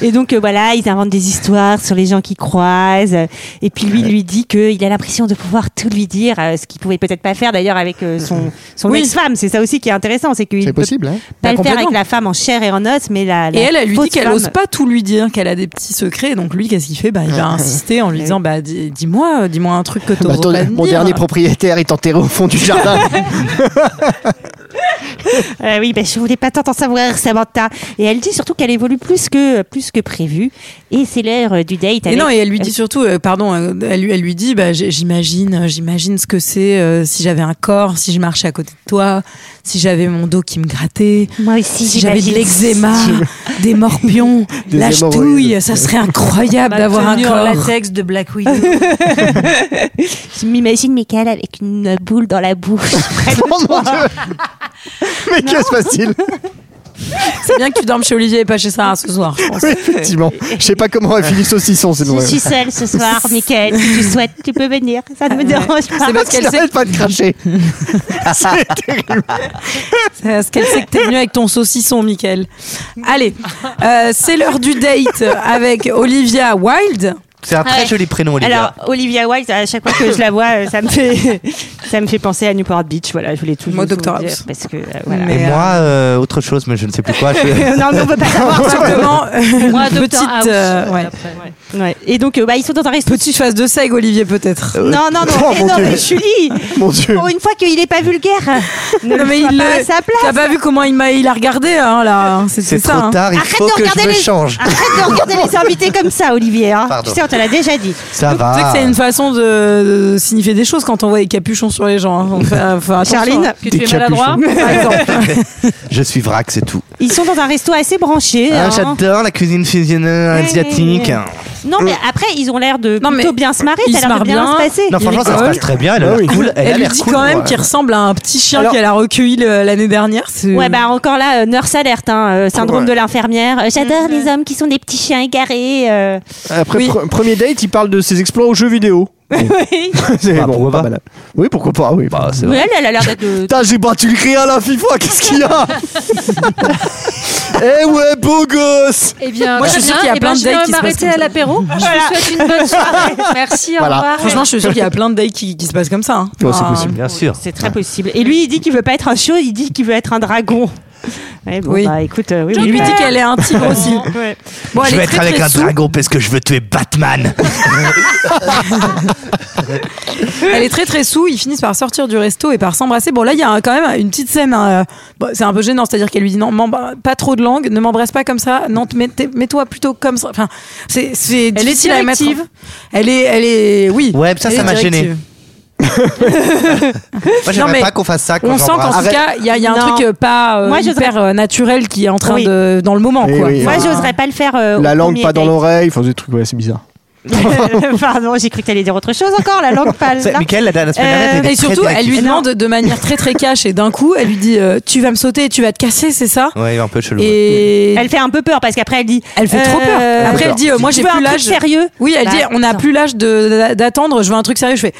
[SPEAKER 1] Et donc euh, voilà, ils inventent des histoires sur les gens qu'ils croisent. Et puis lui, il lui dit qu'il a l'impression de pouvoir tout lui dire, euh, ce qu'il pouvait peut-être pas faire d'ailleurs avec euh, son, son
[SPEAKER 7] Oui.
[SPEAKER 1] ex-femme. C'est ça aussi qui est intéressant, c'est qu'il
[SPEAKER 7] C'est
[SPEAKER 1] peut
[SPEAKER 7] possible, hein. Bah,
[SPEAKER 1] pas le faire
[SPEAKER 7] complètement.
[SPEAKER 1] avec la femme en chair et en os, mais la, la
[SPEAKER 7] Et elle, elle lui dit
[SPEAKER 1] fausse
[SPEAKER 7] qu'elle
[SPEAKER 1] femme-
[SPEAKER 7] ose pas tout lui dire, qu'elle a des petits secrets. Donc lui, qu'est-ce qu'il fait Bah, il va insister en lui disant Bah, dis- dis-moi, euh, dis-moi un truc que
[SPEAKER 6] Bah,
[SPEAKER 7] t'aurais
[SPEAKER 6] attends,
[SPEAKER 7] pas à me
[SPEAKER 6] mon
[SPEAKER 7] dire.
[SPEAKER 6] dernier propriétaire est enterré au fond du jardin.
[SPEAKER 1] Euh, oui, ben, je voulais pas tant en savoir, Samantha. Et elle dit surtout qu'elle évolue plus que plus que prévu. Et c'est l'heure euh, du date.
[SPEAKER 7] Et non, et elle lui dit surtout, euh, pardon, euh, elle lui, elle lui dit, bah, j'ai- j'imagine, euh, j'imagine ce que c'est euh, si j'avais un corps, si je marchais à côté de toi, si j'avais mon dos qui me grattait,
[SPEAKER 1] Moi aussi,
[SPEAKER 7] si j'avais de
[SPEAKER 1] j'imagine.
[SPEAKER 7] l'eczéma, des morpions,
[SPEAKER 1] Des
[SPEAKER 7] la
[SPEAKER 1] hémorroïdes.
[SPEAKER 6] euh,
[SPEAKER 7] ch'touille, ça serait incroyable
[SPEAKER 12] Ma
[SPEAKER 7] d'avoir un
[SPEAKER 12] tenue en
[SPEAKER 7] corps.
[SPEAKER 12] latex de Black Widow.
[SPEAKER 1] Je m'imagine Michael avec une boule dans la bouche.
[SPEAKER 6] Mais que se passe-t-il
[SPEAKER 7] C'est bien que tu dormes chez Olivier et pas chez Sarah ce soir. je pense.
[SPEAKER 6] Oui, Effectivement. Je sais pas comment elle finit saucisson, c'est
[SPEAKER 1] Je suis seule ce soir, Michael. Si tu souhaites, tu peux venir. Ça ne me dérange pas.
[SPEAKER 7] C'est parce qu'elle sait
[SPEAKER 6] Arrête Ah, pas de cracher. C'est terrible.
[SPEAKER 7] C'est parce qu'elle sait que t'es venu avec ton saucisson, Michael. Allez, euh, c'est l'heure du date avec Olivia Wilde.
[SPEAKER 10] C'est un très joli prénom, Olivia.
[SPEAKER 1] Alors, Olivia Wilde, à chaque fois que je la vois, euh, ça me fait, ça me fait penser à Newport Beach. Voilà, je voulais toujours
[SPEAKER 7] Moi,
[SPEAKER 1] vous
[SPEAKER 7] Dr.
[SPEAKER 1] dire
[SPEAKER 7] House.
[SPEAKER 1] parce que euh, voilà.
[SPEAKER 10] et moi, euh, autre chose, mais je ne sais plus quoi. je-
[SPEAKER 1] non, mais on peut pas savoir.
[SPEAKER 7] Simplement, euh,
[SPEAKER 1] Moi,
[SPEAKER 7] une
[SPEAKER 1] Dr.
[SPEAKER 7] petite,
[SPEAKER 1] House,
[SPEAKER 7] euh,
[SPEAKER 1] euh,
[SPEAKER 7] ouais.
[SPEAKER 1] après, ouais. Ouais. Et donc, euh, bah, ils sont dans un restaurant.
[SPEAKER 7] Petite phase de seigue, Olivier,
[SPEAKER 10] Euh,
[SPEAKER 7] peut-être.
[SPEAKER 1] Non, non, non.
[SPEAKER 7] Oh,
[SPEAKER 1] Eh
[SPEAKER 7] mon
[SPEAKER 1] non
[SPEAKER 7] Dieu.
[SPEAKER 1] mais Julie,
[SPEAKER 7] Mon Dieu.
[SPEAKER 1] pour une fois qu'il n'est pas vulgaire, hein. Ah, ne
[SPEAKER 7] Non, mais
[SPEAKER 1] sois
[SPEAKER 7] il
[SPEAKER 1] pas
[SPEAKER 7] le-
[SPEAKER 1] à sa place.
[SPEAKER 7] T'as pas vu comment il m'a, il a regardé hein, là. hein. C'est,
[SPEAKER 10] C'est
[SPEAKER 7] c'est ça,
[SPEAKER 10] trop
[SPEAKER 7] hein.
[SPEAKER 10] tard, il faut que je me change.
[SPEAKER 1] Arrête de regarder les invités comme ça, Olivier. hein.
[SPEAKER 10] Pardon.
[SPEAKER 1] Tu sais, on te l'a déjà dit.
[SPEAKER 10] Ça
[SPEAKER 7] Tu sais que
[SPEAKER 10] va.
[SPEAKER 7] c'est une façon de, de signifier des choses quand on voit les capuchons sur les gens. hein. Faut faire- faut attention,
[SPEAKER 1] Charline,
[SPEAKER 7] hein.
[SPEAKER 1] Que
[SPEAKER 10] tu Des es maladroit, capuchons.
[SPEAKER 7] par exemple.
[SPEAKER 10] Je suis vrac, c'est tout.
[SPEAKER 1] Ils sont dans un resto assez branché.
[SPEAKER 10] Ah,
[SPEAKER 1] hein.
[SPEAKER 10] J'adore la cuisine fusionnée asiatique.
[SPEAKER 1] Non, mais après, ils ont l'air de
[SPEAKER 7] Non, mais
[SPEAKER 1] plutôt bien se marrer.
[SPEAKER 7] ils
[SPEAKER 1] Ça a
[SPEAKER 7] se
[SPEAKER 1] l'air de bien
[SPEAKER 7] marrent
[SPEAKER 1] se
[SPEAKER 7] bien.
[SPEAKER 1] passer.
[SPEAKER 10] Non, franchement, ça se passe très bien. Elle a l'air cool. Elle,
[SPEAKER 7] Ah Elle,
[SPEAKER 10] a
[SPEAKER 7] lui
[SPEAKER 10] l'air
[SPEAKER 7] dit
[SPEAKER 10] cool,
[SPEAKER 7] quand même
[SPEAKER 10] moi.
[SPEAKER 7] qu'il ressemble à un petit chien
[SPEAKER 1] Alors-
[SPEAKER 7] qu'elle a recueilli le- l'année dernière. C'est-
[SPEAKER 1] Ouais, bah encore là, euh, nurse alerte, hein, euh, syndrome
[SPEAKER 6] Ouais.
[SPEAKER 1] de l'infirmière. Euh,
[SPEAKER 7] Mm-hmm.
[SPEAKER 1] J'adore les hommes qui sont des petits chiens égarés. euh.
[SPEAKER 6] Après,
[SPEAKER 1] Oui.
[SPEAKER 6] pre- premier date, il parle de ses exploits aux jeux vidéo.
[SPEAKER 1] Oui.
[SPEAKER 6] C'est
[SPEAKER 10] Bah,
[SPEAKER 6] bon, pas mal. Oui, pourquoi pas, oui.
[SPEAKER 10] c'est
[SPEAKER 1] Ouais, elle, elle a l'air d'être euh, de-
[SPEAKER 6] Putain, j'ai battu le Real à FIFA, qu'est-ce qu'il y a Eh ouais, beau gosse
[SPEAKER 19] Eh bien,
[SPEAKER 7] Moi, je
[SPEAKER 19] très
[SPEAKER 7] suis sûre
[SPEAKER 19] bien.
[SPEAKER 7] qu'il y a
[SPEAKER 19] Eh
[SPEAKER 7] plein
[SPEAKER 19] ben,
[SPEAKER 7] de dates
[SPEAKER 19] Je
[SPEAKER 7] qui
[SPEAKER 19] vais m'arrêter
[SPEAKER 7] se passent
[SPEAKER 19] à
[SPEAKER 7] comme ça.
[SPEAKER 19] l'apéro. Je vous souhaite une bonne soirée. Merci, au
[SPEAKER 6] Voilà.
[SPEAKER 19] revoir.
[SPEAKER 7] Franchement, je suis sûre qu'il y a plein de dates qui, qui se passent comme ça. hein.
[SPEAKER 6] Ouais, c'est
[SPEAKER 7] Ah,
[SPEAKER 6] possible.
[SPEAKER 10] Bien sûr.
[SPEAKER 1] C'est très possible. Et lui, il dit qu'il veut pas être un chiot, il dit qu'il veut être un dragon. Ouais, bon,
[SPEAKER 7] Oui.
[SPEAKER 1] bah écoute, euh, oui,
[SPEAKER 7] Il
[SPEAKER 1] oui,
[SPEAKER 7] lui
[SPEAKER 1] oui.
[SPEAKER 7] dit qu'elle est un tigre aussi.
[SPEAKER 1] Ouais.
[SPEAKER 7] Bon, elle
[SPEAKER 10] je
[SPEAKER 7] est
[SPEAKER 10] vais être
[SPEAKER 7] très,
[SPEAKER 10] avec
[SPEAKER 7] très
[SPEAKER 10] un
[SPEAKER 7] souple.
[SPEAKER 10] dragon parce que je veux tuer Batman.
[SPEAKER 7] Elle est très très sous, ils finissent par sortir du resto et par s'embrasser. Bon là il y a un- quand même une petite scène, hein, euh, bon, c'est un peu gênant, c'est-à-dire qu'elle lui dit non, m'embr- pas trop de langue, ne m'embrasse pas comme ça, non, te mets- t'es- mets-toi plutôt comme ça. Enfin, c'est c'est
[SPEAKER 19] Elle est
[SPEAKER 7] difficile à mettre.
[SPEAKER 19] directive.
[SPEAKER 7] Elle est, elle est, oui.
[SPEAKER 10] Ouais, ça,
[SPEAKER 7] elle
[SPEAKER 10] ça
[SPEAKER 7] est
[SPEAKER 10] m'a gêné.
[SPEAKER 7] directive.
[SPEAKER 10] Moi, j'aimerais
[SPEAKER 7] mais
[SPEAKER 10] pas qu'on fasse ça. bah, Quand
[SPEAKER 7] On sent qu'en
[SPEAKER 10] j'embrasse.
[SPEAKER 7] tout cas, il y a, il y a un
[SPEAKER 1] Non.
[SPEAKER 7] truc euh, pas euh,
[SPEAKER 1] Moi, j'oserais-
[SPEAKER 7] hyper euh, naturel qui est en train
[SPEAKER 1] Oui.
[SPEAKER 7] de dans le moment.
[SPEAKER 6] Eh
[SPEAKER 7] Quoi.
[SPEAKER 6] oui,
[SPEAKER 1] Moi,
[SPEAKER 7] Enfin,
[SPEAKER 1] j'oserais pas le faire. euh, au
[SPEAKER 6] La langue
[SPEAKER 1] premier
[SPEAKER 6] pas dans
[SPEAKER 1] date.
[SPEAKER 6] l'oreille, enfin des trucs, ouais, c'est bizarre.
[SPEAKER 1] Pardon, j'ai cru que t'allais dire autre chose encore, la langue pas
[SPEAKER 10] C'est-
[SPEAKER 1] là.
[SPEAKER 10] Mickaël, la la semaine dernière, était
[SPEAKER 7] Euh, Et
[SPEAKER 10] très
[SPEAKER 7] surtout, elle lui
[SPEAKER 10] directif.
[SPEAKER 7] demande de manière très très cash et d'un coup, elle lui dit euh, Tu vas me sauter, tu vas te casser, c'est ça
[SPEAKER 10] Ouais, un peu chelou. ouais.
[SPEAKER 7] Et
[SPEAKER 1] Elle fait un peu peur parce qu'après elle dit.
[SPEAKER 7] Elle fait trop peur.
[SPEAKER 1] euh,
[SPEAKER 7] Après, elle dit euh, Moi,
[SPEAKER 1] Tu
[SPEAKER 7] j'ai
[SPEAKER 1] veux un
[SPEAKER 7] plus
[SPEAKER 1] truc
[SPEAKER 7] l'âge.
[SPEAKER 1] sérieux
[SPEAKER 7] Oui, elle
[SPEAKER 1] Bah,
[SPEAKER 7] dit On n'a
[SPEAKER 1] attends.
[SPEAKER 7] plus l'âge de- d'attendre, je veux un truc sérieux. Je fais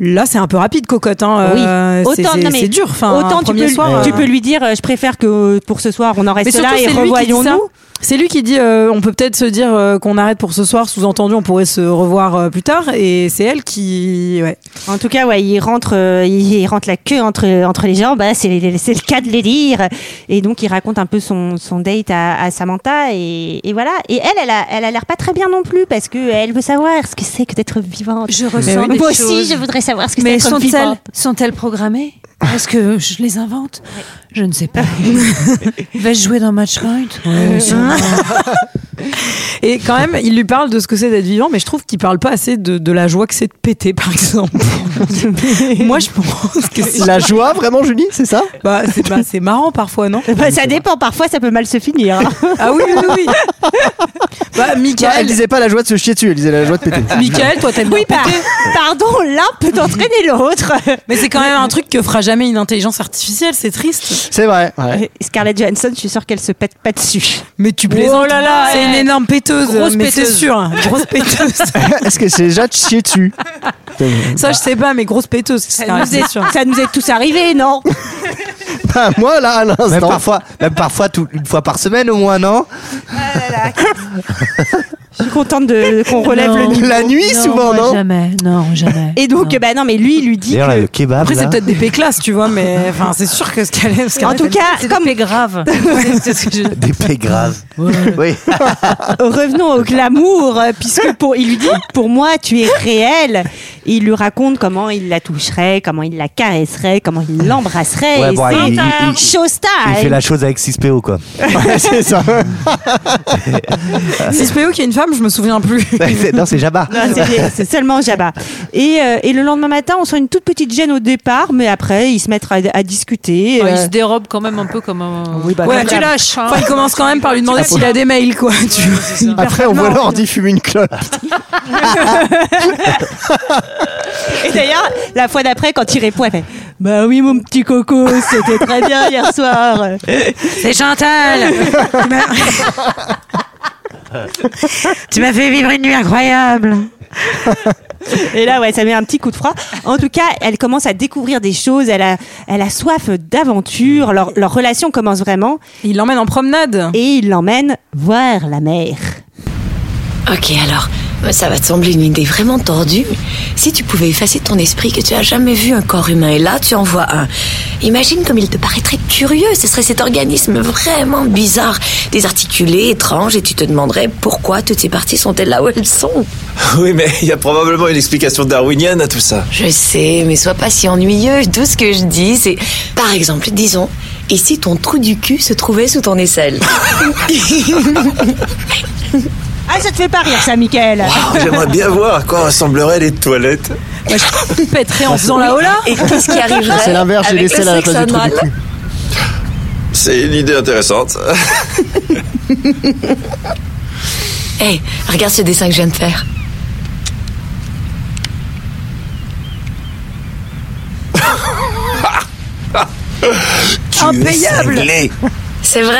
[SPEAKER 7] Là, c'est un peu rapide, cocotte. Hein.
[SPEAKER 1] Oui.
[SPEAKER 7] Euh, c'est-
[SPEAKER 1] Autant-
[SPEAKER 7] c'est-
[SPEAKER 1] non, mais
[SPEAKER 7] c'est dur. Enfin, un
[SPEAKER 1] Autant tu
[SPEAKER 7] premier
[SPEAKER 1] peux,
[SPEAKER 7] soir, euh,
[SPEAKER 1] tu peux lui dire, euh, je préfère que euh, pour ce soir on en
[SPEAKER 7] Mais
[SPEAKER 1] reste
[SPEAKER 7] surtout,
[SPEAKER 1] là et
[SPEAKER 7] c'est lui qui dit ça.
[SPEAKER 1] revoyons-nous.
[SPEAKER 7] C'est lui qui dit euh, On peut peut-être se dire euh, qu'on arrête pour ce soir, sous-entendu, on pourrait se revoir euh, plus tard. Et c'est elle qui. Ouais.
[SPEAKER 1] En tout cas, ouais, il rentre, euh, il il rentre la queue entre entre les jambes. hein, c'est c'est le cas de les dire. Et donc, il raconte un peu son son date à, à Samantha et, et voilà. Et elle, elle a elle a l'air pas très bien non plus parce que elle veut savoir ce que c'est que d'être vivante.
[SPEAKER 19] Je ressens
[SPEAKER 7] oui.
[SPEAKER 19] des
[SPEAKER 1] Moi
[SPEAKER 19] choses.
[SPEAKER 1] aussi, je voudrais savoir ce que c'est
[SPEAKER 19] Mais
[SPEAKER 1] que d'être
[SPEAKER 19] sont-elles
[SPEAKER 1] vivante.
[SPEAKER 19] sont-elles programmées Est-ce que je les invente Je ne sais pas. Vais-je jouer dans Matchpoint
[SPEAKER 1] Euh,
[SPEAKER 19] Hein?
[SPEAKER 7] Hein Et quand même, il lui parle de ce que c'est d'être vivant, mais je trouve qu'il parle pas assez de, de la joie que c'est de péter, par exemple. Moi, je pense que c'est.
[SPEAKER 6] La joie, vraiment, Julie, c'est ça
[SPEAKER 7] Bah, c'est bah, c'est marrant parfois, non
[SPEAKER 1] Bah, ça dépend. Parfois, ça peut mal se finir. hein.
[SPEAKER 7] Ah oui, oui, oui. Bah,
[SPEAKER 6] Non, Elle
[SPEAKER 7] Michael,
[SPEAKER 6] disait pas la joie de se chier dessus, elle disait la joie de péter.
[SPEAKER 7] Michael toi, t'aimes bien
[SPEAKER 1] Bah,
[SPEAKER 7] péter.
[SPEAKER 1] pardon, l'un peut entraîner l'autre.
[SPEAKER 7] Mais c'est quand même un truc que fera jamais une intelligence artificielle, c'est triste.
[SPEAKER 6] C'est vrai. ouais.
[SPEAKER 1] Scarlett Johansson, je suis sûre qu'elle se pète pas dessus.
[SPEAKER 7] Mais tu plaisantes.
[SPEAKER 19] plaisantes.
[SPEAKER 7] c'est une énorme eh. péteuse.
[SPEAKER 19] Grosse
[SPEAKER 7] mais
[SPEAKER 19] péteuse.
[SPEAKER 7] C'est sûr, hein, grosse péteuse.
[SPEAKER 6] Est-ce que c'est déjà de chier dessus
[SPEAKER 7] Ça, je sais pas, mais grosse péteuse. c'est
[SPEAKER 1] Ça nous
[SPEAKER 7] c'est
[SPEAKER 1] est,
[SPEAKER 7] sûr.
[SPEAKER 1] ça nous est tous arrivé, non
[SPEAKER 6] Bah, Moi, là, à
[SPEAKER 10] Même
[SPEAKER 6] l'instant.
[SPEAKER 10] parfois, même parfois tout- une fois par semaine au moins, non
[SPEAKER 1] Je suis contente de qu'on relève le niveau.
[SPEAKER 6] La nuit, souvent, non
[SPEAKER 19] Jamais, non, jamais.
[SPEAKER 1] Et donc, bah non, mais lui, il lui dit.
[SPEAKER 10] D'ailleurs, là,
[SPEAKER 1] que-
[SPEAKER 10] le kebab.
[SPEAKER 7] Après, c'est
[SPEAKER 10] là.
[SPEAKER 7] peut-être des péclasses, tu vois, mais enfin, c'est sûr que ce qu'elle est. ce qu'elle
[SPEAKER 1] En tout
[SPEAKER 7] est-
[SPEAKER 1] cas,
[SPEAKER 19] C'est
[SPEAKER 1] comme
[SPEAKER 19] comme grave. C'est ce que je-
[SPEAKER 10] Des paix graves. Oui.
[SPEAKER 1] euh, revenons au glamour, euh, puisque pour, il lui dit pour moi tu es réel. Et il lui raconte comment il la toucherait, comment il la caresserait, comment il l'embrasserait.
[SPEAKER 10] Ouais,
[SPEAKER 1] et
[SPEAKER 10] bon, il- il- il-
[SPEAKER 1] c'est showtime.
[SPEAKER 10] Il fait la chose avec 6PO, quoi.
[SPEAKER 6] Ouais, c'est ça.
[SPEAKER 7] Si Spéo qui est une femme, je me souviens plus.
[SPEAKER 19] Bah,
[SPEAKER 10] non, c'est Jabba.
[SPEAKER 1] Non, Ah, c'est- C'est seulement Jabba. Et, euh, et le lendemain matin, on sent une toute petite gêne au départ, mais après, ils se mettent à, à discuter.
[SPEAKER 19] Enfin, il
[SPEAKER 1] euh,
[SPEAKER 19] se dérobe quand même un peu comme un. Hein.
[SPEAKER 1] Oui, bah,
[SPEAKER 7] Ouais,
[SPEAKER 1] comme
[SPEAKER 7] tu
[SPEAKER 1] d'hab.
[SPEAKER 7] lâches. Enfin, il commence quand même par lui demander
[SPEAKER 19] Tu
[SPEAKER 7] s'il a des mails, quoi. Tu vois.
[SPEAKER 6] Après, on voit l'ordi fumer une clope.
[SPEAKER 1] Et d'ailleurs, la fois d'après, quand il répond, elle fait Bah oui, mon petit coco, c'était très bien hier soir.
[SPEAKER 7] C'est Chantal Tu m'as fait vivre une nuit incroyable
[SPEAKER 1] Et là, ouais, ça met un petit coup de froid. En tout cas, elle commence à découvrir des choses. Elle a, elle a soif d'aventure. Leur, leur relation commence vraiment.
[SPEAKER 7] Il l'emmène en promenade.
[SPEAKER 1] Et il l'emmène voir la mer.
[SPEAKER 18] Ok, alors, Ça va te sembler une idée vraiment tordue. Si tu pouvais effacer de ton esprit que tu as jamais vu un corps humain et là tu en vois un. Imagine comme il te paraîtrait curieux. Ce serait cet organisme vraiment bizarre, désarticulé, étrange et tu te demanderais pourquoi toutes ces parties sont-elles là où elles sont.
[SPEAKER 17] Oui, mais il y a probablement une explication darwinienne à tout ça.
[SPEAKER 18] Je sais, mais sois pas si ennuyeux. Tout ce que je dis, c'est. Par exemple, disons, et si ton trou du cul se trouvait sous ton aisselle
[SPEAKER 1] Ah, ça te fait pas rire, ça, Michael
[SPEAKER 17] Waouh, J'aimerais bien voir à quoi ressembleraient les toilettes.
[SPEAKER 12] je pèterais en faisant la
[SPEAKER 10] Ah,
[SPEAKER 12] hola.
[SPEAKER 18] Et qu'est-ce qui arriverait
[SPEAKER 6] C'est l'inverse, j'ai
[SPEAKER 18] avec
[SPEAKER 6] laissé
[SPEAKER 18] le
[SPEAKER 6] la place du
[SPEAKER 18] sexe
[SPEAKER 6] trou du
[SPEAKER 18] anal
[SPEAKER 6] cul.
[SPEAKER 17] C'est une idée intéressante.
[SPEAKER 18] Hé, regarde ce dessin que je viens de faire.
[SPEAKER 17] Tu es
[SPEAKER 18] Impayable.
[SPEAKER 17] cinglé.
[SPEAKER 18] C'est vrai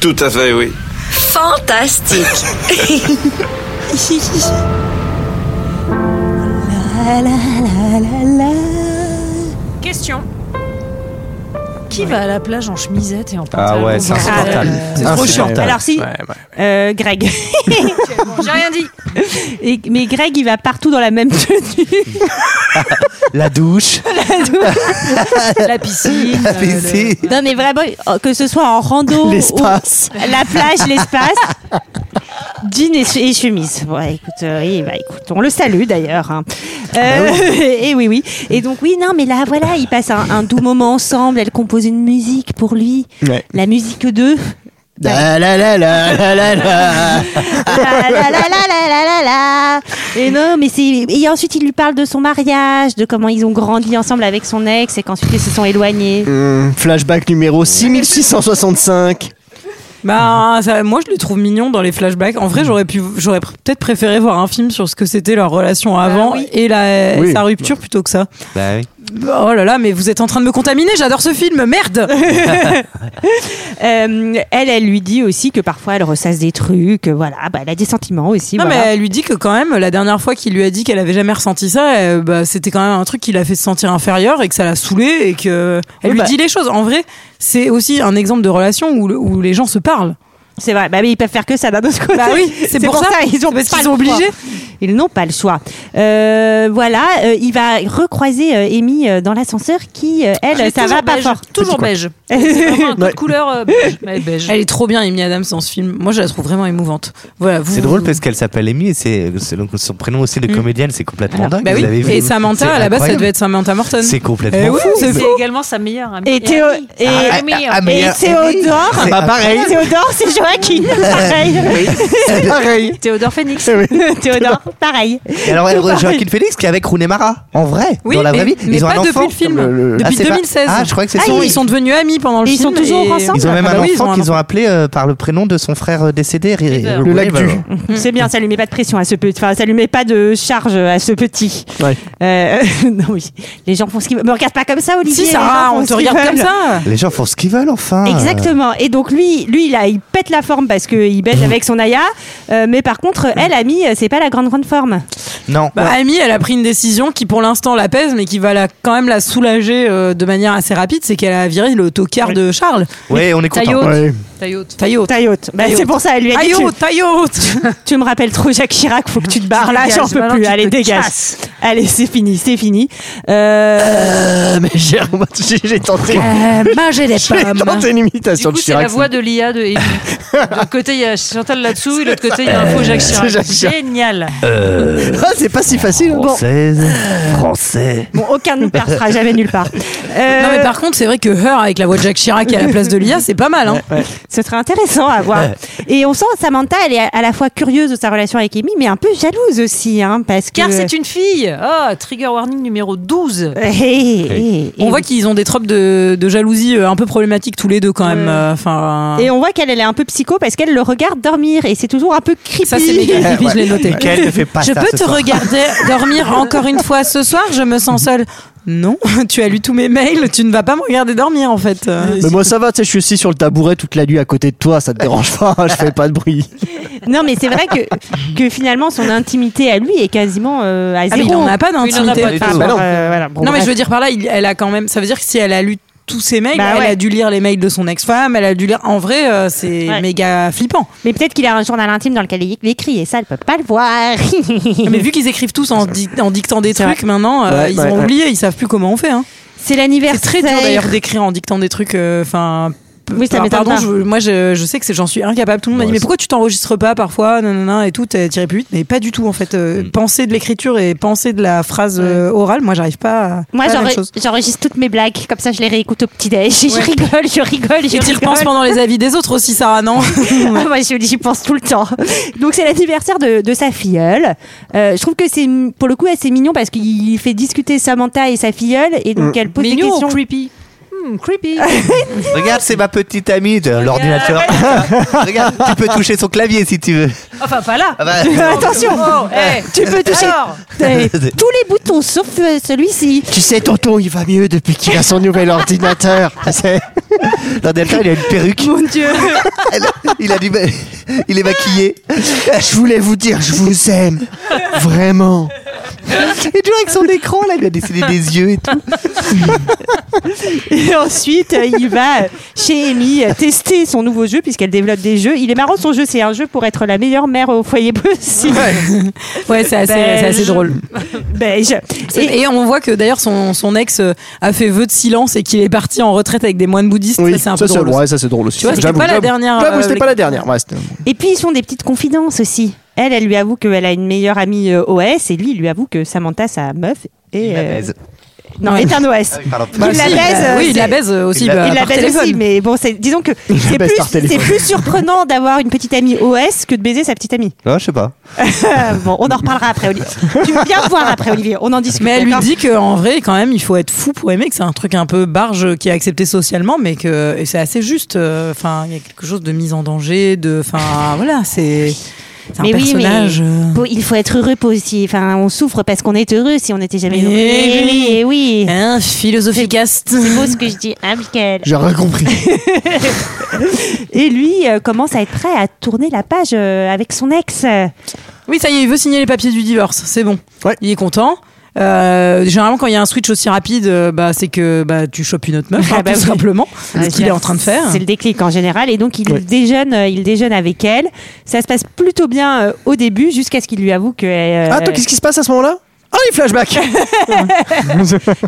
[SPEAKER 17] Tout à fait, oui.
[SPEAKER 18] Fantastique
[SPEAKER 1] La, la, la, la, la.
[SPEAKER 12] Question. Qui va à la plage en chemisette et en pantalon
[SPEAKER 10] Ah ouais, c'est insupportable.
[SPEAKER 6] Ah,
[SPEAKER 12] Euh,
[SPEAKER 10] C'est
[SPEAKER 1] trop chiant.
[SPEAKER 10] insupportable.
[SPEAKER 1] Alors si,
[SPEAKER 10] Ouais, ouais.
[SPEAKER 1] euh, Greg.
[SPEAKER 12] Euh, J'ai rien dit.
[SPEAKER 1] Et- mais Greg, il va partout dans la même tenue.
[SPEAKER 10] La douche.
[SPEAKER 12] La piscine.
[SPEAKER 10] La piscine.
[SPEAKER 1] euh, Non, mais vraiment, euh, que ce soit en rando,
[SPEAKER 6] L'espace.
[SPEAKER 1] ou la plage, l'espace, jean et, et chemise. Ouais, écoute, euh, oui, bah, écoute, on le salue d'ailleurs. hein. Euh, et oui, oui. Et donc oui, non, mais là, voilà, ils passent un, un doux moment ensemble. Elle compose une musique pour lui,
[SPEAKER 6] Ouais.
[SPEAKER 1] la musique 2
[SPEAKER 6] La la la la la
[SPEAKER 1] la,
[SPEAKER 6] la la.
[SPEAKER 1] la, la, la, la, la, la. Et non, mais c'est. Et ensuite, il lui parle de son mariage, de comment ils ont grandi ensemble avec son ex et qu'ensuite ils se sont éloignés.
[SPEAKER 6] Hmm, flashback numéro 6665.
[SPEAKER 7] Bah, ça- moi, je les trouve mignons dans les flashbacks. En
[SPEAKER 10] Mm.
[SPEAKER 7] vrai, j'aurais pu, j'aurais pr- peut-être préféré voir un film sur ce que c'était leur relation
[SPEAKER 12] Bah
[SPEAKER 7] avant et la,
[SPEAKER 6] Oui.
[SPEAKER 7] sa rupture plutôt que ça.
[SPEAKER 10] Bah oui.
[SPEAKER 7] Oh là là, mais vous êtes en train de me contaminer. J'adore ce film. Merde.
[SPEAKER 1] Euh, elle, elle lui dit aussi que parfois elle ressasse des trucs, euh, voilà, bah, elle a des sentiments aussi.
[SPEAKER 7] Non,
[SPEAKER 1] voilà.
[SPEAKER 7] mais elle lui dit que quand même, la dernière fois qu'il lui a dit qu'elle avait jamais ressenti ça, euh, bah, c'était quand même un truc qui l'a fait se sentir inférieure et que ça l'a saoulée et que elle
[SPEAKER 1] Oui,
[SPEAKER 7] lui
[SPEAKER 1] bah-
[SPEAKER 7] dit les choses. En vrai, c'est aussi un exemple de relation où, le- où les gens se parlent.
[SPEAKER 1] C'est vrai, bah, mais ils peuvent faire que ça d'un autre côté.
[SPEAKER 7] Bah oui, c'est pour ça.
[SPEAKER 1] ils ont
[SPEAKER 7] C'est parce
[SPEAKER 1] pas
[SPEAKER 7] qu'ils
[SPEAKER 1] le
[SPEAKER 7] sont
[SPEAKER 1] choix.
[SPEAKER 7] obligés.
[SPEAKER 1] Ils n'ont pas le choix. Euh, voilà, euh, il va recroiser euh, Amy euh, dans l'ascenseur qui, euh,
[SPEAKER 12] Je
[SPEAKER 1] elle,
[SPEAKER 12] l'ai
[SPEAKER 1] ça
[SPEAKER 12] toujours
[SPEAKER 1] va pas
[SPEAKER 12] beige,
[SPEAKER 1] fort.
[SPEAKER 12] Toujours beige. C'est vraiment un coup de couleur euh, beige. mais beige.
[SPEAKER 7] Elle est trop bien, Amy Adams, dans ce film. Moi, je la trouve vraiment émouvante. Voilà, vous-
[SPEAKER 10] C'est drôle parce qu'elle s'appelle Amy et c'est c'est- donc son prénom aussi de comédienne, c'est complètement dingue.
[SPEAKER 7] Mm. Bah
[SPEAKER 10] vous
[SPEAKER 7] oui.
[SPEAKER 10] l'avez vu.
[SPEAKER 7] Et Samantha,
[SPEAKER 10] C'est
[SPEAKER 7] à la base, ça
[SPEAKER 10] incroyable.
[SPEAKER 7] devait être Samantha Morton.
[SPEAKER 10] C'est complètement
[SPEAKER 7] Eh ouais,
[SPEAKER 10] fou.
[SPEAKER 7] c'est
[SPEAKER 12] C'est
[SPEAKER 7] fou.
[SPEAKER 12] également sa meilleure amie.
[SPEAKER 1] Et Théo-
[SPEAKER 12] amie.
[SPEAKER 1] et-
[SPEAKER 12] Ah, ah, meilleure.
[SPEAKER 10] ah,
[SPEAKER 1] hein. Et
[SPEAKER 10] meilleure-
[SPEAKER 1] Théodore,
[SPEAKER 7] Ah,
[SPEAKER 10] C'est-
[SPEAKER 6] Bah pareil,
[SPEAKER 1] Théodore, c'est Joaquin, pareil.
[SPEAKER 6] c'est pareil.
[SPEAKER 12] Théodore Phoenix.
[SPEAKER 6] Eh oui.
[SPEAKER 1] Théodore, pareil.
[SPEAKER 10] Et alors, elle- Joaquin Phoenix qui est avec Rooney Mara, en vrai,
[SPEAKER 7] Oui,
[SPEAKER 10] dans la
[SPEAKER 7] mais-
[SPEAKER 10] vraie vie.
[SPEAKER 7] mais
[SPEAKER 10] ils ont
[SPEAKER 7] pas
[SPEAKER 10] un enfant.
[SPEAKER 7] depuis le film.
[SPEAKER 6] Le- le-
[SPEAKER 10] Ah,
[SPEAKER 7] Depuis
[SPEAKER 10] c'est pas-
[SPEAKER 7] 2016.
[SPEAKER 10] Ah, je crois que c'est
[SPEAKER 7] Ah,
[SPEAKER 10] son.
[SPEAKER 7] ils sont devenus amis pendant le
[SPEAKER 1] Et ils
[SPEAKER 7] film.
[SPEAKER 1] sont toujours
[SPEAKER 7] et-
[SPEAKER 1] ensemble
[SPEAKER 10] Ils ont même
[SPEAKER 7] Ah
[SPEAKER 10] un
[SPEAKER 7] bah oui, ils
[SPEAKER 10] enfant
[SPEAKER 7] ont un
[SPEAKER 10] qu'ils ont appelé euh, par le prénom de son frère euh, décédé. Ri-
[SPEAKER 7] Eh
[SPEAKER 12] Le
[SPEAKER 10] Ri-
[SPEAKER 7] ben,
[SPEAKER 10] Rooney
[SPEAKER 6] lac
[SPEAKER 10] Mara.
[SPEAKER 6] du-
[SPEAKER 7] Mm.
[SPEAKER 1] C'est bien, ça lui met pas de pression à ce petit. Enfin, ça lui met pas de charge à ce petit.
[SPEAKER 6] Ouais.
[SPEAKER 1] Euh, non, oui. Les gens font ce qu'ils veulent. Me regarde pas comme ça, Olivier.
[SPEAKER 7] Si,
[SPEAKER 1] les gens
[SPEAKER 7] Sarah,
[SPEAKER 1] font ce
[SPEAKER 7] on te
[SPEAKER 1] qu'ils
[SPEAKER 7] regarde comme
[SPEAKER 1] veulent.
[SPEAKER 7] ça.
[SPEAKER 10] Les gens font ce qu'ils veulent, enfin.
[SPEAKER 20] euh,
[SPEAKER 1] Exactement. Et donc lui, lui, là, il pète la forme parce que il bête avec son Aya. Euh, mais par contre, elle, amie, c'est pas la grande grande forme.
[SPEAKER 10] Non.
[SPEAKER 7] Bah, Amy, elle a pris une décision qui pour l'instant la pèse, mais qui va la, quand même la soulager euh, de manière assez rapide, c'est qu'elle a viré le tocard de Charles.
[SPEAKER 10] Ouais, on est content.
[SPEAKER 12] Taillot.
[SPEAKER 6] Ouais.
[SPEAKER 12] Taillot.
[SPEAKER 7] Taillot.
[SPEAKER 1] Taillote. Bah,
[SPEAKER 7] Taillote.
[SPEAKER 1] c'est pour ça, elle lui a dit.
[SPEAKER 7] Taillot,
[SPEAKER 1] Tu,
[SPEAKER 7] taillot
[SPEAKER 1] tu me rappelles trop Jacques Chirac. Faut que tu te barres là.
[SPEAKER 12] dégages,
[SPEAKER 1] J'en peux
[SPEAKER 12] maintenant,
[SPEAKER 1] plus.
[SPEAKER 12] tu te
[SPEAKER 1] Allez, dégage.
[SPEAKER 12] casses.
[SPEAKER 1] Allez, c'est fini, c'est fini. Euh...
[SPEAKER 6] Euh, mais j'ai j'ai- j'ai tenté.
[SPEAKER 7] Manger des
[SPEAKER 6] J'ai tenté une
[SPEAKER 12] Du
[SPEAKER 6] imitation
[SPEAKER 12] coup,
[SPEAKER 6] de
[SPEAKER 12] c'est la
[SPEAKER 6] Chirac.
[SPEAKER 12] voix de l'IA de Amy. D'un côté, il y a Chantal là-dessous, et de l'autre côté, il y a un faux Jacques
[SPEAKER 6] C'est
[SPEAKER 12] Chirac.
[SPEAKER 6] Jacques Chirac.
[SPEAKER 12] Génial.
[SPEAKER 7] Euh,
[SPEAKER 6] Ah, c'est pas si facile.
[SPEAKER 10] Oh,
[SPEAKER 6] Bon.
[SPEAKER 10] Française. Français.
[SPEAKER 1] Bon, aucun de nous ne sera jamais nulle part. Euh,
[SPEAKER 7] Non mais par contre, c'est vrai que Her avec la voix de Jacques Chirac à la place de Lia, c'est pas mal. Hein.
[SPEAKER 1] Ce serait intéressant à voir. Et on sent Samantha, elle est à- à la fois curieuse de sa relation avec Amy, mais un peu jalouse aussi, hein, parce
[SPEAKER 12] Car
[SPEAKER 1] que.
[SPEAKER 12] c'est une fille. Ah, trigger warning numéro 12.
[SPEAKER 1] Hey, hey,
[SPEAKER 7] On
[SPEAKER 1] hey.
[SPEAKER 7] voit qu'ils ont des tropes de, de jalousie euh, un peu problématiques tous les deux quand même.
[SPEAKER 1] Ouais.
[SPEAKER 7] euh, Enfin,
[SPEAKER 1] Et on voit qu'elle elle est un peu psycho parce qu'elle le regarde dormir et c'est toujours un peu creepy.
[SPEAKER 7] ça c'est méga creepy, je l'ai noté.
[SPEAKER 10] Quel ne fait pas
[SPEAKER 7] Eh, Je
[SPEAKER 10] ça
[SPEAKER 7] peux
[SPEAKER 10] ce
[SPEAKER 7] te
[SPEAKER 10] soir.
[SPEAKER 7] regarder dormir encore une fois ce soir Je me sens seule. Non, tu as lu tous mes mails, tu ne vas pas me regarder dormir en fait. Euh,
[SPEAKER 6] Mais moi ça va, tu sais, je suis assis sur le tabouret toute la nuit à côté de toi, ça te dérange pas, hein, je fais pas de bruit.
[SPEAKER 1] Non, mais c'est vrai que, que finalement son intimité à lui est quasiment euh, à
[SPEAKER 7] Ah, mais
[SPEAKER 1] zéro.
[SPEAKER 7] il n'en a pas
[SPEAKER 12] Il en a
[SPEAKER 7] d'intimité.
[SPEAKER 12] pas du
[SPEAKER 1] Par
[SPEAKER 12] tout.
[SPEAKER 1] rapport, euh, voilà, bon,
[SPEAKER 7] non mais
[SPEAKER 1] bref.
[SPEAKER 7] je veux dire par là, il- elle a quand même. Ça veut dire que si elle a lu tous ses mails.
[SPEAKER 1] Bah
[SPEAKER 7] elle
[SPEAKER 1] ouais.
[SPEAKER 7] a dû lire les mails de son ex-femme. Elle a dû lire. En vrai, euh, c'est
[SPEAKER 1] Ouais.
[SPEAKER 7] méga flippant.
[SPEAKER 1] Mais peut-être qu'il a un journal intime dans lequel il écrit et ça, elle peut pas le voir.
[SPEAKER 7] Mais vu qu'ils écrivent tous en, di- en dictant des
[SPEAKER 1] C'est
[SPEAKER 7] trucs
[SPEAKER 1] vrai.
[SPEAKER 7] maintenant, euh,
[SPEAKER 1] Ouais,
[SPEAKER 7] ils
[SPEAKER 1] ouais,
[SPEAKER 7] ont
[SPEAKER 1] ouais.
[SPEAKER 7] oublié, ils savent plus comment on fait. Hein.
[SPEAKER 1] C'est l'anniversaire.
[SPEAKER 7] C'est très dur d'ailleurs d'écrire en dictant des trucs. euh, Enfin.
[SPEAKER 1] Oui, ça m'étonne
[SPEAKER 7] pardon,
[SPEAKER 1] pas.
[SPEAKER 7] je- moi je, je sais que c'est- j'en suis incapable. Tout le monde m'a dit mais pourquoi tu t'enregistres pas parfois, nanana et tout, t'es tiré plus vite, mais pas du tout en fait. Euh,
[SPEAKER 6] Mm.
[SPEAKER 7] Penser de l'écriture et penser de la phrase euh, orale, moi j'arrive pas. à-
[SPEAKER 1] Moi,
[SPEAKER 7] pas à la
[SPEAKER 1] j'enre-
[SPEAKER 7] même chose.
[SPEAKER 1] j'enregistre toutes mes blagues, comme ça je les réécoute au petit-déj. Je rigole, je rigole, je
[SPEAKER 7] Et tu
[SPEAKER 1] rigole.
[SPEAKER 7] repenses pendant les avis des autres aussi, Sarah, non hein.
[SPEAKER 1] Ah, moi, je- j'y pense tout le temps. Donc, c'est l'anniversaire de, de sa filleule. Euh, je trouve que c'est, pour le coup, assez mignon parce qu'il fait discuter Samantha et sa filleule et donc
[SPEAKER 20] Mm.
[SPEAKER 1] elle pose
[SPEAKER 2] Mignon
[SPEAKER 1] des
[SPEAKER 2] ou
[SPEAKER 1] questions.
[SPEAKER 2] creepy Hmm, creepy.
[SPEAKER 20] Regarde, c'est ma petite amie de l'ordinateur. Regarde, tu peux toucher son clavier si tu veux.
[SPEAKER 2] Enfin, pas là.
[SPEAKER 20] Ah bah, non.
[SPEAKER 1] Attention
[SPEAKER 2] Oh, hey.
[SPEAKER 1] Tu peux toucher
[SPEAKER 2] Alors
[SPEAKER 1] euh, tous les boutons sauf euh, celui-ci.
[SPEAKER 6] Tu sais, tonton, il va mieux depuis qu'il a son nouvel ordinateur. C'est-
[SPEAKER 20] L'ordinateur, il a une perruque.
[SPEAKER 1] Mon Dieu.
[SPEAKER 20] Il, a du ma- il est maquillé.
[SPEAKER 6] Je voulais vous dire, je vous aime. Vraiment.
[SPEAKER 20] Et toujours avec son écran, là, il a dessiné des yeux et tout.
[SPEAKER 1] Et ensuite, euh, il va euh, chez Amy euh, tester son nouveau jeu puisqu'elle développe des jeux. Il est marrant son jeu, c'est un jeu pour être la meilleure mère au foyer possible.
[SPEAKER 7] Ouais, c'est assez,
[SPEAKER 1] Belge.
[SPEAKER 7] c'est assez drôle.
[SPEAKER 1] Beige.
[SPEAKER 7] Et, et on voit que d'ailleurs son, son ex euh, a fait vœu de silence et qu'il est parti en retraite avec des moines bouddhistes.
[SPEAKER 6] Oui,
[SPEAKER 7] ça, c'est un
[SPEAKER 6] ça,
[SPEAKER 7] peu
[SPEAKER 6] c'est-
[SPEAKER 7] drôle. aussi.
[SPEAKER 6] ouais, ça, c'est drôle aussi.
[SPEAKER 7] Tu vois, c'était
[SPEAKER 6] J'avoue,
[SPEAKER 7] pas la
[SPEAKER 6] j'avoue.
[SPEAKER 7] dernière,
[SPEAKER 6] J'avoue,
[SPEAKER 7] euh,
[SPEAKER 6] c'était pas la dernière. Ouais, c'était-
[SPEAKER 1] Et puis ils ont des petites confidences aussi. Elle, elle lui avoue qu'elle a une meilleure amie euh, OS et lui, il lui avoue que Samantha, sa meuf, est. euh, Non,
[SPEAKER 7] Ouais.
[SPEAKER 1] est un OS.
[SPEAKER 20] pardon.
[SPEAKER 1] Il la
[SPEAKER 7] si,
[SPEAKER 1] baise.
[SPEAKER 7] bah,
[SPEAKER 1] euh,
[SPEAKER 7] Ah oui, il
[SPEAKER 1] c'est-
[SPEAKER 7] la baise aussi.
[SPEAKER 1] Il
[SPEAKER 7] bah,
[SPEAKER 1] la
[SPEAKER 7] par
[SPEAKER 1] baise
[SPEAKER 7] téléphone.
[SPEAKER 1] aussi, mais bon, c'est- disons que c'est
[SPEAKER 20] baise
[SPEAKER 1] plus,
[SPEAKER 20] par téléphone.
[SPEAKER 1] c'est plus surprenant d'avoir une petite amie OS que de baiser sa petite amie. Euh,
[SPEAKER 20] Non, je sais pas.
[SPEAKER 1] bon, on en reparlera après, Olivier. Tu veux bien me voir après, Olivier. On en discute.
[SPEAKER 7] Mais elle lui
[SPEAKER 1] d'accord
[SPEAKER 7] dit qu'en vrai, quand même, il faut être fou pour aimer, que c'est un truc un peu barge qui est accepté socialement, mais que et c'est assez juste. euh, Enfin, il y a quelque chose de mise en danger, de. Enfin, voilà, c'est. C'est un
[SPEAKER 1] mais oui, mais
[SPEAKER 7] personnage. euh,
[SPEAKER 1] faut- il faut être heureux aussi. Enfin, on souffre parce qu'on est heureux si on n'était jamais
[SPEAKER 7] Mais
[SPEAKER 1] heureux. Eh
[SPEAKER 7] oui.
[SPEAKER 1] eh oui.
[SPEAKER 7] Hein, philosophicaste.
[SPEAKER 1] C'est beau ce que je dis, hein, Michael
[SPEAKER 6] J'ai rien compris.
[SPEAKER 1] Et lui euh, commence à être prêt à tourner la page euh, avec son ex.
[SPEAKER 7] Oui, ça y est, il veut signer les papiers du divorce, c'est bon.
[SPEAKER 6] Ouais.
[SPEAKER 7] Il est content. Euh, généralement, quand il y a un switch aussi rapide, euh, bah, c'est que bah, tu chopes une autre meuf,
[SPEAKER 1] Ah
[SPEAKER 7] hein,
[SPEAKER 1] bah
[SPEAKER 7] tout
[SPEAKER 1] oui.
[SPEAKER 7] simplement, ce qu'il est en train de faire.
[SPEAKER 1] C'est le déclic en général. Et donc, il, déjeune, euh, il déjeune avec elle. Ça se passe plutôt bien euh, au début, jusqu'à ce qu'il lui avoue que. euh,
[SPEAKER 6] Attends, Ah, qu'est-ce qui se passe à ce moment-là Ah, les flashbacks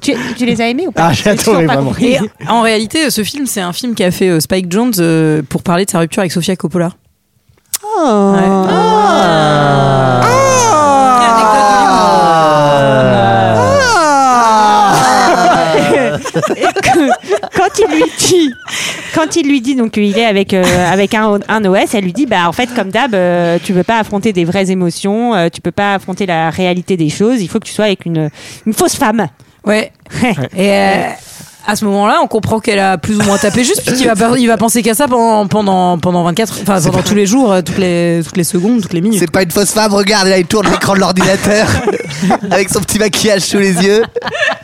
[SPEAKER 1] tu, tu les as aimés ou pas
[SPEAKER 6] Ah, j'ai
[SPEAKER 1] J'ai toujours
[SPEAKER 6] adoré,
[SPEAKER 1] pas
[SPEAKER 6] vraiment.
[SPEAKER 1] compris.
[SPEAKER 7] Et en réalité, ce film, c'est un film qu'a fait euh, Spike Jones euh, pour parler de sa rupture avec Sofia Coppola. Ouais. Ah.
[SPEAKER 1] Et que- quand il lui dit, quand il lui dit donc qu'il est avec euh, avec un, un OS, elle lui dit bah en fait comme d'hab, euh, tu peux pas affronter des vraies émotions, euh, tu peux pas affronter la réalité des choses. Il faut que tu sois avec une une fausse femme.
[SPEAKER 7] Ouais. Et euh, à ce moment-là, on comprend qu'elle a plus ou moins tapé juste, puisqu'il va, pas- il va penser qu'à ça pendant, pendant, pendant 24, enfin, pendant tous les jours, euh, toutes les, toutes les secondes, toutes les minutes.
[SPEAKER 20] C'est pas une fausse femme, regarde, là, il tourne l'écran de l'ordinateur avec son petit maquillage sous les yeux.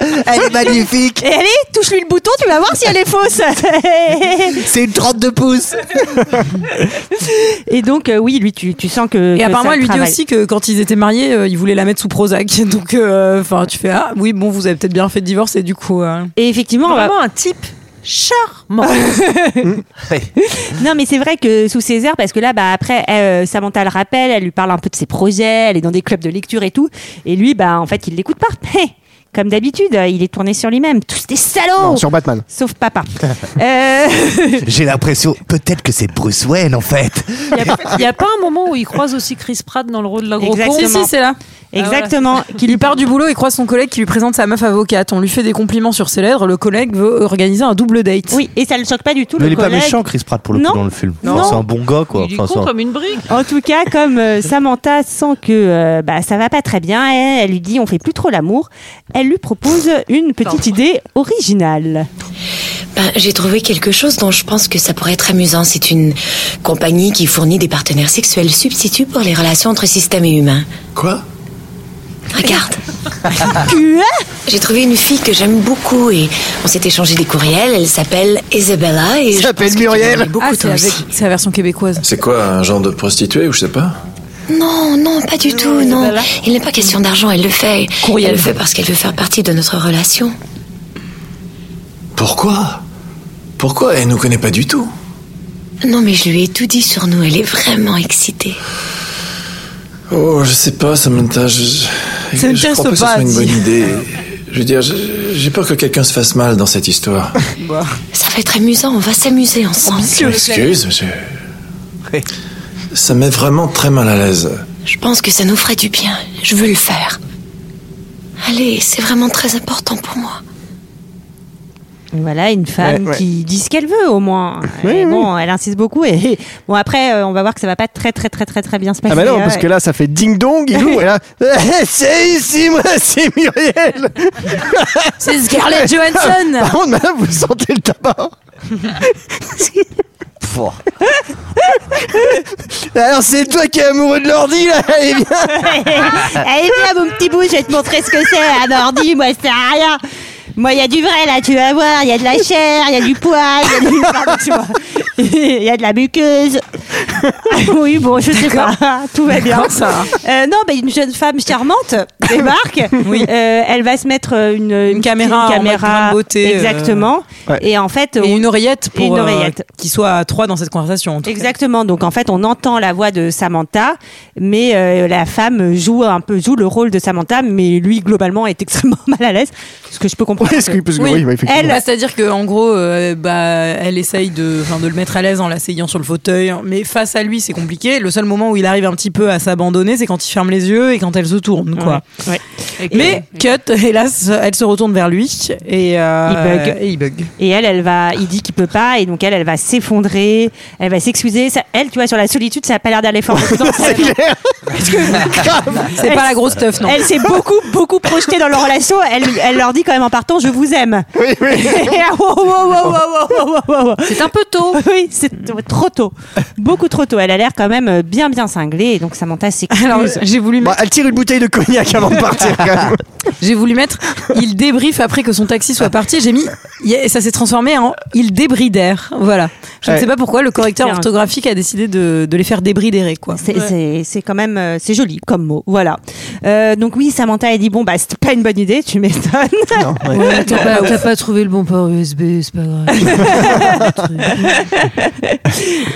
[SPEAKER 20] Elle est magnifique,
[SPEAKER 1] Et allez, touche-lui le bouton, tu vas voir si elle est fausse.
[SPEAKER 20] c'est une 32 pouces.
[SPEAKER 1] Et donc euh, oui, lui tu, tu sens que
[SPEAKER 7] Et
[SPEAKER 1] que
[SPEAKER 7] apparemment,
[SPEAKER 1] ça
[SPEAKER 7] elle lui dit
[SPEAKER 1] travaille.
[SPEAKER 7] aussi que quand ils étaient mariés, euh, ils voulaient la mettre sous Prozac. Donc, euh, enfin, tu fais ah oui, bon, vous avez peut-être bien fait de divorcer du coup. euh.
[SPEAKER 1] Et effectivement, on va-
[SPEAKER 2] Vraiment un type charmant.
[SPEAKER 1] Non, mais c'est vrai que sous César, parce que là, bah, après, euh, Samantha le rappelle, elle lui parle un peu de ses projets, elle est dans des clubs de lecture et tout. Et lui, bah, en fait, il l'écoute pas. Hé, Comme d'habitude, euh, il est tourné sur lui-même. Tous des salauds
[SPEAKER 6] Non, Sur Batman.
[SPEAKER 1] Sauf papa. Euh,
[SPEAKER 20] J'ai l'impression, peut-être que c'est Bruce Wayne en fait.
[SPEAKER 2] Il n'y a pas un moment où il croise aussi Chris Pratt dans le rôle de la gros con
[SPEAKER 1] Exactement.
[SPEAKER 7] Si, si, c'est là.
[SPEAKER 1] Exactement.
[SPEAKER 7] Qui lui part du boulot et croise son collègue qui lui présente sa meuf avocate. On lui fait des compliments sur ses lèvres. Le collègue veut organiser un double date.
[SPEAKER 1] Oui, et ça ne le choque pas du tout.
[SPEAKER 20] Mais
[SPEAKER 1] le
[SPEAKER 20] il est pas
[SPEAKER 1] collègue.
[SPEAKER 20] méchant, Chris Pratt, pour le
[SPEAKER 1] Non.
[SPEAKER 20] coup, dans le film.
[SPEAKER 1] Non.
[SPEAKER 20] Enfin, c'est un bon gars, quoi.
[SPEAKER 2] Il est
[SPEAKER 20] Enfin,
[SPEAKER 2] con
[SPEAKER 20] c'est un-
[SPEAKER 2] comme une brique.
[SPEAKER 1] En tout cas, comme euh, Samantha sent que euh, bah, ça va pas très bien, elle, elle lui dit on fait plus trop l'amour, elle lui propose une petite idée originale.
[SPEAKER 10] Ben, j'ai trouvé quelque chose dont je pense que ça pourrait être amusant. C'est une compagnie qui fournit des partenaires sexuels substituts pour les relations entre systèmes et humains.
[SPEAKER 21] Quoi
[SPEAKER 10] Regarde. J'ai trouvé une fille que j'aime beaucoup et on s'est échangé des courriels. Elle s'appelle Isabella et je
[SPEAKER 6] J'appelle
[SPEAKER 10] pense que tu
[SPEAKER 6] Muriel.
[SPEAKER 10] l'aimes beaucoup
[SPEAKER 7] Ah, c'est
[SPEAKER 10] toi
[SPEAKER 7] avec-
[SPEAKER 10] aussi.
[SPEAKER 7] c'est la version québécoise.
[SPEAKER 22] C'est quoi, un genre de prostituée ou je sais pas
[SPEAKER 10] Non, non, pas du tout, non. Il n'est pas question d'argent, elle le fait.
[SPEAKER 7] Courriel.
[SPEAKER 10] Elle le fait parce qu'elle veut faire partie de notre relation.
[SPEAKER 3] Pourquoi Pourquoi Elle nous connaît pas du tout.
[SPEAKER 10] Non, mais je lui ai tout dit sur nous. Elle est vraiment excitée.
[SPEAKER 3] Oh, je sais pas, Samantha. Je, je,
[SPEAKER 7] Ça me
[SPEAKER 3] je crois
[SPEAKER 7] teste
[SPEAKER 3] pas que ce
[SPEAKER 7] pas,
[SPEAKER 3] soit une
[SPEAKER 7] dis.
[SPEAKER 3] bonne idée. Je veux dire, je- j'ai peur que quelqu'un se fasse mal dans cette histoire.
[SPEAKER 10] Ça va être amusant. On va s'amuser ensemble.
[SPEAKER 3] Je m'excuse, monsieur. Ça met vraiment très mal à l'aise.
[SPEAKER 10] Je pense que ça nous ferait du bien. Je veux le faire. Allez, c'est vraiment très important pour moi.
[SPEAKER 23] Voilà, une femme
[SPEAKER 1] Ouais, ouais.
[SPEAKER 23] qui dit ce qu'elle veut au moins. Et bon, elle insiste beaucoup. Et bon, après, euh, on va voir que ça va pas très, très, très, très, très bien se passer.
[SPEAKER 6] Ah bah non,
[SPEAKER 23] euh,
[SPEAKER 6] parce que là, ça fait ding-dong, il ouvre, et là, c'est ici, moi, c'est Muriel
[SPEAKER 24] C'est Scarlett Johansson.
[SPEAKER 6] Par contre, madame, vous sentez le tabac Eh, Alors, c'est toi qui es amoureux de l'ordi, là Allez, viens
[SPEAKER 1] Allez, viens, Eh mon petit bout, je vais te montrer ce que c'est. Un ordi, moi, c'est rien. Moi, il y a du vrai, là, tu vas voir. Il y a de la chair, il y a du poil, il y a du- pardon, tu vois. Il y a de la muqueuse. oui, bon, je sais pas. Tout va bien.
[SPEAKER 23] D'accord, ça.
[SPEAKER 1] Euh, non, mais une jeune femme charmante débarque. Euh, elle va se mettre euh, une, une
[SPEAKER 7] caméra
[SPEAKER 1] petite
[SPEAKER 7] en mode grain de beauté, euh,
[SPEAKER 1] Exactement.
[SPEAKER 7] ouais.
[SPEAKER 1] Et en fait.
[SPEAKER 7] Et
[SPEAKER 1] on-
[SPEAKER 7] une oreillette
[SPEAKER 1] et
[SPEAKER 7] pour
[SPEAKER 1] une
[SPEAKER 7] euh,
[SPEAKER 1] oreillette.
[SPEAKER 7] qu'ils soient à trois dans cette conversation. en tout cas.
[SPEAKER 1] Exactement. Donc en fait, on entend la voix de Samantha, mais euh, la femme joue un peu joue le rôle de Samantha, mais lui globalement est extrêmement mal à l'aise, ce que je peux comprendre.
[SPEAKER 7] Elle,
[SPEAKER 6] euh,
[SPEAKER 1] Elle,
[SPEAKER 7] bah, c'est-à-dire que en gros, euh, bah, elle essaye de, enfin, de le mettre à l'aise en l'asseyant sur le fauteuil, mais face à lui, c'est compliqué. Le seul moment où il arrive un petit peu à s'abandonner, c'est quand il ferme les yeux et quand elle se tourne, quoi. Mais cut, hélas, elle se retourne vers lui et, euh,
[SPEAKER 1] Il bug.
[SPEAKER 7] et il bug.
[SPEAKER 1] Et elle, elle va, il dit qu'il peut pas, et donc elle, elle va s'effondrer, elle va s'excuser. Ça- Elle, tu vois, sur la solitude, ça a pas l'air d'aller fort.
[SPEAKER 7] C'est
[SPEAKER 6] clair.
[SPEAKER 7] C'est pas la grosse teuf, non.
[SPEAKER 1] Elle s'est beaucoup, beaucoup projetée dans leur relation. Elle, elle leur dit quand même en partant, je vous aime. Et, ah, wow, wow, wow, wow, wow, wow, wow, wow.
[SPEAKER 24] C'est un peu tôt.
[SPEAKER 1] oui, c'est t- trop tôt. Beaucoup trop tôt. Elle a l'air quand même euh, bien, bien cinglée. Et donc Samantha s'excuse.
[SPEAKER 7] Alors, j'ai voulu
[SPEAKER 6] Bon, Elle tire une bouteille de cognac avant de partir, quand même.
[SPEAKER 7] J'ai voulu mettre il débrief après que son taxi soit parti. J'ai mis y a- ça s'est transformé en il débridère. Voilà. Je ne
[SPEAKER 1] Ouais.
[SPEAKER 7] sais pas pourquoi le correcteur
[SPEAKER 1] C'est un-
[SPEAKER 7] orthographique a décidé de, de les faire débridérer quoi.
[SPEAKER 1] C'est c'est- c'est quand même euh, c'est joli comme mot, voilà. Euh, donc oui, Samantha a dit bon bah c'est pas une bonne idée, tu m'étonnes.
[SPEAKER 24] Ouais, t'as pas, t'as pas trouvé le bon port USB, c'est pas grave.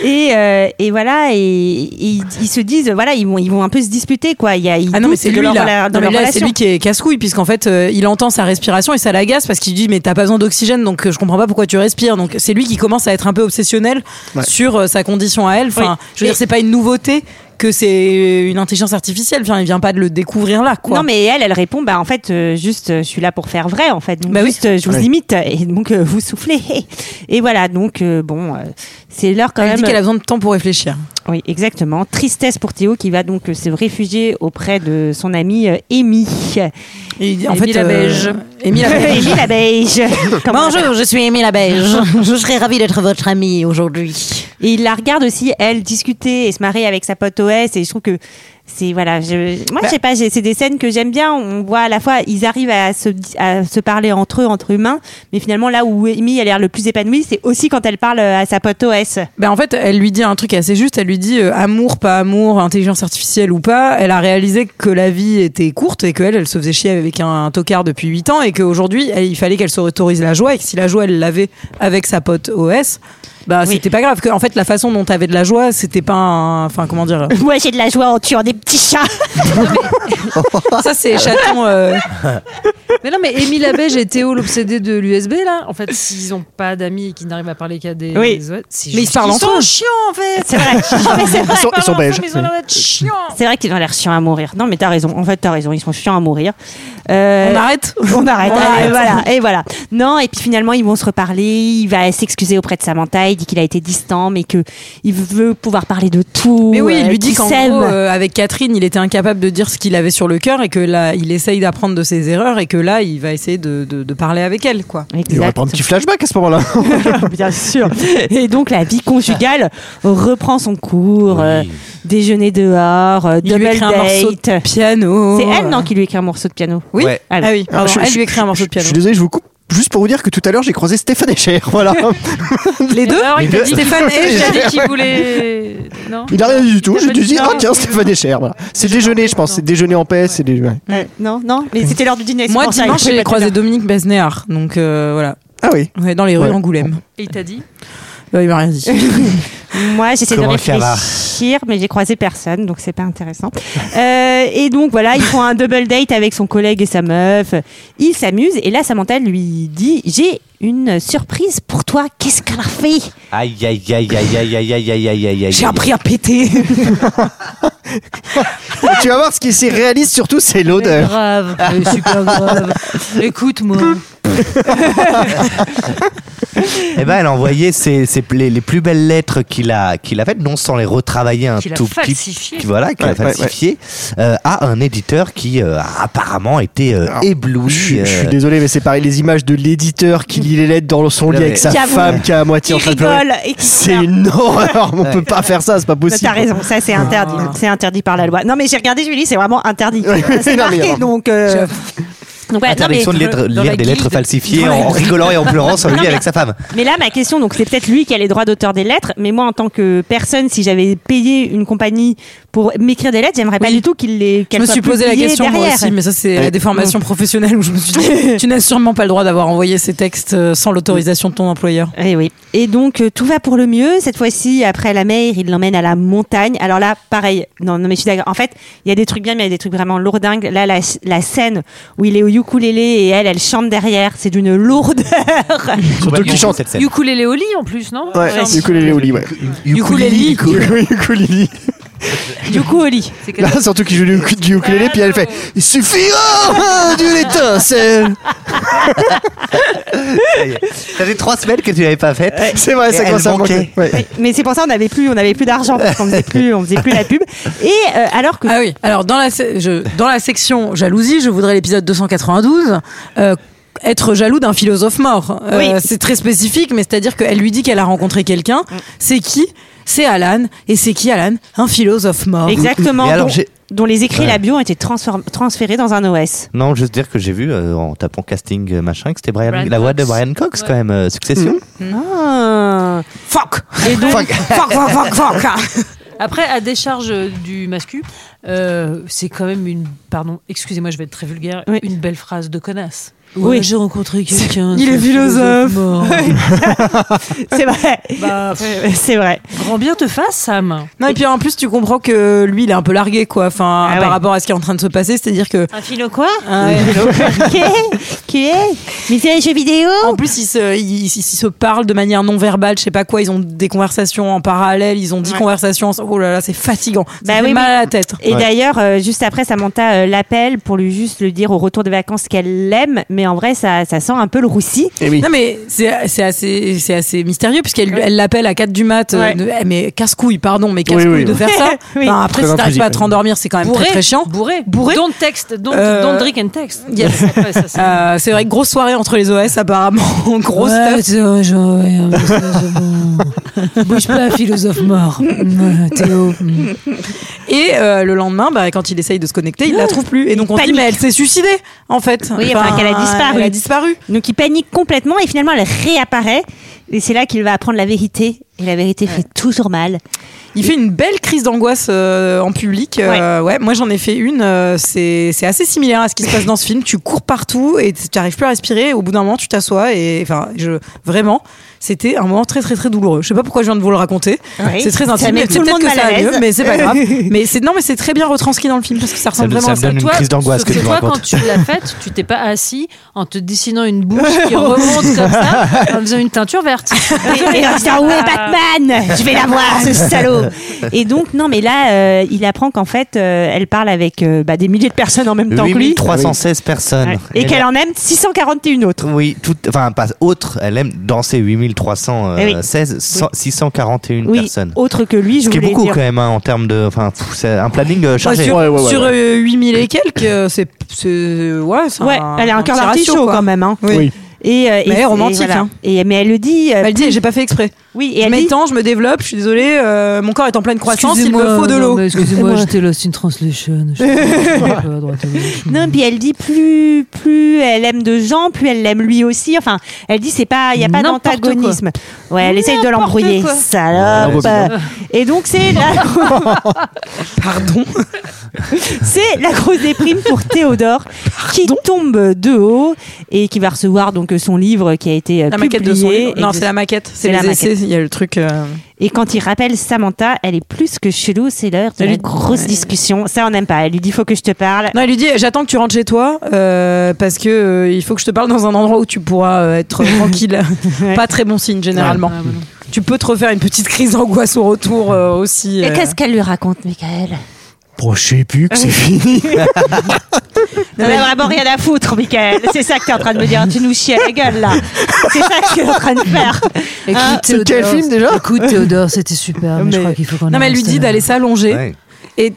[SPEAKER 1] et, euh, et voilà et, et ils, ils se disent voilà ils vont ils vont un peu se disputer quoi. Il y a ils
[SPEAKER 7] Ah non mais
[SPEAKER 1] doutent
[SPEAKER 7] c'est
[SPEAKER 1] de
[SPEAKER 7] lui
[SPEAKER 1] leur
[SPEAKER 7] là,
[SPEAKER 1] rela-
[SPEAKER 7] Non,
[SPEAKER 1] dans
[SPEAKER 7] mais
[SPEAKER 1] leur
[SPEAKER 7] là, c'est
[SPEAKER 1] relation.
[SPEAKER 7] lui qui est casse-couille puisqu'en fait euh, il entend sa respiration et ça l'agace parce qu'il dit mais t'as pas besoin d'oxygène donc euh, je comprends pas pourquoi tu respires donc c'est lui qui commence à être un peu obsessionnel
[SPEAKER 6] Ouais.
[SPEAKER 7] sur euh, sa condition à elle. Enfin je veux dire c'est pas une nouveauté que c'est une intelligence artificielle. Enfin il vient pas de le découvrir là quoi.
[SPEAKER 1] Non mais elle elle répond bah en fait euh, juste euh, je suis là pour faire vrai en fait. Donc,
[SPEAKER 7] Bah oui.
[SPEAKER 1] juste euh, je vous
[SPEAKER 7] Ouais.
[SPEAKER 1] imite et donc euh, vous soufflez et voilà donc euh, bon euh, c'est l'heure quand
[SPEAKER 7] Elle
[SPEAKER 1] même. euh,
[SPEAKER 7] dit qu'elle a besoin de temps pour réfléchir.
[SPEAKER 1] Oui, exactement. Tristesse pour Théo qui va donc euh, se réfugier auprès de son amie euh, Amy.
[SPEAKER 7] Et en fait, euh,
[SPEAKER 1] Amy
[SPEAKER 7] Amy la
[SPEAKER 1] la
[SPEAKER 7] Beige.
[SPEAKER 1] beige. Comment on
[SPEAKER 7] Bonjour,
[SPEAKER 1] l'appelle
[SPEAKER 7] je suis Amy la Beige. Je serais ravie d'être votre amie aujourd'hui.
[SPEAKER 1] Et il la regarde aussi, elle, discuter et se marrer avec sa pote OS. Et je trouve que c'est, voilà, je, moi,
[SPEAKER 24] Bah
[SPEAKER 1] je sais pas, j'ai- c'est des scènes que j'aime bien. On voit à la fois, ils arrivent à se, di- à se parler entre eux, entre humains. Mais finalement, là où Amy a l'air le plus épanouie, c'est aussi quand elle parle euh, à sa pote OS.
[SPEAKER 7] Ben en fait, elle lui dit un truc assez juste. Elle lui dit euh, amour, pas amour, intelligence artificielle ou pas. Elle a réalisé que la vie était courte et qu'elle, elle se faisait chier avec un, un tocard depuis 8 ans et qu'aujourd'hui, elle- il fallait qu'elle s'autorise la joie et que si la joie, elle l'avait avec sa pote OS, bah c'était pas grave. Que, en fait, la façon dont t'avais de la joie, c'était pas un. Enfin, comment dire
[SPEAKER 1] Moi, j'ai de la joie en tuant des petits chats.
[SPEAKER 7] Ça, c'est chaton. euh,
[SPEAKER 24] Mais non, mais Émile Labège et Théo l'obsédé de l'USB, là, en fait, s'ils ont pas d'amis et qu'ils n'arrivent à parler qu'à des.
[SPEAKER 1] Oui.
[SPEAKER 24] des autres, c'est
[SPEAKER 1] Mais ils
[SPEAKER 24] juste
[SPEAKER 1] se parlent
[SPEAKER 24] qu'ils
[SPEAKER 1] entre
[SPEAKER 24] sont
[SPEAKER 1] eux.
[SPEAKER 24] chiants, en fait.
[SPEAKER 1] C'est vrai. Non, mais c'est vrai.
[SPEAKER 24] Ils sont- ils sont
[SPEAKER 1] Pardon,
[SPEAKER 24] belges.
[SPEAKER 1] mais ils
[SPEAKER 24] Oui.
[SPEAKER 1] ont l'air d'être chiants. C'est vrai qu'ils ont l'air chiants à mourir. Non, mais t'as raison. En fait, t'as raison. Ils sont chiants à mourir. Euh,
[SPEAKER 7] On arrête
[SPEAKER 1] On arrête.
[SPEAKER 7] On
[SPEAKER 1] Ah,
[SPEAKER 7] arrête.
[SPEAKER 1] Et voilà. Et voilà. Non, et puis finalement, ils vont se reparler. Il va s'excuser auprès de Samantha. Il dit qu'il a été distant, mais que il veut pouvoir parler de tout.
[SPEAKER 7] Mais oui,
[SPEAKER 1] euh,
[SPEAKER 7] il lui dit
[SPEAKER 1] qu'il
[SPEAKER 7] qu'en
[SPEAKER 1] s'aime.
[SPEAKER 7] gros, euh, avec Catherine, il était incapable de dire ce qu'il avait sur le cœur et que là, il essaye d'apprendre de ses erreurs et que là, il va essayer de, de- de parler avec elle, quoi.
[SPEAKER 6] Il aurait pas un petit flashback à ce moment-là.
[SPEAKER 1] Bien sûr. Et donc la vie conjugale reprend son cours. euh, déjeuner dehors, euh,
[SPEAKER 7] Il lui
[SPEAKER 1] double
[SPEAKER 7] écrit un morceau de
[SPEAKER 1] date.
[SPEAKER 7] piano. euh.
[SPEAKER 1] C'est elle non qui lui écrit un morceau de piano.
[SPEAKER 7] Oui. Ouais. Ah oui, pardon,
[SPEAKER 6] je-
[SPEAKER 7] elle
[SPEAKER 6] je-
[SPEAKER 7] lui écrit un morceau de
[SPEAKER 6] Je
[SPEAKER 7] piano.
[SPEAKER 6] suis désolé, je vous coupe. Juste pour vous dire que tout à l'heure j'ai croisé Stéphane Echer, voilà.
[SPEAKER 7] Les deux
[SPEAKER 24] Alors, il t'a
[SPEAKER 6] Les deux.
[SPEAKER 24] dit Stéphane
[SPEAKER 6] Stéphane
[SPEAKER 24] et il a dit qu'il
[SPEAKER 6] Ouais.
[SPEAKER 24] voulait. Non
[SPEAKER 6] Il a rien dit du tout, j'ai
[SPEAKER 24] Stéphane
[SPEAKER 6] dû dire,
[SPEAKER 24] Echer.
[SPEAKER 6] ah tiens Stéphane Echer, voilà. C'est déjeuner je pense, c'est déjeuner en paix, c'est déjeuner.
[SPEAKER 7] Euh,
[SPEAKER 1] Non, non, mais c'était l'heure du dîner. c'est
[SPEAKER 7] Moi,
[SPEAKER 1] pour ça, il
[SPEAKER 7] dimanche,
[SPEAKER 1] pouvait
[SPEAKER 7] j'ai
[SPEAKER 1] pas te
[SPEAKER 7] croisé
[SPEAKER 1] dire.
[SPEAKER 7] Dominique Besnéard. Donc, euh, voilà.
[SPEAKER 6] Ah oui.
[SPEAKER 7] Ouais, dans les rues
[SPEAKER 6] Ouais.
[SPEAKER 7] Angoulême.
[SPEAKER 12] Et il t'a dit
[SPEAKER 7] Euh, il m'a rien dit.
[SPEAKER 1] Moi, j'essaie de
[SPEAKER 7] Comment le cavard
[SPEAKER 1] réfléchir, mais j'ai croisé personne, donc c'est pas intéressant. Euh, et donc voilà, ils font un double date avec son collègue et sa meuf. Ils s'amusent et là, Samantha lui dit "J'ai une surprise pour toi. Qu'est-ce qu'elle a fait
[SPEAKER 10] Aïe, aïe, aïe, aïe, aïe, aïe, aïe, aïe, aïe, aïe, aïe.
[SPEAKER 1] J'ai appris
[SPEAKER 7] à péter.
[SPEAKER 6] tu vas voir ce qui s'y réalise surtout, c'est l'odeur.
[SPEAKER 12] Grave, euh, super grave. Écoute-moi.
[SPEAKER 10] Eh ben, elle a envoyé ses, ses- les, les plus belles lettres qu'il a, qu'il a faites, non sans les retravailler un
[SPEAKER 12] Qu'il a
[SPEAKER 10] tout petit
[SPEAKER 12] falsifiées.
[SPEAKER 10] qui- voilà, qu'il a
[SPEAKER 6] Ouais, ouais, ouais.
[SPEAKER 10] falsifiées, euh, à un éditeur qui euh, a apparemment été euh, ébloui.
[SPEAKER 6] Je, je suis
[SPEAKER 10] euh,
[SPEAKER 6] désolé, mais c'est pareil, les images de l'éditeur qui lit les lettres dans son lit
[SPEAKER 10] Ouais,
[SPEAKER 6] avec
[SPEAKER 10] mais-
[SPEAKER 6] sa
[SPEAKER 10] Qui avoue,
[SPEAKER 6] femme qui est à moitié
[SPEAKER 1] qui
[SPEAKER 6] en train de
[SPEAKER 1] rigole
[SPEAKER 6] pleurer.
[SPEAKER 1] et qui
[SPEAKER 6] C'est
[SPEAKER 1] pleure.
[SPEAKER 6] une horreur, on
[SPEAKER 1] Ouais.
[SPEAKER 6] peut pas faire ça, c'est pas
[SPEAKER 1] Bah,
[SPEAKER 6] possible.
[SPEAKER 1] T'as raison, ça c'est interdit.
[SPEAKER 6] Ah.
[SPEAKER 1] C'est interdit par la loi. Non, mais j'ai regardé Julie, c'est vraiment interdit. C'est
[SPEAKER 6] Non, mais
[SPEAKER 1] marqué,
[SPEAKER 6] alors-
[SPEAKER 1] donc. euh, donc, ouais, non,
[SPEAKER 10] Interdiction
[SPEAKER 1] mais-
[SPEAKER 10] de lettres-
[SPEAKER 1] Dans la
[SPEAKER 10] lire des lettres
[SPEAKER 1] guilde.
[SPEAKER 10] falsifiées
[SPEAKER 1] Dans la-
[SPEAKER 10] en rigolant et en pleurant sur le lit avec sa femme.
[SPEAKER 1] Mais là, ma question, donc c'est peut-être lui qui a les droits d'auteur des lettres, mais moi, en tant que personne, si j'avais payé une compagnie pour m'écrire des lettres, j'aimerais pas du tout qu'il les.
[SPEAKER 7] Je
[SPEAKER 1] qu'elle
[SPEAKER 7] me
[SPEAKER 1] soit
[SPEAKER 7] suis posé la
[SPEAKER 1] publiée
[SPEAKER 7] question moi
[SPEAKER 1] derrière.
[SPEAKER 7] aussi, mais ça c'est la déformation professionnelle où je me suis dit, tu n'as sûrement pas le droit d'avoir envoyé ces textes euh, sans l'autorisation de ton employeur.
[SPEAKER 1] Et Eh oui. Et donc euh, tout va pour le mieux. Cette fois-ci, après la mer, il l'emmène à la montagne. Alors là, pareil. Non, non, mais je suis d'accord. En fait, il y a des trucs bien, mais il y a des trucs vraiment lourdingues. Là, la, la scène où il est au ukulélé et elle, elle chante derrière, c'est d'une lourdeur.
[SPEAKER 6] Surtout qu'il chante cette
[SPEAKER 12] Ukulélé au lit en plus, non
[SPEAKER 6] Ouais,
[SPEAKER 12] Genre-
[SPEAKER 6] ukulélé au lit, ouais.
[SPEAKER 12] Ukulélé.
[SPEAKER 6] Ukulélé. Ukulélé.
[SPEAKER 1] Yuku au lit.
[SPEAKER 6] Là, surtout qu'il joue du, uku- du ukulélé, puis elle fait Il suffit oh, d'une étincelle
[SPEAKER 10] Ça y est. Ça fait trois semaines que tu l'avais pas faite.
[SPEAKER 6] C'est vrai,
[SPEAKER 10] Et
[SPEAKER 6] ça
[SPEAKER 10] elle
[SPEAKER 6] commence à
[SPEAKER 10] manquait.
[SPEAKER 6] manquer. Ouais.
[SPEAKER 1] Mais c'est pour ça on n'avait plus, on n'avait plus d'argent parce qu'on faisait plus, on faisait plus la pub. Et euh, alors que
[SPEAKER 7] Ah oui, alors dans la, se- je- dans la section jalousie, je voudrais l'épisode 292. euh, être jaloux d'un philosophe mort. Euh,
[SPEAKER 1] Oui.
[SPEAKER 7] C'est très spécifique, mais c'est-à-dire qu'elle lui dit qu'elle a rencontré quelqu'un.
[SPEAKER 12] Mm.
[SPEAKER 7] C'est qui C'est Alan. Et c'est qui Alan Un philosophe mort.
[SPEAKER 1] exactement,
[SPEAKER 10] Hein Mais alors,
[SPEAKER 1] dont,
[SPEAKER 10] j'ai-
[SPEAKER 1] dont les écrits
[SPEAKER 10] Ouais.
[SPEAKER 1] et la bio ont été transform- transférés dans un OS.
[SPEAKER 10] Non, juste dire que j'ai vu euh, en tapant casting euh, machin que c'était Brian,
[SPEAKER 1] Brian
[SPEAKER 10] la voix de
[SPEAKER 1] Cox.
[SPEAKER 10] Brian Cox quand même, euh,
[SPEAKER 6] Mm.
[SPEAKER 10] Succession.
[SPEAKER 12] Hmm.
[SPEAKER 1] Ah.
[SPEAKER 7] Fuck.
[SPEAKER 12] Et donc-
[SPEAKER 10] Fuck.
[SPEAKER 7] Fuck, fuck, fuck, fuck.
[SPEAKER 12] Après, à décharge euh, du mascu, euh, c'est quand même une. Pardon, excusez-moi, je vais être très vulgaire. Une belle phrase de connasse.
[SPEAKER 1] Oui.
[SPEAKER 12] Ouais, j'ai rencontré quelqu'un.
[SPEAKER 1] Il
[SPEAKER 12] c'est
[SPEAKER 1] est
[SPEAKER 12] un
[SPEAKER 1] philosophe.
[SPEAKER 12] mort.
[SPEAKER 1] c'est vrai.
[SPEAKER 12] Bah,
[SPEAKER 1] c'est vrai.
[SPEAKER 12] Grand bien te fasse, Sam.
[SPEAKER 7] Non, et puis en plus, tu comprends que lui, il est un peu largué, quoi. Enfin,
[SPEAKER 1] Ah
[SPEAKER 7] par rapport à ce qui est en train de se passer, c'est-à-dire que.
[SPEAKER 12] Un philo quoi
[SPEAKER 1] Qui est Qui est Mais c'est un jeu vidéo
[SPEAKER 7] En plus, ils se, ils, ils- ils se parlent de manière non verbale, je sais pas quoi. Ils ont des conversations en parallèle, ils ont dix
[SPEAKER 1] Ouais.
[SPEAKER 7] conversations. ensemble. Oh là là, c'est fatigant. Ça
[SPEAKER 1] Bah
[SPEAKER 7] fait
[SPEAKER 1] oui,
[SPEAKER 7] mal
[SPEAKER 1] oui.
[SPEAKER 7] à la tête.
[SPEAKER 1] Et d'ailleurs, euh, juste après, Samantha euh, l'appelle pour lui juste le dire au retour des vacances qu'elle l'aime, mais en vrai, ça, ça sent un peu le roussi.
[SPEAKER 7] Non mais c'est c'est assez c'est assez mystérieux puisqu'elle elle l'appelle à 4 du mat euh,
[SPEAKER 1] Ouais.
[SPEAKER 7] de- eh, mais casse-couille pardon mais casse-couille
[SPEAKER 1] Oui, oui.
[SPEAKER 7] de faire ça.
[SPEAKER 1] Oui.
[SPEAKER 7] Enfin, après
[SPEAKER 1] Très
[SPEAKER 7] si t'arrives
[SPEAKER 1] intrusif,
[SPEAKER 7] pas à te rendormir c'est quand même
[SPEAKER 12] Bourré,
[SPEAKER 7] très très chiant.
[SPEAKER 12] Bourré.
[SPEAKER 7] Bourré.
[SPEAKER 12] Don't text. Don't,
[SPEAKER 7] Euh,
[SPEAKER 12] don't drink and text.
[SPEAKER 7] Yes.
[SPEAKER 12] Ouais, ça, c'est-
[SPEAKER 7] Euh, c'est vrai que grosse soirée entre les OS apparemment grosse
[SPEAKER 12] Ouais,
[SPEAKER 7] stuff.
[SPEAKER 12] c'est vrai, je- ouais, ouais, c'est vrai, c'est bon. Bouge pas, philosophe mort. Ouais, Théo.
[SPEAKER 7] et euh, le lendemain bah, quand il essaye de se connecter
[SPEAKER 12] Ah,
[SPEAKER 7] il la trouve plus et donc on se dit
[SPEAKER 1] Panique.
[SPEAKER 7] mais elle s'est suicidée en fait
[SPEAKER 1] Oui, enfin, qu'elle a disparu.
[SPEAKER 7] elle a disparu
[SPEAKER 1] Donc il panique complètement et finalement elle réapparaît. Et c'est là qu'il va apprendre la vérité. Et la vérité fait toujours mal.
[SPEAKER 7] Il fait une belle crise d'angoisse euh, en public. Euh, ouais. moi j'en ai fait une. euh, c'est c'est assez similaire à ce qui se passe dans ce film. Tu cours partout et tu n'arrives plus à respirer. Au bout d'un moment, tu t'assois et enfin, je vraiment, c'était un moment très très très douloureux. Je sais pas pourquoi je viens de vous le raconter.
[SPEAKER 1] Ouais.
[SPEAKER 7] C'est très
[SPEAKER 1] Ça
[SPEAKER 7] intime.
[SPEAKER 1] met
[SPEAKER 7] mais
[SPEAKER 1] tout le
[SPEAKER 7] peut-être
[SPEAKER 1] monde
[SPEAKER 7] que
[SPEAKER 1] mal
[SPEAKER 7] ça
[SPEAKER 1] à
[SPEAKER 7] va mieux,
[SPEAKER 1] l'aise.
[SPEAKER 7] mais c'est pas grave. mais c'est non, mais c'est très bien retranscrit dans le film parce que ça ressemble
[SPEAKER 10] me-
[SPEAKER 7] vraiment
[SPEAKER 10] ça
[SPEAKER 7] à
[SPEAKER 10] me
[SPEAKER 7] ça.
[SPEAKER 10] donne une
[SPEAKER 7] Toi,
[SPEAKER 10] crise d'angoisse
[SPEAKER 12] Sauf
[SPEAKER 10] que tu me
[SPEAKER 12] toi, quand
[SPEAKER 10] racontes.
[SPEAKER 12] tu l'as faite, tu t'es pas assis en te dessinant une bouche qui remonte comme ça, en faisant une teinture verte.
[SPEAKER 1] Et et en disant, Où est Batman Je vais la voir, ce salaud Et donc, non, mais là, euh, il apprend qu'en fait, euh, elle parle avec euh, bah, des milliers de personnes en même temps que lui.
[SPEAKER 10] 8316 personnes.
[SPEAKER 1] Ouais. Et qu'elle
[SPEAKER 10] là-
[SPEAKER 1] en aime 641 autres.
[SPEAKER 10] Oui, tout, enfin pas autre, elle aime danser
[SPEAKER 1] Eh oui.
[SPEAKER 10] 8316,
[SPEAKER 1] Oui.
[SPEAKER 10] 641
[SPEAKER 1] Oui,
[SPEAKER 10] personnes.
[SPEAKER 1] autre que lui, je
[SPEAKER 10] Ce qui est
[SPEAKER 1] voulais
[SPEAKER 10] beaucoup
[SPEAKER 1] dire.
[SPEAKER 10] quand même hein, en termes de, enfin pff, c'est un planning euh,
[SPEAKER 7] Enfin,
[SPEAKER 10] chargé.
[SPEAKER 7] sur sur, euh, 8000 et quelques, euh, c'est c'est- ouais, Ah, c'est
[SPEAKER 1] Ouais, elle a un cœur
[SPEAKER 7] petit
[SPEAKER 1] d'artichaut
[SPEAKER 7] ratio, quoi.
[SPEAKER 1] quand même. Hein.
[SPEAKER 7] Oui.
[SPEAKER 1] Et, euh, et-
[SPEAKER 7] Mais
[SPEAKER 1] et
[SPEAKER 7] romantique,
[SPEAKER 1] voilà.
[SPEAKER 7] hein. Bah,
[SPEAKER 1] Et- mais elle le dit. euh,
[SPEAKER 7] Elle dit, j'ai pas fait exprès.
[SPEAKER 1] Oui,
[SPEAKER 7] je
[SPEAKER 1] elle dit-
[SPEAKER 7] m'étends, je me développe, je suis désolée, euh, mon corps est en pleine croissance, il
[SPEAKER 12] Excusez-moi,
[SPEAKER 7] me faut de
[SPEAKER 12] non,
[SPEAKER 7] l'eau.
[SPEAKER 12] mais Excusez-moi, j'étais lost in translation. Je suis un peu à droite à gauche.
[SPEAKER 7] Hmm.
[SPEAKER 1] Non, puis elle dit plus plus elle aime de gens, plus elle l'aime lui aussi. Enfin, elle dit c'est pas il y a pas
[SPEAKER 12] N'importe
[SPEAKER 1] d'antagonisme. Ouais, elle essaye de
[SPEAKER 12] N'importe
[SPEAKER 1] l'embrouiller,
[SPEAKER 12] quoi.
[SPEAKER 1] salope.
[SPEAKER 12] Ouais,
[SPEAKER 1] Et donc c'est la
[SPEAKER 7] pardon,
[SPEAKER 1] c'est la grosse déprime pour Théodore qui tombe de haut et qui va recevoir donc que son livre qui a été euh,
[SPEAKER 7] La
[SPEAKER 1] publié.
[SPEAKER 7] maquette de son livre.
[SPEAKER 1] et
[SPEAKER 7] Non,
[SPEAKER 1] de-
[SPEAKER 7] c'est la maquette. C'est
[SPEAKER 1] la
[SPEAKER 7] les essais,
[SPEAKER 1] maquette.
[SPEAKER 7] il y a le truc. euh,
[SPEAKER 1] Et quand il rappelle Samantha, elle est plus que chelou, c'est l'heure de
[SPEAKER 7] Elle
[SPEAKER 1] la
[SPEAKER 7] lui-
[SPEAKER 1] grosse discussion. Ça, on n'aime pas. Elle lui dit, faut que je te parle.
[SPEAKER 7] Non, elle lui dit j'attends que tu rentres chez toi euh, parce que euh, il faut que je te parle dans un endroit où tu pourras euh, être tranquille. Pas très bon signe généralement. Tu peux te refaire une petite crise d'angoisse au retour euh, aussi.
[SPEAKER 1] Et
[SPEAKER 7] euh.
[SPEAKER 1] qu'est-ce qu'elle lui raconte, Michael
[SPEAKER 6] Bon, je sais plus que c'est fini.
[SPEAKER 1] On a vraiment rien à foutre, Michael. C'est ça que t'es en train de me dire. Tu nous chies à la gueule, là. C'est ça que t'es en train de faire.
[SPEAKER 12] Écoute,
[SPEAKER 1] Hein
[SPEAKER 12] Théodore, Écoute, Théodore, c'était super, mais, je
[SPEAKER 7] Mais-
[SPEAKER 12] crois qu'il faut qu'on
[SPEAKER 7] non, mais elle lui dit d'aller s'allonger. Et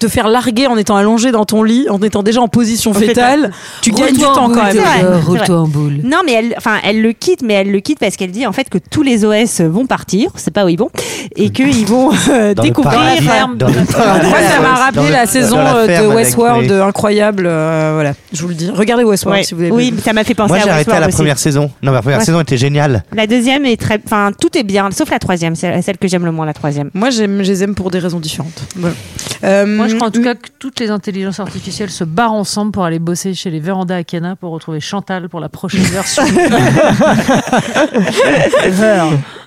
[SPEAKER 7] te faire larguer en étant allongé dans ton lit, en étant déjà en position
[SPEAKER 1] fait,
[SPEAKER 7] fétale, tu gagnes du temps quand même.
[SPEAKER 1] C'est vrai, c'est vrai.
[SPEAKER 12] boule.
[SPEAKER 1] Non, mais elle, enfin, elle le quitte, mais elle le quitte parce qu'elle dit en fait que tous les OS vont partir, c'est pas où ils vont, et qu'ils vont euh,
[SPEAKER 7] Dans le
[SPEAKER 1] découvrir.
[SPEAKER 7] paradis, dans le paradis. Moi, ça m'a rappelé la saison euh, de Westworld euh, incroyable. euh, voilà, je vous le dis. Regardez Westworld
[SPEAKER 1] Ouais.
[SPEAKER 7] si vous l'avez
[SPEAKER 1] Oui,
[SPEAKER 7] pas vu.
[SPEAKER 1] ça m'a fait penser
[SPEAKER 10] Moi,
[SPEAKER 1] à
[SPEAKER 10] j'ai arrêté à
[SPEAKER 1] Westworld
[SPEAKER 10] la
[SPEAKER 1] aussi.
[SPEAKER 10] première saison. Non, mais la première
[SPEAKER 1] Ouais.
[SPEAKER 10] saison était géniale.
[SPEAKER 1] La deuxième est très, enfin, tout est bien, sauf la troisième, c'est celle que j'aime le moins, la troisième.
[SPEAKER 7] Moi, j'aime, je les aime pour des raisons différentes.
[SPEAKER 12] Moi, je crois en tout cas que toutes les intelligences artificielles se barrent ensemble pour aller bosser chez les vérandas à Cana pour retrouver Chantal pour la prochaine version.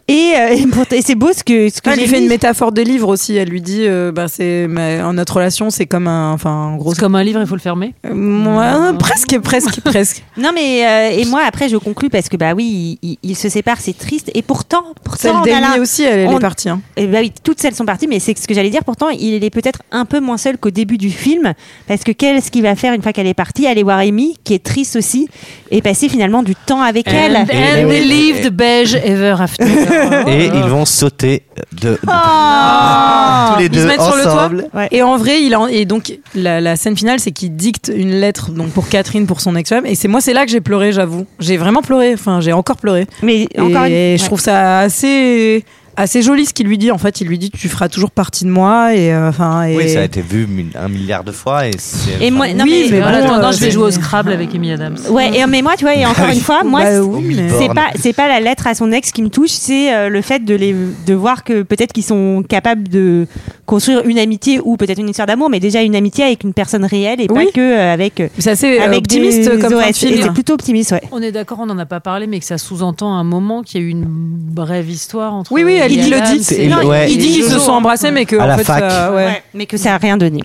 [SPEAKER 1] Et, euh, et pour- et c'est beau ce que, ce que
[SPEAKER 7] elle
[SPEAKER 1] j'ai
[SPEAKER 7] lui fait
[SPEAKER 1] lu.
[SPEAKER 7] une métaphore de livre aussi. Elle lui dit, euh, bah, c'est mais en notre relation, c'est comme un, enfin, en gros,
[SPEAKER 12] comme un livre, il faut le fermer.
[SPEAKER 7] Moi, presque, presque, presque.
[SPEAKER 1] Non mais euh, et moi après je conclus parce que bah oui ils il, se séparent c'est triste et pourtant pourtant
[SPEAKER 7] Celle
[SPEAKER 1] on a
[SPEAKER 7] d'Amy
[SPEAKER 1] la-
[SPEAKER 7] aussi, elle, elle
[SPEAKER 1] on-
[SPEAKER 7] est partie. hein.
[SPEAKER 1] Eh ben oui, toutes celles sont parties, mais c'est ce que j'allais dire. Pourtant, il est peut-être un peu moins seul qu'au début du film, parce que qu'est-ce qu'il va faire une fois qu'elle est partie Aller voir Amy, qui est triste aussi, et passer finalement du temps avec elle.
[SPEAKER 12] And, and they leave the beige ever after.
[SPEAKER 1] Oh
[SPEAKER 10] Et ils vont sauter de. Tous les
[SPEAKER 7] Ah. ils se
[SPEAKER 10] deux
[SPEAKER 7] mettent sur
[SPEAKER 10] ensemble.
[SPEAKER 7] le toit. Et en vrai, il en, et donc la, la scène finale, c'est qu'il dicte une lettre donc pour Catherine pour son ex-femme. Et c'est moi, c'est là que j'ai pleuré, j'avoue. J'ai vraiment pleuré. Enfin, j'ai encore pleuré.
[SPEAKER 1] Mais
[SPEAKER 7] et
[SPEAKER 1] encore une-
[SPEAKER 7] je
[SPEAKER 1] ouais.
[SPEAKER 7] trouve ça assez assez joli ce qu'il lui dit. En fait, il lui dit tu feras toujours partie de moi et euh, enfin. et-
[SPEAKER 10] Oui, ça a été vu mille- un milliard de fois. Et, c'est-
[SPEAKER 1] Et moi-
[SPEAKER 10] enfin,
[SPEAKER 1] non,
[SPEAKER 7] Oui,
[SPEAKER 1] mais
[SPEAKER 7] mais
[SPEAKER 12] En
[SPEAKER 7] bon,
[SPEAKER 12] attendant,
[SPEAKER 7] euh,
[SPEAKER 12] je vais jouer au Scrabble avec Amy Adams.
[SPEAKER 1] Ouais, et, mais moi, tu vois, et encore une fois, moi,
[SPEAKER 7] Bah
[SPEAKER 1] c'est-
[SPEAKER 10] Oh,
[SPEAKER 7] oui, mais-
[SPEAKER 1] c'est pas c'est pas la lettre à son ex qui me touche, c'est euh, le fait de les de voir que peut-être qu'ils sont capables de construire une amitié ou peut-être une histoire d'amour, mais déjà une amitié avec une personne réelle et
[SPEAKER 7] Oui.
[SPEAKER 1] pas que euh, avec euh,
[SPEAKER 7] C'est assez euh,
[SPEAKER 1] avec
[SPEAKER 7] optimiste
[SPEAKER 1] des
[SPEAKER 7] comme fin de
[SPEAKER 1] OS. Et
[SPEAKER 7] film.
[SPEAKER 1] C'est plutôt optimiste, ouais.
[SPEAKER 12] On est d'accord, on n'en a pas parlé, mais que ça sous-entend un moment qu'il y a eu une brève histoire entre.
[SPEAKER 7] Oui, oui, elle,
[SPEAKER 12] Amy
[SPEAKER 7] il le
[SPEAKER 12] Adams
[SPEAKER 7] dit.
[SPEAKER 12] et-
[SPEAKER 7] Non,
[SPEAKER 10] ouais.
[SPEAKER 7] Il dit qu'ils se sont embrassés, mais que
[SPEAKER 10] À
[SPEAKER 7] en
[SPEAKER 10] la
[SPEAKER 7] fait,
[SPEAKER 10] fac.
[SPEAKER 7] euh, ouais.
[SPEAKER 1] Ouais, mais que ça a rien donné.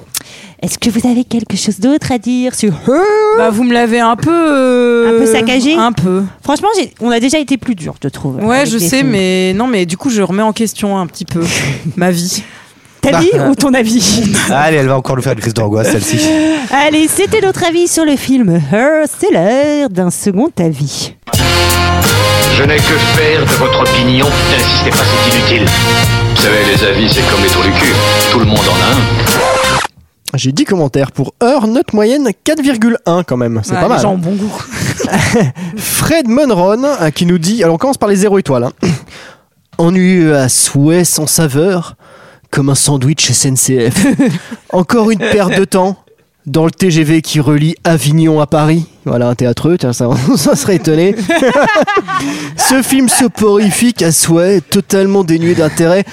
[SPEAKER 1] Est-ce que vous avez quelque chose d'autre à dire sur Her
[SPEAKER 7] Bah, vous me l'avez un peu. euh,
[SPEAKER 1] Un peu saccagé
[SPEAKER 7] Un peu.
[SPEAKER 6] Bah,
[SPEAKER 1] Franchement, j'ai- on a déjà été plus dur, je trouve.
[SPEAKER 7] Ouais,
[SPEAKER 1] avec
[SPEAKER 7] je
[SPEAKER 1] les
[SPEAKER 7] sais,
[SPEAKER 1] films.
[SPEAKER 7] mais non, mais du coup, je remets en question un petit peu ma vie.
[SPEAKER 1] Ta vie
[SPEAKER 10] Bah.
[SPEAKER 1] ou ton avis
[SPEAKER 10] Allez, elle va encore nous faire une crise d'angoisse, celle-ci.
[SPEAKER 1] Allez, c'était notre avis sur le film Her. C'est l'heure d'un second avis.
[SPEAKER 2] Je n'ai que faire de votre opinion. N'insistez pas, c'est inutile.
[SPEAKER 5] Vous savez, les avis, c'est comme les trous du cul. Tout le monde en a un.
[SPEAKER 6] J'ai 10 commentaires pour heure, note moyenne 4,1 quand même. C'est
[SPEAKER 7] Ouais,
[SPEAKER 6] pas
[SPEAKER 7] les
[SPEAKER 6] mal. hein.
[SPEAKER 7] gens ont bon goût.
[SPEAKER 6] Fred Monron euh, qui nous dit alors on commence par les zéro étoiles hein. ennuyeux à souhait sans saveur comme un sandwich SNCF encore une perte de temps dans le TGV qui relie Avignon à Paris voilà un théâtreux tiens ça on s'en serait étonné ce film soporifique à souhait totalement dénué d'intérêt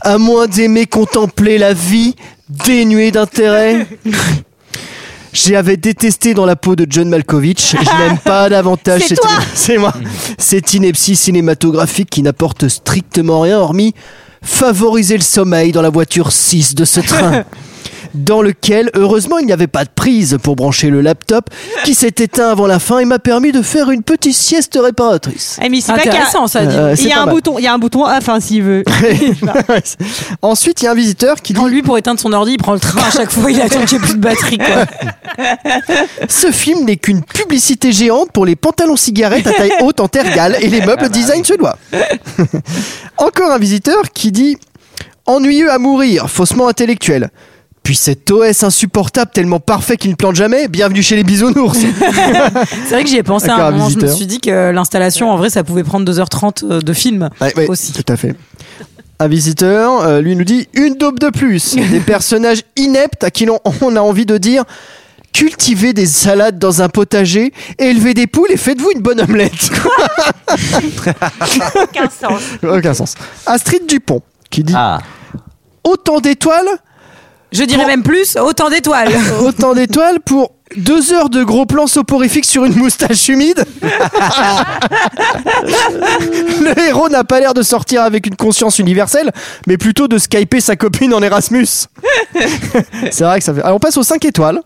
[SPEAKER 6] à moins d'aimer contempler la vie dénué d'intérêt J'avais détesté dans la peau de John Malkovich. Je n'aime pas davantage.
[SPEAKER 1] Ah. C'est
[SPEAKER 6] cette-
[SPEAKER 1] toi
[SPEAKER 6] C'est moi. Cette ineptie cinématographique qui n'apporte strictement rien hormis favoriser le sommeil dans la voiture 6 de ce train. Dans lequel, heureusement, il n'y avait pas de prise pour brancher le laptop qui s'est éteint avant la fin et m'a permis de faire une petite sieste réparatrice.
[SPEAKER 1] Ah, mais c'est pas qu'il y a-
[SPEAKER 7] Intéressant, ça. dit.
[SPEAKER 6] Euh,
[SPEAKER 1] Il
[SPEAKER 6] c'est
[SPEAKER 1] y a
[SPEAKER 6] pas
[SPEAKER 1] un
[SPEAKER 6] mal.
[SPEAKER 1] bouton, il y a un bouton off hein, s'il veut.
[SPEAKER 6] Ensuite, il y a un visiteur qui dit
[SPEAKER 7] Prends lui pour éteindre son ordi, il prend le train à chaque fois, il attend qu'il n'y ait plus de batterie. Quoi.
[SPEAKER 6] Ce film n'est qu'une publicité géante pour les pantalons cigarettes à taille haute en terre gale et les meubles design suédois. Encore un visiteur qui dit Ennuyeux à mourir, faussement intellectuel. Puis cet OS insupportable, tellement parfait qu'il ne plante jamais, bienvenue chez les bisounours.
[SPEAKER 7] C'est vrai que j'y ai pensé à
[SPEAKER 6] D'accord,
[SPEAKER 7] un moment, je me
[SPEAKER 6] visiteur.
[SPEAKER 7] suis dit que l'installation, en vrai, ça pouvait prendre 2h30 euh, de film.
[SPEAKER 6] Ouais, ouais,
[SPEAKER 7] Aussi.
[SPEAKER 6] Ah, Tout à fait. Un visiteur, euh, lui nous dit une daube de plus. des personnages ineptes à qui l'on on a envie de dire cultivez des salades dans un potager, élevez des poules et faites-vous une bonne omelette.
[SPEAKER 1] Aucun sens.
[SPEAKER 6] Aucun sens. Astrid Dupont qui dit
[SPEAKER 10] Ah.
[SPEAKER 6] autant d'étoiles,
[SPEAKER 7] Je dirais même plus, autant d'étoiles.
[SPEAKER 6] autant d'étoiles pour Deux heures de gros plans soporifiques sur une moustache humide. le héros n'a pas l'air de sortir avec une conscience universelle, mais plutôt de skyper sa copine en Erasmus. C'est vrai que ça fait. Alors on passe aux 5 étoiles.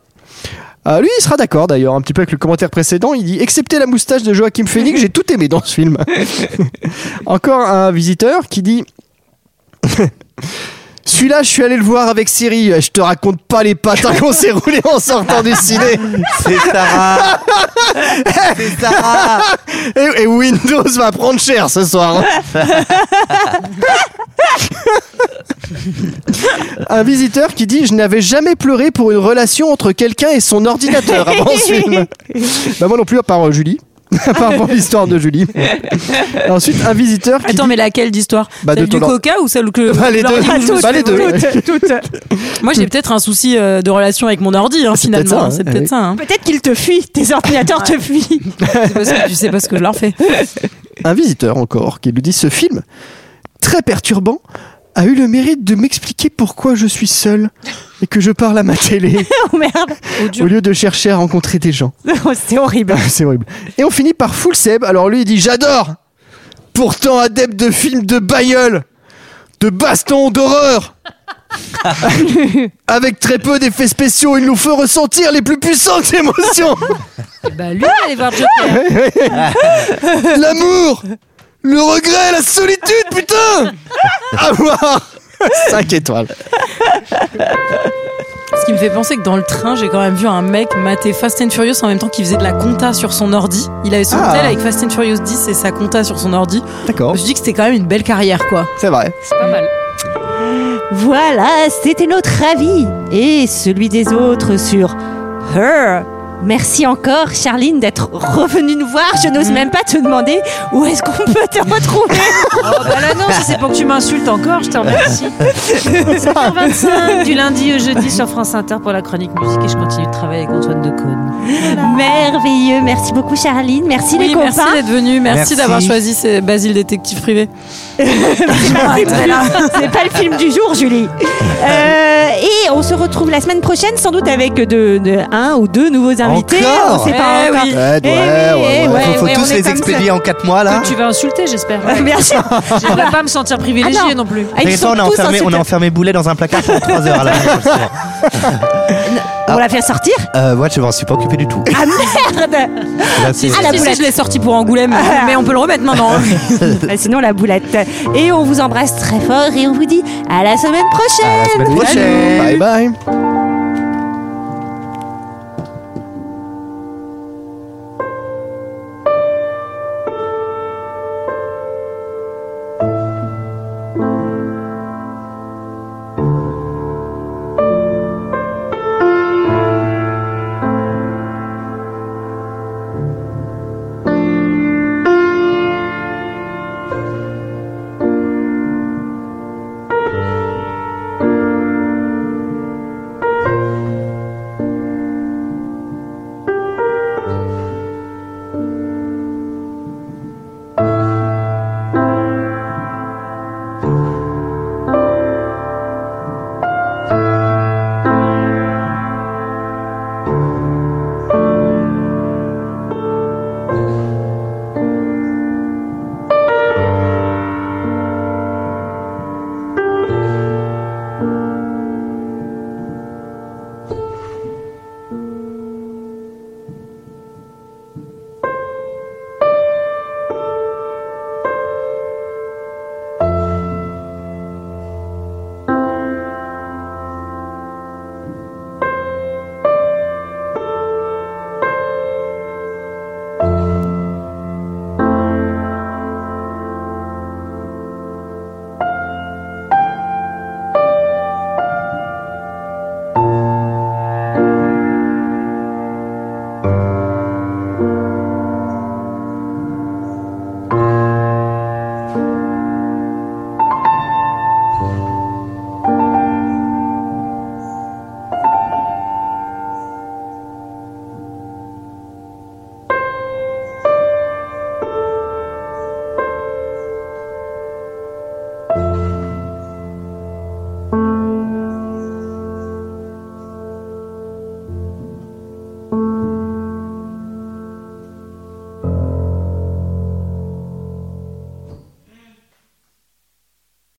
[SPEAKER 6] Euh, lui, il sera d'accord d'ailleurs, un petit peu avec le commentaire précédent. Il dit Excepté la moustache de Joachim Phoenix, j'ai tout aimé dans ce film. Encore un visiteur qui dit Celui-là, je suis allé le voir avec Siri. Je te raconte pas les patins qu'on s'est roulés en sortant du ciné.
[SPEAKER 10] C'est Sarah.
[SPEAKER 6] C'est Sarah. Et, et Windows va prendre cher ce soir. un visiteur qui dit Je n'avais jamais pleuré pour une relation entre quelqu'un et son ordinateur avant ce film. bah, moi non plus, à part euh, Julie. à part pour l'histoire de Julie. Et ensuite, un visiteur qui.
[SPEAKER 7] Attends,
[SPEAKER 6] dit-
[SPEAKER 7] mais laquelle d'histoire
[SPEAKER 6] Bah, de
[SPEAKER 7] Celle du
[SPEAKER 6] ton or-
[SPEAKER 7] coca ou celle que.
[SPEAKER 6] Bah, les deux.
[SPEAKER 7] l'ordi
[SPEAKER 6] Ah,
[SPEAKER 7] vous
[SPEAKER 6] toutes,
[SPEAKER 7] vous
[SPEAKER 6] bah, les deux.
[SPEAKER 7] Toutes, toutes. Moi, j'ai peut-être un souci euh, de relation avec mon ordi, hein,
[SPEAKER 6] peut-être ça,
[SPEAKER 7] finalement.
[SPEAKER 6] hein.
[SPEAKER 7] C'est peut-être ça. hein.
[SPEAKER 1] Peut-être qu'il te fuit, tes ordinateurs te fuient.
[SPEAKER 7] C'est parce que tu sais pas ce que je leur fais.
[SPEAKER 6] un visiteur encore qui nous dit ce film très perturbant a eu le mérite de m'expliquer pourquoi je suis seul et que je parle à ma télé
[SPEAKER 1] oh merde
[SPEAKER 6] au lieu de chercher à rencontrer des gens.
[SPEAKER 1] C'est horrible.
[SPEAKER 6] C'est horrible. Et on finit par Full Seb. Alors lui il dit j'adore. Pourtant adepte de films de bailleul, de baston, d'horreur. Avec très peu d'effets spéciaux, il nous fait ressentir les plus puissantes émotions.
[SPEAKER 25] Bah lui, allez voir Joker.
[SPEAKER 6] L'amour Le regret, la solitude, putain À voir 5 étoiles.
[SPEAKER 7] Ce qui me fait penser que dans le train, j'ai quand même vu un mec mater Fast and Furious en même temps qu'il faisait de la compta sur son ordi. Il avait son
[SPEAKER 6] Ah.
[SPEAKER 7] tel avec Fast and Furious 10 et sa compta sur son ordi. Je
[SPEAKER 6] D'accord.
[SPEAKER 7] me suis dit que c'était quand même une belle carrière, quoi.
[SPEAKER 6] C'est vrai.
[SPEAKER 25] C'est pas mal.
[SPEAKER 1] Voilà, c'était notre avis et celui des autres sur Her. Merci encore, Charline, d'être revenue nous voir. Je n'ose même pas te demander où est-ce qu'on peut te retrouver.
[SPEAKER 25] Oh bah là non, si c'est pour que tu m'insultes encore, je te remercie. 7h25 du lundi au jeudi sur France Inter pour la chronique musique et je continue de travailler avec Antoine Decaune.
[SPEAKER 1] Merveilleux. Merci beaucoup, Charline. Merci les
[SPEAKER 7] Oui, merci
[SPEAKER 1] copains.
[SPEAKER 7] d'être venu, merci,
[SPEAKER 10] Merci.
[SPEAKER 7] d'avoir choisi ces Basile détective privé.
[SPEAKER 1] C'est pas le film du jour, Julie. Euh, et on se retrouve la semaine prochaine, sans doute avec de, de- un ou deux nouveaux invités.
[SPEAKER 10] Encore
[SPEAKER 1] on sait pas
[SPEAKER 7] Eh
[SPEAKER 1] encore.
[SPEAKER 7] oui.
[SPEAKER 10] Ouais,
[SPEAKER 1] Eh oui, eh ouais,
[SPEAKER 10] Faut, faut
[SPEAKER 1] ouais, on
[SPEAKER 10] tous
[SPEAKER 1] est
[SPEAKER 10] les
[SPEAKER 1] comme
[SPEAKER 10] expédier en 4 mois là.
[SPEAKER 25] Que tu vas insulter, j'espère.
[SPEAKER 1] ça. Bien sûr.
[SPEAKER 25] Je ne vais pas me sentir privilégiée
[SPEAKER 1] Ah non.
[SPEAKER 25] non. plus.
[SPEAKER 1] Ah, ils
[SPEAKER 10] T'inquiète
[SPEAKER 1] sont
[SPEAKER 10] pas, on a
[SPEAKER 1] tous
[SPEAKER 10] enfermé, on a
[SPEAKER 1] insultés.
[SPEAKER 10] enfermé Boulet dans un placard pendant 3 heures là.
[SPEAKER 1] On l'a fait sortir
[SPEAKER 7] Ah.
[SPEAKER 10] Euh, moi, je m'en suis pas occupé du tout.
[SPEAKER 1] Ah merde
[SPEAKER 10] Là, c'est-
[SPEAKER 1] Ah, la
[SPEAKER 7] si, si,
[SPEAKER 1] boulette.
[SPEAKER 7] je l'ai sorti pour Angoulême,
[SPEAKER 10] Ah.
[SPEAKER 7] mais on peut le remettre maintenant.
[SPEAKER 1] Bah, Sinon la boulette. Et on vous embrasse très fort et on vous dit à la semaine prochaine.
[SPEAKER 10] prochaine.
[SPEAKER 6] Bye bye.
[SPEAKER 10] Bye.